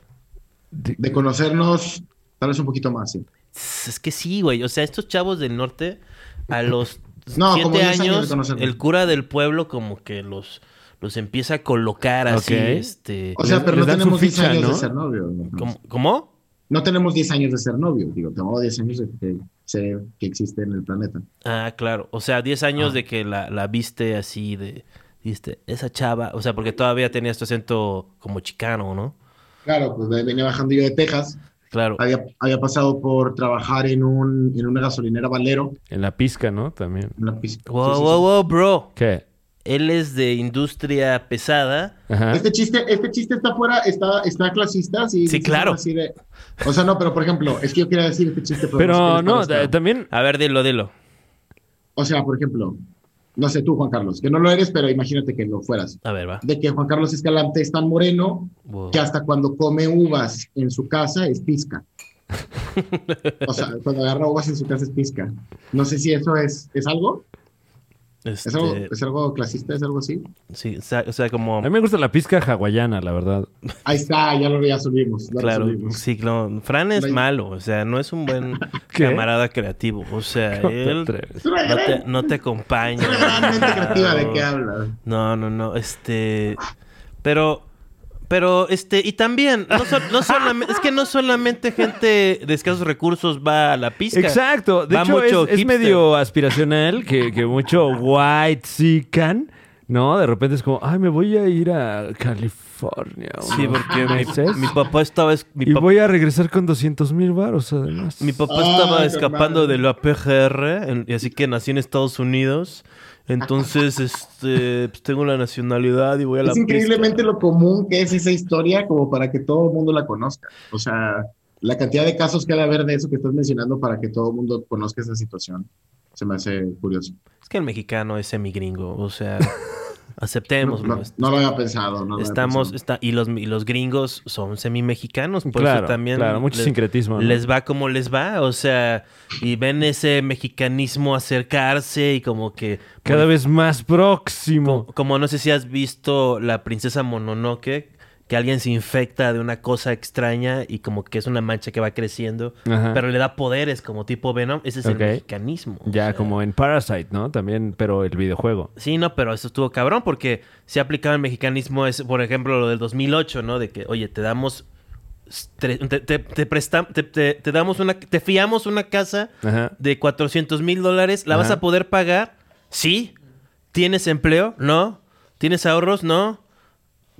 [SPEAKER 7] De conocernos, tal vez un poquito más, sí.
[SPEAKER 4] Es que sí, güey. O sea, estos chavos del norte, a los
[SPEAKER 7] No, como
[SPEAKER 4] siete
[SPEAKER 7] 10 años de
[SPEAKER 4] años,
[SPEAKER 7] conocerlo.
[SPEAKER 4] el cura del pueblo como que los, los empieza a colocar así,
[SPEAKER 1] Ok.
[SPEAKER 4] este...
[SPEAKER 7] O sea,
[SPEAKER 1] Les-
[SPEAKER 7] pero
[SPEAKER 1] les
[SPEAKER 7] no
[SPEAKER 1] dan su
[SPEAKER 7] tenemos 10
[SPEAKER 1] ficha,
[SPEAKER 7] años
[SPEAKER 1] ¿no?
[SPEAKER 7] de ser novios. ¿no?
[SPEAKER 4] ¿Cómo? ¿Cómo?
[SPEAKER 7] No tenemos 10 años de ser novios, digo, tenemos 10 años de que sé que existe en el planeta.
[SPEAKER 4] Ah, claro. O sea, 10 años de que la, la viste así de... Viste, esa chava... O sea, porque todavía tenía este acento como chicano, ¿no?
[SPEAKER 7] Claro, pues ve- venía bajando yo de Texas
[SPEAKER 4] Claro.
[SPEAKER 7] Había, había pasado por trabajar en, un, en una gasolinera Valero.
[SPEAKER 1] En la pizca, ¿no? También.
[SPEAKER 7] en la pis-
[SPEAKER 4] Wow,
[SPEAKER 7] sí, sí,
[SPEAKER 4] wow,
[SPEAKER 7] sí.
[SPEAKER 4] wow, bro.
[SPEAKER 1] ¿Qué?
[SPEAKER 4] Él es de industria pesada.
[SPEAKER 1] Ajá.
[SPEAKER 7] Este chiste, este chiste está fuera, está, está clasista, sí.
[SPEAKER 4] Sí, claro.
[SPEAKER 7] así de- o sea, no, pero por ejemplo, es que yo quería decir este chiste, pero,
[SPEAKER 1] Pero
[SPEAKER 7] sé
[SPEAKER 1] no,
[SPEAKER 7] qué les parezca.
[SPEAKER 1] eh, también.
[SPEAKER 4] A ver, dilo, dilo.
[SPEAKER 7] O sea, por ejemplo, no sé tú, Juan Carlos, que no lo eres, pero imagínate que lo fueras.
[SPEAKER 4] A ver, va.
[SPEAKER 7] De que Juan Carlos Escalante es tan moreno
[SPEAKER 4] Wow.
[SPEAKER 7] que hasta cuando come uvas en su casa es pizca. O sea, cuando agarra uvas en su casa es pizca. No sé si eso es, ¿es algo? ¿Es algo,
[SPEAKER 4] Este,
[SPEAKER 7] ¿es algo clasista? ¿Es algo así?
[SPEAKER 4] sí, o sea, o sea,
[SPEAKER 1] A
[SPEAKER 4] como.
[SPEAKER 1] mí me gusta la pizca hawaiana, la verdad.
[SPEAKER 7] Ahí está, ya lo ya subimos. ya lo
[SPEAKER 4] Claro,
[SPEAKER 7] subimos.
[SPEAKER 4] sí, claro. Fran es
[SPEAKER 7] Ven.
[SPEAKER 4] malo, o sea, no es un buen
[SPEAKER 1] ¿Qué?
[SPEAKER 4] camarada creativo. O sea,
[SPEAKER 1] ¿Cómo te
[SPEAKER 4] él
[SPEAKER 1] atreves?
[SPEAKER 7] una
[SPEAKER 4] no te,
[SPEAKER 7] gran-
[SPEAKER 4] no te acompaña.
[SPEAKER 7] una gran mente creativa de qué
[SPEAKER 4] No.
[SPEAKER 7] habla.
[SPEAKER 4] No, no, no, este... Pero, pero, este, y también, no, so- no solamente- es que no solamente gente de escasos recursos va a la pizca.
[SPEAKER 1] Exacto. De
[SPEAKER 4] Va
[SPEAKER 1] hecho, es-
[SPEAKER 4] mucho
[SPEAKER 1] es,
[SPEAKER 4] hipster.
[SPEAKER 1] medio aspiracional que, que mucho white can, ¿no? De repente es como, ay, me voy a ir a California.
[SPEAKER 4] Sí,
[SPEAKER 1] unos
[SPEAKER 4] porque
[SPEAKER 1] meses,
[SPEAKER 4] mi, mi papá estaba... es- Mi
[SPEAKER 1] y
[SPEAKER 4] papá,
[SPEAKER 1] voy a regresar con 200 mil varos, además.
[SPEAKER 4] mi papá
[SPEAKER 7] Ay,
[SPEAKER 4] estaba
[SPEAKER 7] qué
[SPEAKER 4] escapando
[SPEAKER 7] madre.
[SPEAKER 4] de la PGR, en- y así que nací en Estados Unidos. Entonces, este, pues, tengo la nacionalidad y voy a la
[SPEAKER 7] Es
[SPEAKER 4] pizca.
[SPEAKER 7] increíblemente lo común que es esa historia como para que todo el mundo la conozca. O sea, la cantidad de casos que ha de haber de eso que estás mencionando para que todo el mundo conozca esa situación. Se me hace curioso.
[SPEAKER 4] Es que el mexicano es semigringo, o sea,
[SPEAKER 7] No,
[SPEAKER 4] aceptémoslo.
[SPEAKER 7] no- no lo había pensado. no lo había
[SPEAKER 4] Estamos,
[SPEAKER 7] pensado.
[SPEAKER 4] está, y los y los gringos son semi-mexicanos, por
[SPEAKER 1] claro,
[SPEAKER 4] eso también
[SPEAKER 1] claro, mucho
[SPEAKER 4] les,
[SPEAKER 1] sincretismo. ¿no?
[SPEAKER 4] les va como les va, o sea, y ven ese mexicanismo acercarse y como que
[SPEAKER 1] Cada vez más próximo.
[SPEAKER 4] como no sé si has visto la princesa Mononoke, que alguien se infecta de una cosa extraña y como que es una mancha que va creciendo,
[SPEAKER 1] Ajá.
[SPEAKER 4] pero le da poderes como tipo Venom, ese es
[SPEAKER 1] Ok.
[SPEAKER 4] el mexicanismo. o
[SPEAKER 1] Ya,
[SPEAKER 4] sea.
[SPEAKER 1] como en Parasite, ¿no? También, pero el videojuego.
[SPEAKER 4] Sí, no, pero eso estuvo cabrón porque se aplicaba el mexicanismo, es, por ejemplo, lo del 2008, ¿no? De que, oye, te damos. tre- Te, te, te prestam- te, te- te damos una. Te fiamos una casa
[SPEAKER 1] Ajá.
[SPEAKER 4] de 400 mil dólares. ¿La vas
[SPEAKER 1] Ajá.
[SPEAKER 4] a poder pagar? Sí. ¿Tienes empleo? No. ¿Tienes ahorros? No.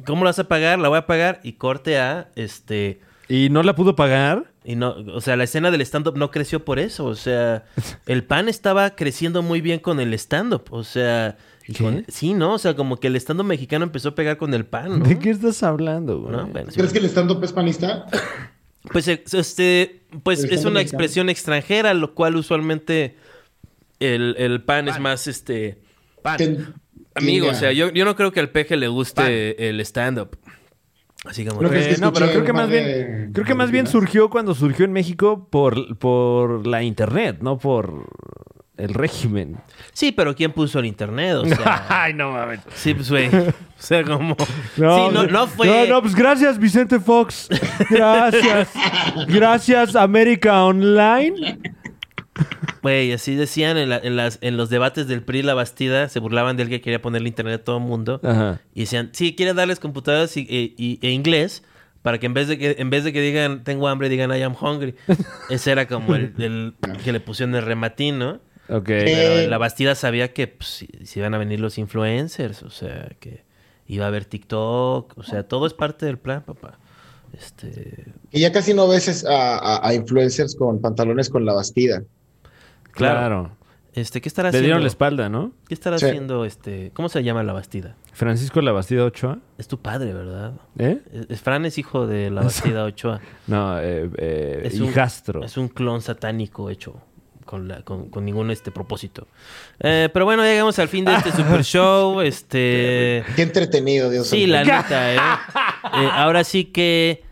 [SPEAKER 4] ¿Cómo la vas a pagar? La voy a pagar. Y corte a este.
[SPEAKER 1] Y no la pudo pagar.
[SPEAKER 4] Y no, o sea, la escena del stand-up no creció por eso. O sea, el pan estaba creciendo muy bien con el stand-up. O sea, y
[SPEAKER 1] ¿Qué?
[SPEAKER 4] con- sí, ¿no? O sea, como que el stand-up mexicano empezó a pegar con el pan, ¿no?
[SPEAKER 1] ¿De qué estás hablando, güey?
[SPEAKER 4] ¿No? Bueno, sí.
[SPEAKER 7] ¿Crees que el stand-up es panista?
[SPEAKER 4] Pues, eh, este, pues
[SPEAKER 7] El
[SPEAKER 4] es
[SPEAKER 7] stand-up
[SPEAKER 4] una
[SPEAKER 7] mexicano.
[SPEAKER 4] expresión extranjera, lo cual usualmente el, el pan, es más, este,
[SPEAKER 7] Ten-
[SPEAKER 4] amigo. O
[SPEAKER 7] tenga-
[SPEAKER 4] sea, yo, yo no creo que al peje le guste el stand-up. Así como...
[SPEAKER 7] No
[SPEAKER 4] que-
[SPEAKER 7] crees
[SPEAKER 1] Eh,
[SPEAKER 7] que
[SPEAKER 1] no, pero creo
[SPEAKER 7] escuché
[SPEAKER 1] que
[SPEAKER 7] un
[SPEAKER 1] más
[SPEAKER 7] par
[SPEAKER 1] bien,
[SPEAKER 7] de-
[SPEAKER 1] creo que más bien surgió cuando surgió en México por, por la internet, no por el régimen.
[SPEAKER 4] Sí, pero ¿quién puso el internet? O sea...
[SPEAKER 1] Ay, no mames.
[SPEAKER 4] Sí, pues, güey. O sea, como... sí, no, no fue...
[SPEAKER 1] No, no, pues gracias, Vicente Fox. Gracias. gracias, América Online.
[SPEAKER 4] Güey, así decían en, la- en las, en los debates del PRI y la Bastida, se burlaban del que quería ponerle internet a todo el mundo.
[SPEAKER 1] Ajá.
[SPEAKER 4] Y decían, sí, quieren darles computadoras y, e- y- e inglés para que en vez de que en vez de que digan tengo hambre, digan I am hungry. Ese era como el, el que le pusieron el rematín, ¿no?
[SPEAKER 1] Ok.
[SPEAKER 4] Pero
[SPEAKER 7] Eh.
[SPEAKER 4] la Bastida sabía que pues, si, si iban a venir los influencers, o sea, que iba a haber TikTok, o sea, todo es parte del plan, papá. Este,
[SPEAKER 7] Que ya casi no ves es- a, a- a influencers con pantalones con la bastida.
[SPEAKER 4] claro.
[SPEAKER 1] Claro.
[SPEAKER 4] Este, ¿qué estará
[SPEAKER 1] Le
[SPEAKER 4] haciendo?
[SPEAKER 1] dieron la espalda, ¿no?
[SPEAKER 4] ¿Qué estará
[SPEAKER 7] Sí.
[SPEAKER 4] haciendo este? ¿Cómo se llama la Bastida?
[SPEAKER 1] Francisco Labastida Ochoa.
[SPEAKER 4] Es tu padre, ¿verdad?
[SPEAKER 1] ¿Eh?
[SPEAKER 4] Es- es- Fran es hijo de la Bastida Ochoa.
[SPEAKER 1] No, eh, eh,
[SPEAKER 4] Es un-
[SPEAKER 1] hijastro.
[SPEAKER 4] Es un clon satánico hecho con, la- con- con ningún este propósito. Eh, pero bueno, ya llegamos al fin de este super show. Este.
[SPEAKER 7] Qué entretenido, Dios
[SPEAKER 4] Sí,
[SPEAKER 7] mío.
[SPEAKER 4] la neta, ¿eh? Eh, Ahora sí que.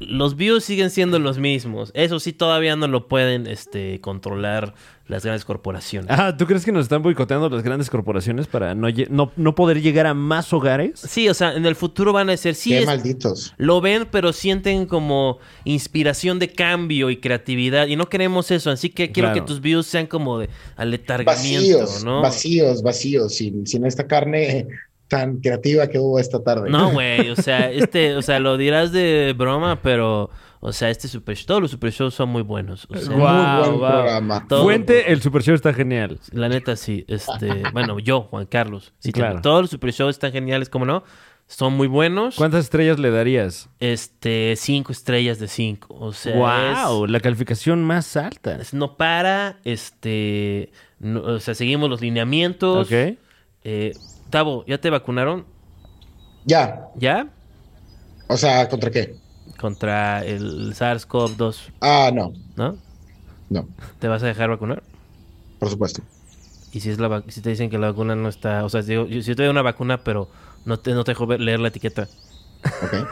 [SPEAKER 4] Los views siguen siendo los mismos. Eso sí, todavía no lo pueden este, controlar las grandes corporaciones.
[SPEAKER 1] Ah, ¿tú crees que nos están boicoteando las grandes corporaciones para no, lle- no, no poder llegar a más hogares?
[SPEAKER 4] Sí, o sea, en el futuro van a decir, sí,
[SPEAKER 7] Qué
[SPEAKER 4] es-
[SPEAKER 7] malditos.
[SPEAKER 4] Lo ven, pero sienten como inspiración de cambio y creatividad. Y no queremos eso. Así que quiero
[SPEAKER 1] Claro.
[SPEAKER 4] que tus views sean como de aletargamiento,
[SPEAKER 7] Vacíos,
[SPEAKER 4] ¿no?
[SPEAKER 7] vacíos, vacíos, sin, sin esta carne tan creativa que hubo esta tarde.
[SPEAKER 4] No, güey. O sea, este, o sea, lo dirás de broma, pero. O sea, este super show, todos los super shows son muy buenos. O sea,
[SPEAKER 7] Muy
[SPEAKER 1] Wow,
[SPEAKER 7] buen
[SPEAKER 1] wow.
[SPEAKER 7] programa.
[SPEAKER 4] Todo.
[SPEAKER 1] Fuente, el Super Show está genial.
[SPEAKER 4] La neta, sí. Este, bueno, yo, Juan Carlos. Sí,
[SPEAKER 1] Claro.
[SPEAKER 4] claro. Todos los super shows están geniales, como no. Son muy buenos.
[SPEAKER 1] ¿Cuántas estrellas le darías?
[SPEAKER 4] Este, cinco estrellas de cinco. O sea,
[SPEAKER 1] ¡Wow! La calificación más alta.
[SPEAKER 4] es- no para. Este, no- o sea, seguimos los lineamientos.
[SPEAKER 1] Ok.
[SPEAKER 4] Eh, Tavo, ¿ya te vacunaron?
[SPEAKER 7] Ya.
[SPEAKER 4] ¿Ya?
[SPEAKER 7] O sea, ¿contra qué?
[SPEAKER 4] Contra el SARS-CoV-2,
[SPEAKER 7] Ah, no.
[SPEAKER 4] ¿no?
[SPEAKER 7] No,
[SPEAKER 4] ¿Te vas a dejar vacunar?
[SPEAKER 7] por supuesto.
[SPEAKER 4] Y si, es la vac- si te dicen que la vacuna no está... O sea, digo, yo- si yo te doy una vacuna, pero no te, no te dejo ver- leer la etiqueta.
[SPEAKER 7] Ok.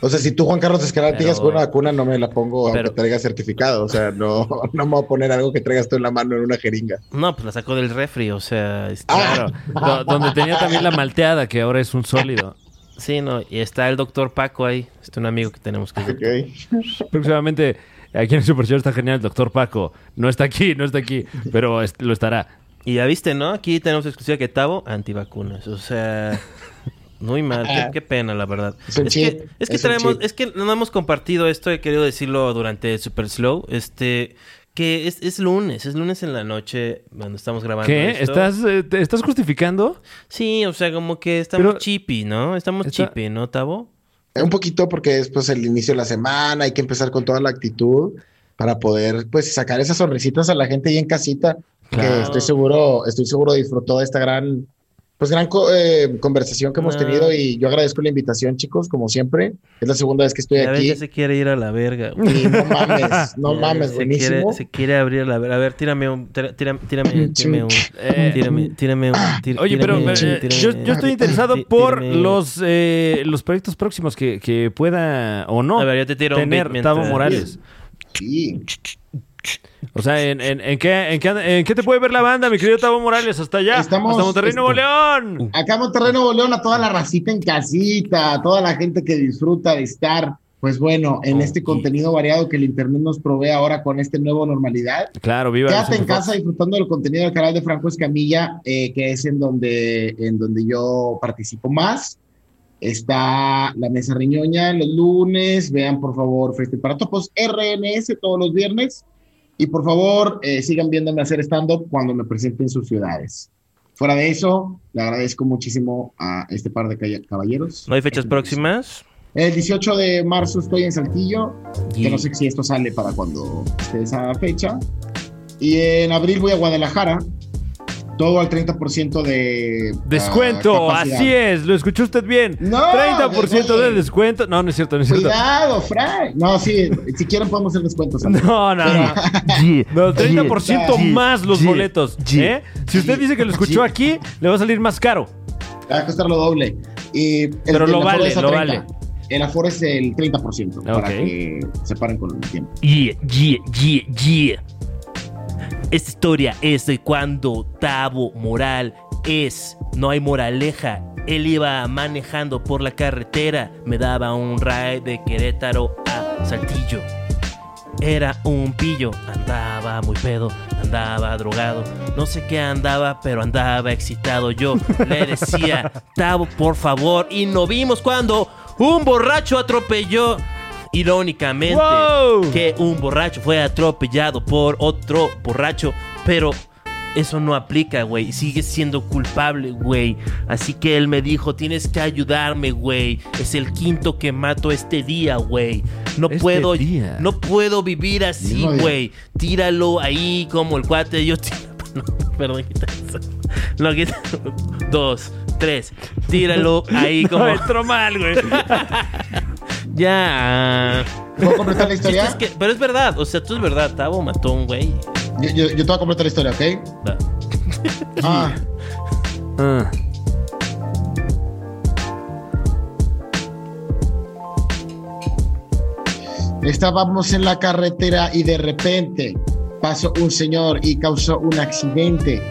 [SPEAKER 7] O sea, si tú, Juan Carlos Escalante,
[SPEAKER 4] Pero-
[SPEAKER 7] digas con una vacuna, no me la pongo
[SPEAKER 4] pero-
[SPEAKER 7] aunque traiga certificado. O sea, no, no me voy a poner algo que traigas tú en la mano en una jeringa.
[SPEAKER 4] No, pues la saco del refri, o sea... este-
[SPEAKER 1] Claro. Do- donde tenía también la malteada, que ahora es un sólido.
[SPEAKER 4] Sí, no, y está el doctor Paco ahí. Este un amigo que tenemos
[SPEAKER 7] Ah,
[SPEAKER 4] que...
[SPEAKER 7] Ok.
[SPEAKER 1] Próximamente, aquí en el Super Show está genial el doctor Paco. No está aquí, no está aquí, pero est- lo estará.
[SPEAKER 4] Y ya viste, ¿no? Aquí tenemos exclusiva que Tavo, antivacunas. O sea, muy mal. Qué, qué pena, la verdad.
[SPEAKER 7] Ah. Es un
[SPEAKER 4] que,
[SPEAKER 7] chip,
[SPEAKER 4] es que
[SPEAKER 7] es un
[SPEAKER 4] traemos,
[SPEAKER 7] chip.
[SPEAKER 4] es que no hemos compartido esto, he querido decirlo durante Super Slow. Este, que es, es lunes, es lunes en la noche cuando estamos grabando.
[SPEAKER 1] ¿Qué?
[SPEAKER 4] esto.
[SPEAKER 1] ¿Estás, eh, te- ¿Estás justificando?
[SPEAKER 4] Sí, o sea, como que estamos
[SPEAKER 1] Pero-
[SPEAKER 4] chippy, ¿no? Estamos
[SPEAKER 1] Está-
[SPEAKER 4] chippy, ¿no, Tavo?
[SPEAKER 7] Eh, Un poquito porque después el inicio de la semana, hay que empezar con toda la actitud para poder pues sacar esas sonrisitas a la gente ahí en casita,
[SPEAKER 4] Claro.
[SPEAKER 7] que estoy seguro, estoy seguro disfrutó de esta gran, pues gran co- eh, conversación que hemos
[SPEAKER 4] Ah.
[SPEAKER 7] tenido y yo agradezco la invitación chicos, como siempre, es la segunda vez que estoy
[SPEAKER 4] Ya ves,
[SPEAKER 7] aquí
[SPEAKER 4] ya se quiere ir a la verga. güey.
[SPEAKER 7] y no mames, no
[SPEAKER 4] Ya
[SPEAKER 7] mames,
[SPEAKER 4] Eh, se
[SPEAKER 7] buenísimo.
[SPEAKER 4] Quiere, se quiere abrir la verga. A ver, tírame un, tira- tira- tírame, tírame un,
[SPEAKER 1] Eh,
[SPEAKER 4] tírame, tírame un, tir-
[SPEAKER 1] Ah, Oye, pero
[SPEAKER 4] tírame-
[SPEAKER 1] eh,
[SPEAKER 4] tírame-
[SPEAKER 1] yo, yo estoy interesado por
[SPEAKER 4] tírame-
[SPEAKER 1] los, eh, los proyectos próximos que, que pueda o no
[SPEAKER 4] A ver, yo te tiro un
[SPEAKER 1] tener
[SPEAKER 4] beat mientras-
[SPEAKER 1] Tavo Morales.
[SPEAKER 7] Sí.
[SPEAKER 1] O sea, ¿en, en, en qué, en, qué, en qué te puede ver la banda, mi querido Tavo Morales? Hasta allá,
[SPEAKER 7] Estamos-
[SPEAKER 1] hasta Monterrey, Nuevo León.
[SPEAKER 7] Acá en Monterrey, Nuevo León, a toda la racita en casita, a toda la gente que disfruta de estar, pues bueno, en este contenido variado que el Internet nos provee ahora con este nuevo normalidad.
[SPEAKER 1] Claro, viva.
[SPEAKER 7] Quédate
[SPEAKER 1] los
[SPEAKER 7] en casa disfrutando del contenido del canal de Franco Escamilla, eh, que es en donde, en donde yo participo más. Está la Mesa Riñoña los lunes. Vean, por favor, Freestyle para Topos, RNS todos los viernes. Y por favor, eh, sigan viéndome hacer stand-up cuando me presenten en sus ciudades. Fuera de eso, le agradezco muchísimo a este par de calla- caballeros.
[SPEAKER 4] ¿No hay fechas próximas?
[SPEAKER 7] El 18 de marzo estoy en Saltillo.
[SPEAKER 4] Y-
[SPEAKER 7] Que no sé si esto sale para cuando esté esa fecha. Y en abril voy a Guadalajara. Todo al 30% de. ah,
[SPEAKER 1] Descuento,
[SPEAKER 7] capacidad.
[SPEAKER 1] así es, lo escuchó usted bien.
[SPEAKER 7] No,
[SPEAKER 1] 30% de
[SPEAKER 7] oye.
[SPEAKER 1] descuento. No, no es cierto, no es cierto.
[SPEAKER 7] Cuidado, Frank. No, sí, si quieren podemos hacer descuentos. amigo.
[SPEAKER 1] No, no, no. No, 30%
[SPEAKER 7] Sí.
[SPEAKER 1] más los boletos. ¿eh? Si usted dice que lo escuchó aquí, le va a salir más caro.
[SPEAKER 7] Va a costar lo doble. Y el,
[SPEAKER 1] Pero lo
[SPEAKER 7] aforo
[SPEAKER 1] vale,
[SPEAKER 7] es a
[SPEAKER 1] lo
[SPEAKER 7] 30.
[SPEAKER 1] vale.
[SPEAKER 7] El aforo es el 30% para
[SPEAKER 1] Ok.
[SPEAKER 7] que se paren con el tiempo.
[SPEAKER 4] Yeah, yeah, yeah, yeah. Esta historia es de cuando Tavo Moral es, no hay moraleja. Él iba manejando por la carretera, me daba un ride de Querétaro a Saltillo. Era un pillo, andaba muy pedo, andaba drogado, no sé qué andaba, pero andaba excitado. Yo le decía, Tavo, por favor, y no vimos cuando un borracho atropelló. Irónicamente,
[SPEAKER 1] ¡Wow!
[SPEAKER 4] que un borracho fue atropellado por otro borracho, pero eso no aplica, güey. Sigue siendo culpable, güey. Así que él me dijo, tienes que ayudarme, güey. Es el quinto que mato este día, güey. No
[SPEAKER 1] Este
[SPEAKER 4] puedo,
[SPEAKER 1] día.
[SPEAKER 4] no puedo vivir así,
[SPEAKER 7] Mismo día.
[SPEAKER 4] güey. Tíralo ahí como el cuate. Yo tiro- no, perdón, quita eso. No, quita. Dos, tres. Tíralo ahí como.
[SPEAKER 1] No, entró mal, güey.
[SPEAKER 4] Ya.
[SPEAKER 7] ¿Puedo completar la
[SPEAKER 4] Chiste
[SPEAKER 7] historia?
[SPEAKER 4] es que- pero es verdad, o sea, tú es verdad, Tavo mató a un güey.
[SPEAKER 7] Yo, yo- yo te voy a completar la historia, ¿ok?
[SPEAKER 4] Va.
[SPEAKER 7] Ah,
[SPEAKER 1] Ah.
[SPEAKER 7] Estábamos en la carretera y de repente pasó un señor y causó un accidente.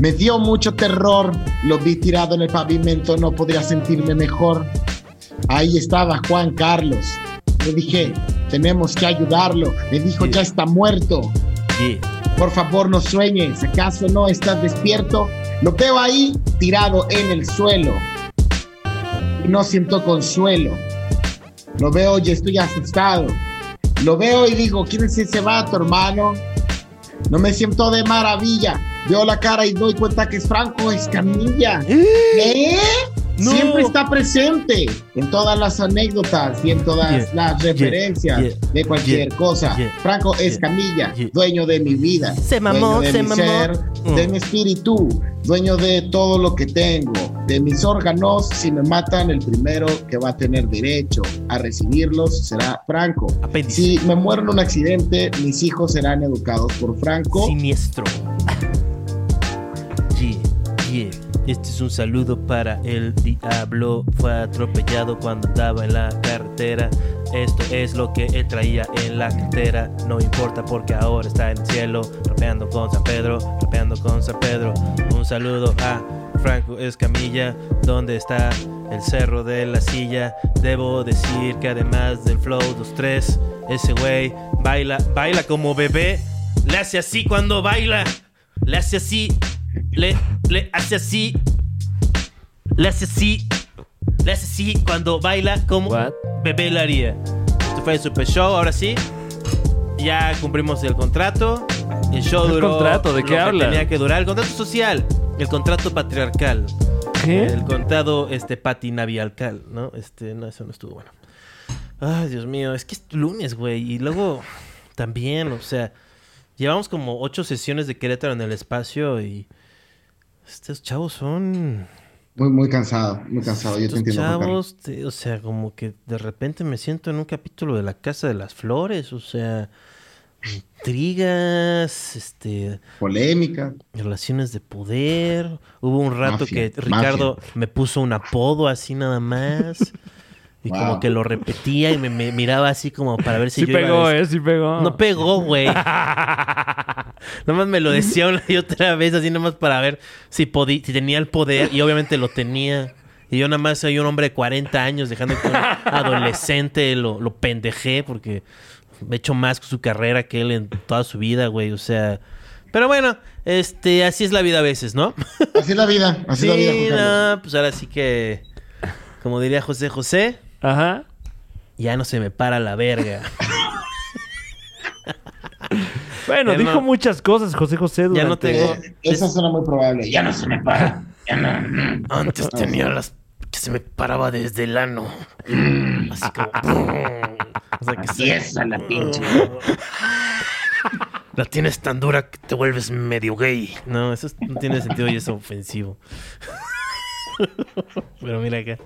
[SPEAKER 7] Me dio mucho terror, lo vi tirado en el pavimento, no podría sentirme mejor. Ahí estaba Juan Carlos. Le dije, tenemos que ayudarlo. Me dijo, ya está muerto.
[SPEAKER 4] Yeah.
[SPEAKER 7] Por favor, no sueñes. ¿Acaso no estás despierto? Lo veo ahí tirado en el suelo. Y no siento consuelo. Lo veo y estoy asustado. Lo veo y digo, ¿quién es ese vato, hermano? No me siento de
[SPEAKER 4] ¿Eh?
[SPEAKER 7] maravilla. Veo la cara y doy cuenta que es Franco Escamilla. ¿Qué? ¿Eh? Siempre está presente en todas las anécdotas y en todas
[SPEAKER 4] Yeah,
[SPEAKER 7] las
[SPEAKER 4] yeah,
[SPEAKER 7] referencias
[SPEAKER 4] yeah,
[SPEAKER 7] de cualquier
[SPEAKER 4] yeah,
[SPEAKER 7] cosa.
[SPEAKER 4] yeah,
[SPEAKER 7] Franco Escamilla,
[SPEAKER 4] yeah.
[SPEAKER 7] dueño de mi vida,
[SPEAKER 4] Se mamó,
[SPEAKER 7] dueño de
[SPEAKER 4] se
[SPEAKER 7] mi
[SPEAKER 4] mamó. Mm.
[SPEAKER 7] ser, de mi espíritu, dueño de todo lo que tengo, de mis órganos. Si me matan, el primero que va a tener derecho a recibirlos será Franco.
[SPEAKER 4] Apéndice.
[SPEAKER 7] Si me muero en un accidente, mis hijos serán educados por Franco.
[SPEAKER 4] Siniestro. Yeah, yeah. Este es un saludo para el diablo. Fue atropellado cuando andaba en la carretera. Esto es lo que él traía en la cartera. No importa porque ahora está en el cielo. Rapeando con San Pedro, rapeando con San Pedro. Un saludo a Franco Escamilla. ¿Dónde está el cerro de la silla? Debo decir que además del Flow 2-3, ese güey baila, baila como bebé. Le hace así cuando baila. Le hace así. Le, le hace así. Le hace así. Le hace así cuando baila como
[SPEAKER 1] What?
[SPEAKER 4] bebé lo haría. Esto fue el Super Show, ahora sí. Ya cumplimos el contrato. El show
[SPEAKER 1] ¿Cuál
[SPEAKER 4] duró
[SPEAKER 1] contrato? ¿De
[SPEAKER 4] lo
[SPEAKER 1] qué
[SPEAKER 4] que
[SPEAKER 1] hablan?
[SPEAKER 4] Tenía que durar. El contrato social. El contrato patriarcal.
[SPEAKER 1] ¿Qué?
[SPEAKER 4] El contrato este, patinavialcal, ¿no? Este, no, eso no estuvo bueno. Ay, Dios mío, es que es lunes, güey. Y luego también, o sea, llevamos como ocho sesiones de Querétaro en el espacio y estos chavos son...
[SPEAKER 7] Muy, muy cansado, muy cansado. Yo te
[SPEAKER 4] estos
[SPEAKER 7] entiendo. Juan Carlos.
[SPEAKER 4] chavos, te- o sea, como que de repente me siento en un capítulo de La Casa de las Flores, o sea, intrigas, este,
[SPEAKER 7] Polémica.
[SPEAKER 4] relaciones de poder. Hubo un rato
[SPEAKER 7] Mafia,
[SPEAKER 4] que Ricardo me puso un apodo así nada más. Y
[SPEAKER 7] Wow.
[SPEAKER 4] como que lo repetía y me, me miraba así como para ver si
[SPEAKER 1] Sí
[SPEAKER 4] yo iba a
[SPEAKER 1] pegó,
[SPEAKER 4] des-
[SPEAKER 1] ¿eh? Sí pegó.
[SPEAKER 4] No pegó, güey. nomás me lo decía una y otra vez, así nomás para ver si, podí, si tenía el poder. Y obviamente lo tenía. Y yo nada más soy un hombre de 40 años, dejando que un adolescente lo, lo pendejé porque he hecho más con su carrera que él en toda su vida, güey. O sea. Pero bueno, este, así es la vida a veces, ¿no?
[SPEAKER 7] Así es la vida, así
[SPEAKER 4] Sí,
[SPEAKER 7] es la vida. Juan Carlos.
[SPEAKER 4] no, pues ahora sí que. Como diría José José,
[SPEAKER 1] Ajá.
[SPEAKER 4] ya no se me para la verga.
[SPEAKER 1] Bueno,
[SPEAKER 4] Ya
[SPEAKER 1] dijo
[SPEAKER 4] no-
[SPEAKER 1] muchas cosas José José
[SPEAKER 4] Ya
[SPEAKER 1] durante...
[SPEAKER 4] no tengo.
[SPEAKER 7] Eh, esa suena muy probable. Ya no se me para. Ya no.
[SPEAKER 4] Antes tenía las que se me paraba desde el ano. Así como. O sea que Ah.
[SPEAKER 7] Así es a la pinche.
[SPEAKER 4] La tienes tan dura que te vuelves medio gay. No, eso es- no tiene sentido y es ofensivo. Pero mira acá,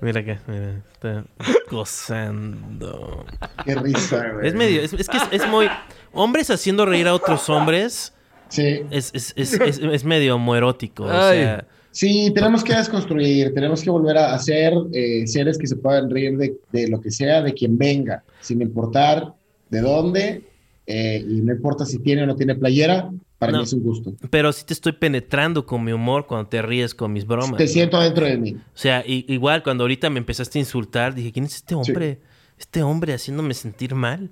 [SPEAKER 4] mira acá, mira, está gozando.
[SPEAKER 7] Qué risa, güey.
[SPEAKER 4] Es medio, es, es que es, es muy. Hombres haciendo reír a otros hombres
[SPEAKER 7] Sí.
[SPEAKER 4] es, es, es, es, es medio homoerótico. O
[SPEAKER 1] Ay.
[SPEAKER 4] sea,
[SPEAKER 7] Sí, tenemos que desconstruir, tenemos que volver a hacer eh, seres que se puedan reír de, de lo que sea, de quien venga, sin importar de dónde, eh, y no importa si tiene o no tiene playera, para
[SPEAKER 4] No.
[SPEAKER 7] mí es un gusto.
[SPEAKER 4] pero sí te estoy penetrando con mi humor cuando te ríes con mis bromas.
[SPEAKER 7] Te siento adentro de mí.
[SPEAKER 4] O sea, i- igual cuando ahorita me empezaste a insultar, dije, ¿quién es este hombre? Este hombre haciéndome sentir mal.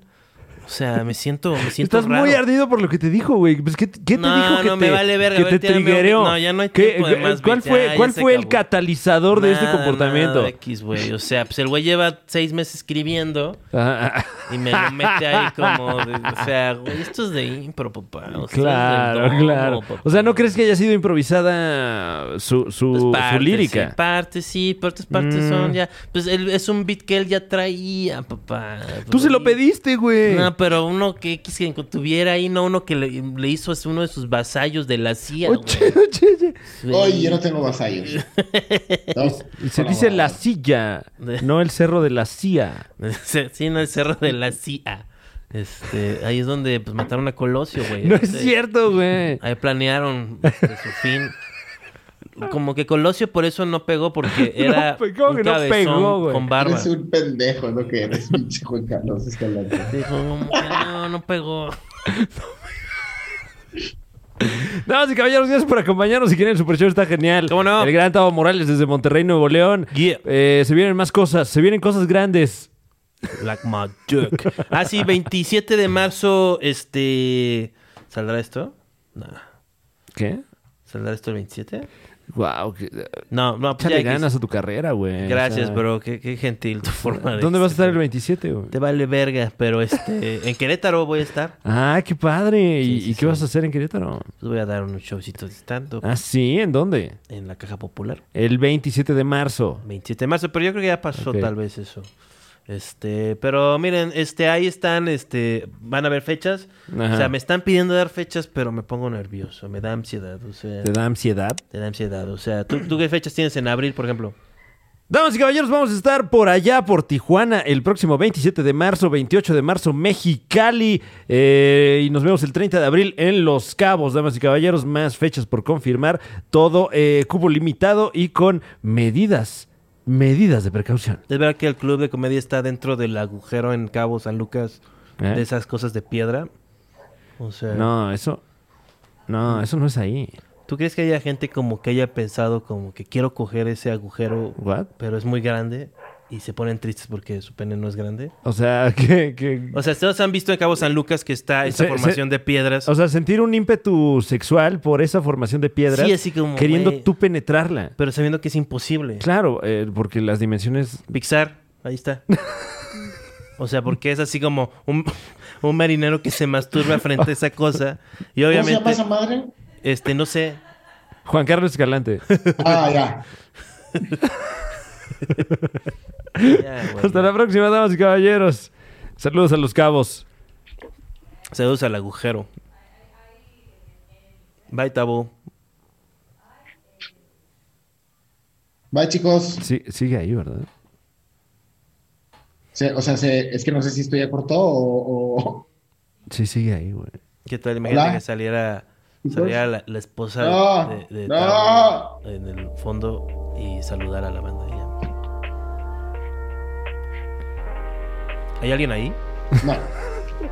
[SPEAKER 4] O sea, me siento, me siento
[SPEAKER 1] Estás
[SPEAKER 4] raro.
[SPEAKER 1] muy ardido por lo que te dijo, güey. Pues, ¿qué, qué te
[SPEAKER 4] No,
[SPEAKER 1] dijo que
[SPEAKER 4] no,
[SPEAKER 1] te,
[SPEAKER 4] me vale verga,
[SPEAKER 1] que
[SPEAKER 4] a
[SPEAKER 1] te
[SPEAKER 4] ver, tírame un-
[SPEAKER 1] trigueó?
[SPEAKER 4] no, ya no hay
[SPEAKER 1] ¿Qué-
[SPEAKER 4] tiempo de más,
[SPEAKER 1] ¿Cuál
[SPEAKER 4] Vic,
[SPEAKER 1] fue,
[SPEAKER 4] ya,
[SPEAKER 1] cuál
[SPEAKER 4] ya se
[SPEAKER 1] fue el
[SPEAKER 4] acabó.
[SPEAKER 1] catalizador de este
[SPEAKER 4] Nada,
[SPEAKER 1] comportamiento?
[SPEAKER 4] nada, X, güey. O sea, pues el güey lleva seis meses escribiendo
[SPEAKER 1] Ajá.
[SPEAKER 4] y me lo mete ahí como... de- o sea, güey, esto es de impro, papá. O sea, esto es
[SPEAKER 1] Claro,
[SPEAKER 4] del
[SPEAKER 1] claro.
[SPEAKER 4] domo, papá.
[SPEAKER 1] O sea, ¿no crees que haya sido improvisada su, su,
[SPEAKER 4] Pues
[SPEAKER 1] su
[SPEAKER 4] partes,
[SPEAKER 1] lírica? Mm.
[SPEAKER 4] Sí, partes, sí, partes, partes son ya. Pues él- es un beat que él ya traía, papá. Pues,
[SPEAKER 1] Tú se lo
[SPEAKER 4] pedí
[SPEAKER 1] pediste, güey.
[SPEAKER 4] No, pero uno que, que tuviera ahí, no uno que le, le hizo a uno de sus vasallos de la CIA. güey.
[SPEAKER 1] Oye, oye, oye.
[SPEAKER 4] Sí.
[SPEAKER 7] Oye, yo no tengo vasallos. No,
[SPEAKER 1] Se
[SPEAKER 7] por
[SPEAKER 1] dice
[SPEAKER 7] favor.
[SPEAKER 1] la silla, no el cerro de la CIA.
[SPEAKER 4] Sí, no, el cerro de la CIA. Este, ahí es donde pues, mataron a Colosio, güey.
[SPEAKER 1] No es
[SPEAKER 4] Este,
[SPEAKER 1] cierto, güey.
[SPEAKER 4] Ahí planearon este, su fin. Como que Colosio por eso no pegó, porque era
[SPEAKER 1] pe- ¿cómo
[SPEAKER 4] un
[SPEAKER 1] que no
[SPEAKER 4] cabezón
[SPEAKER 1] pegó, güey?
[SPEAKER 4] con barba.
[SPEAKER 7] Eres un pendejo, lo que eres, pinche Juan Carlos Escalante.
[SPEAKER 4] Dijo, como que no, no pegó.
[SPEAKER 1] Damas y caballeros, gracias por acompañarnos. Si quieren, el Super Show está genial.
[SPEAKER 4] ¿Cómo no?
[SPEAKER 1] El gran Tavo Morales desde Monterrey, Nuevo León.
[SPEAKER 4] Yeah.
[SPEAKER 1] Eh, se vienen más cosas, se vienen cosas grandes.
[SPEAKER 4] Black Magic. Ah, sí, 27 de marzo, este... ¿Saldrá esto? No.
[SPEAKER 1] ¿Qué?
[SPEAKER 4] ¿Saldrá esto el 27?
[SPEAKER 1] Wow, que, eh,
[SPEAKER 4] No, no, pues ya
[SPEAKER 1] échale
[SPEAKER 4] X.
[SPEAKER 1] ganas a tu carrera, güey.
[SPEAKER 4] Gracias,
[SPEAKER 1] O sea,
[SPEAKER 4] bro. Qué, qué gentil tu forma de
[SPEAKER 1] ¿Dónde vas a estar el
[SPEAKER 4] decirlo.
[SPEAKER 1] 27, güey?
[SPEAKER 4] Te vale verga, pero este... en Querétaro voy a estar.
[SPEAKER 1] Ah, qué padre. ¿Y,
[SPEAKER 4] Sí, sí,
[SPEAKER 1] y qué
[SPEAKER 4] sí.
[SPEAKER 1] vas a hacer en Querétaro?
[SPEAKER 4] Pues voy a dar un showcito de stand-up
[SPEAKER 1] Ah, sí, ¿en dónde?
[SPEAKER 4] en la Caja Popular.
[SPEAKER 1] El 27 de marzo.
[SPEAKER 4] 27 de marzo, pero yo creo que ya pasó
[SPEAKER 1] Ok.
[SPEAKER 4] tal vez eso. Este, pero miren, este, ahí están, este, van a haber fechas.
[SPEAKER 1] Ajá.
[SPEAKER 4] O sea, me están pidiendo dar fechas, pero me pongo nervioso, me da ansiedad, o sea,
[SPEAKER 1] ¿Te da ansiedad?
[SPEAKER 4] te da ansiedad. O sea, ¿tú, tú qué fechas tienes en abril, por ejemplo?
[SPEAKER 1] Damas y caballeros, vamos a estar por allá, por Tijuana, el próximo 27 de marzo, 28 de marzo, Mexicali. eh, y nos vemos el 30 de abril en Los Cabos, damas y caballeros. Más fechas por confirmar. Todo eh, cubo limitado y con medidas, medidas de precaución.
[SPEAKER 4] Es verdad que el club de comedia está dentro del agujero en Cabo San Lucas,
[SPEAKER 1] ¿Eh?
[SPEAKER 4] de esas cosas de piedra. O sea,
[SPEAKER 1] No, eso. No, eso no es ahí.
[SPEAKER 4] ¿tú crees que haya gente como que haya pensado como que quiero coger ese agujero,
[SPEAKER 1] ¿What?
[SPEAKER 4] pero es muy grande y se ponen tristes porque su pene no es grande?
[SPEAKER 1] O sea, que. que-
[SPEAKER 4] O sea, ustedes han visto en Cabo San Lucas que está esta
[SPEAKER 1] Se-
[SPEAKER 4] formación de piedras.
[SPEAKER 1] o sea, sentir un ímpetu sexual por esa formación de piedras.
[SPEAKER 4] Sí, así como,
[SPEAKER 1] Queriendo
[SPEAKER 4] güey.
[SPEAKER 1] tú penetrarla.
[SPEAKER 4] pero sabiendo que es imposible.
[SPEAKER 1] Claro, eh, porque las dimensiones.
[SPEAKER 4] Pixar, ahí está. O sea, porque es así como un, un marinero que se masturba frente a esa cosa. Y
[SPEAKER 7] ¿Cómo se llama
[SPEAKER 4] obviamente,
[SPEAKER 7] esa madre?
[SPEAKER 4] este, no sé.
[SPEAKER 1] Juan Carlos Escalante.
[SPEAKER 7] Ah, ya.
[SPEAKER 4] Ya, güey.
[SPEAKER 1] Hasta la próxima, damas y caballeros. Saludos a los cabos.
[SPEAKER 4] Saludos al agujero. Bye, Tabo.
[SPEAKER 7] Bye, chicos.
[SPEAKER 1] Sí, sigue ahí, ¿verdad?
[SPEAKER 7] Se- o sea, se- es que no sé si esto ya cortó o. o-
[SPEAKER 1] Sí, sigue ahí, güey.
[SPEAKER 4] ¿Qué tal? Imagínate
[SPEAKER 7] Hola.
[SPEAKER 4] que saliera, saliera la, la esposa
[SPEAKER 7] No,
[SPEAKER 4] de, de
[SPEAKER 7] no.
[SPEAKER 4] Tabo en el fondo y saludar a la banda. ya. ¿Hay alguien ahí?
[SPEAKER 7] No.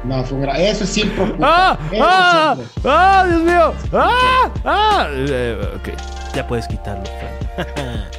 [SPEAKER 7] No, fue un gra- Eso es siempre.
[SPEAKER 1] ¡Ah!
[SPEAKER 7] Eso
[SPEAKER 1] ¡Ah!
[SPEAKER 7] es siempre.
[SPEAKER 1] ¡Ah! ¡Dios mío! ¡Ah! ¡Ah! Eh, ok.
[SPEAKER 4] Ya puedes quitarlo, Fran.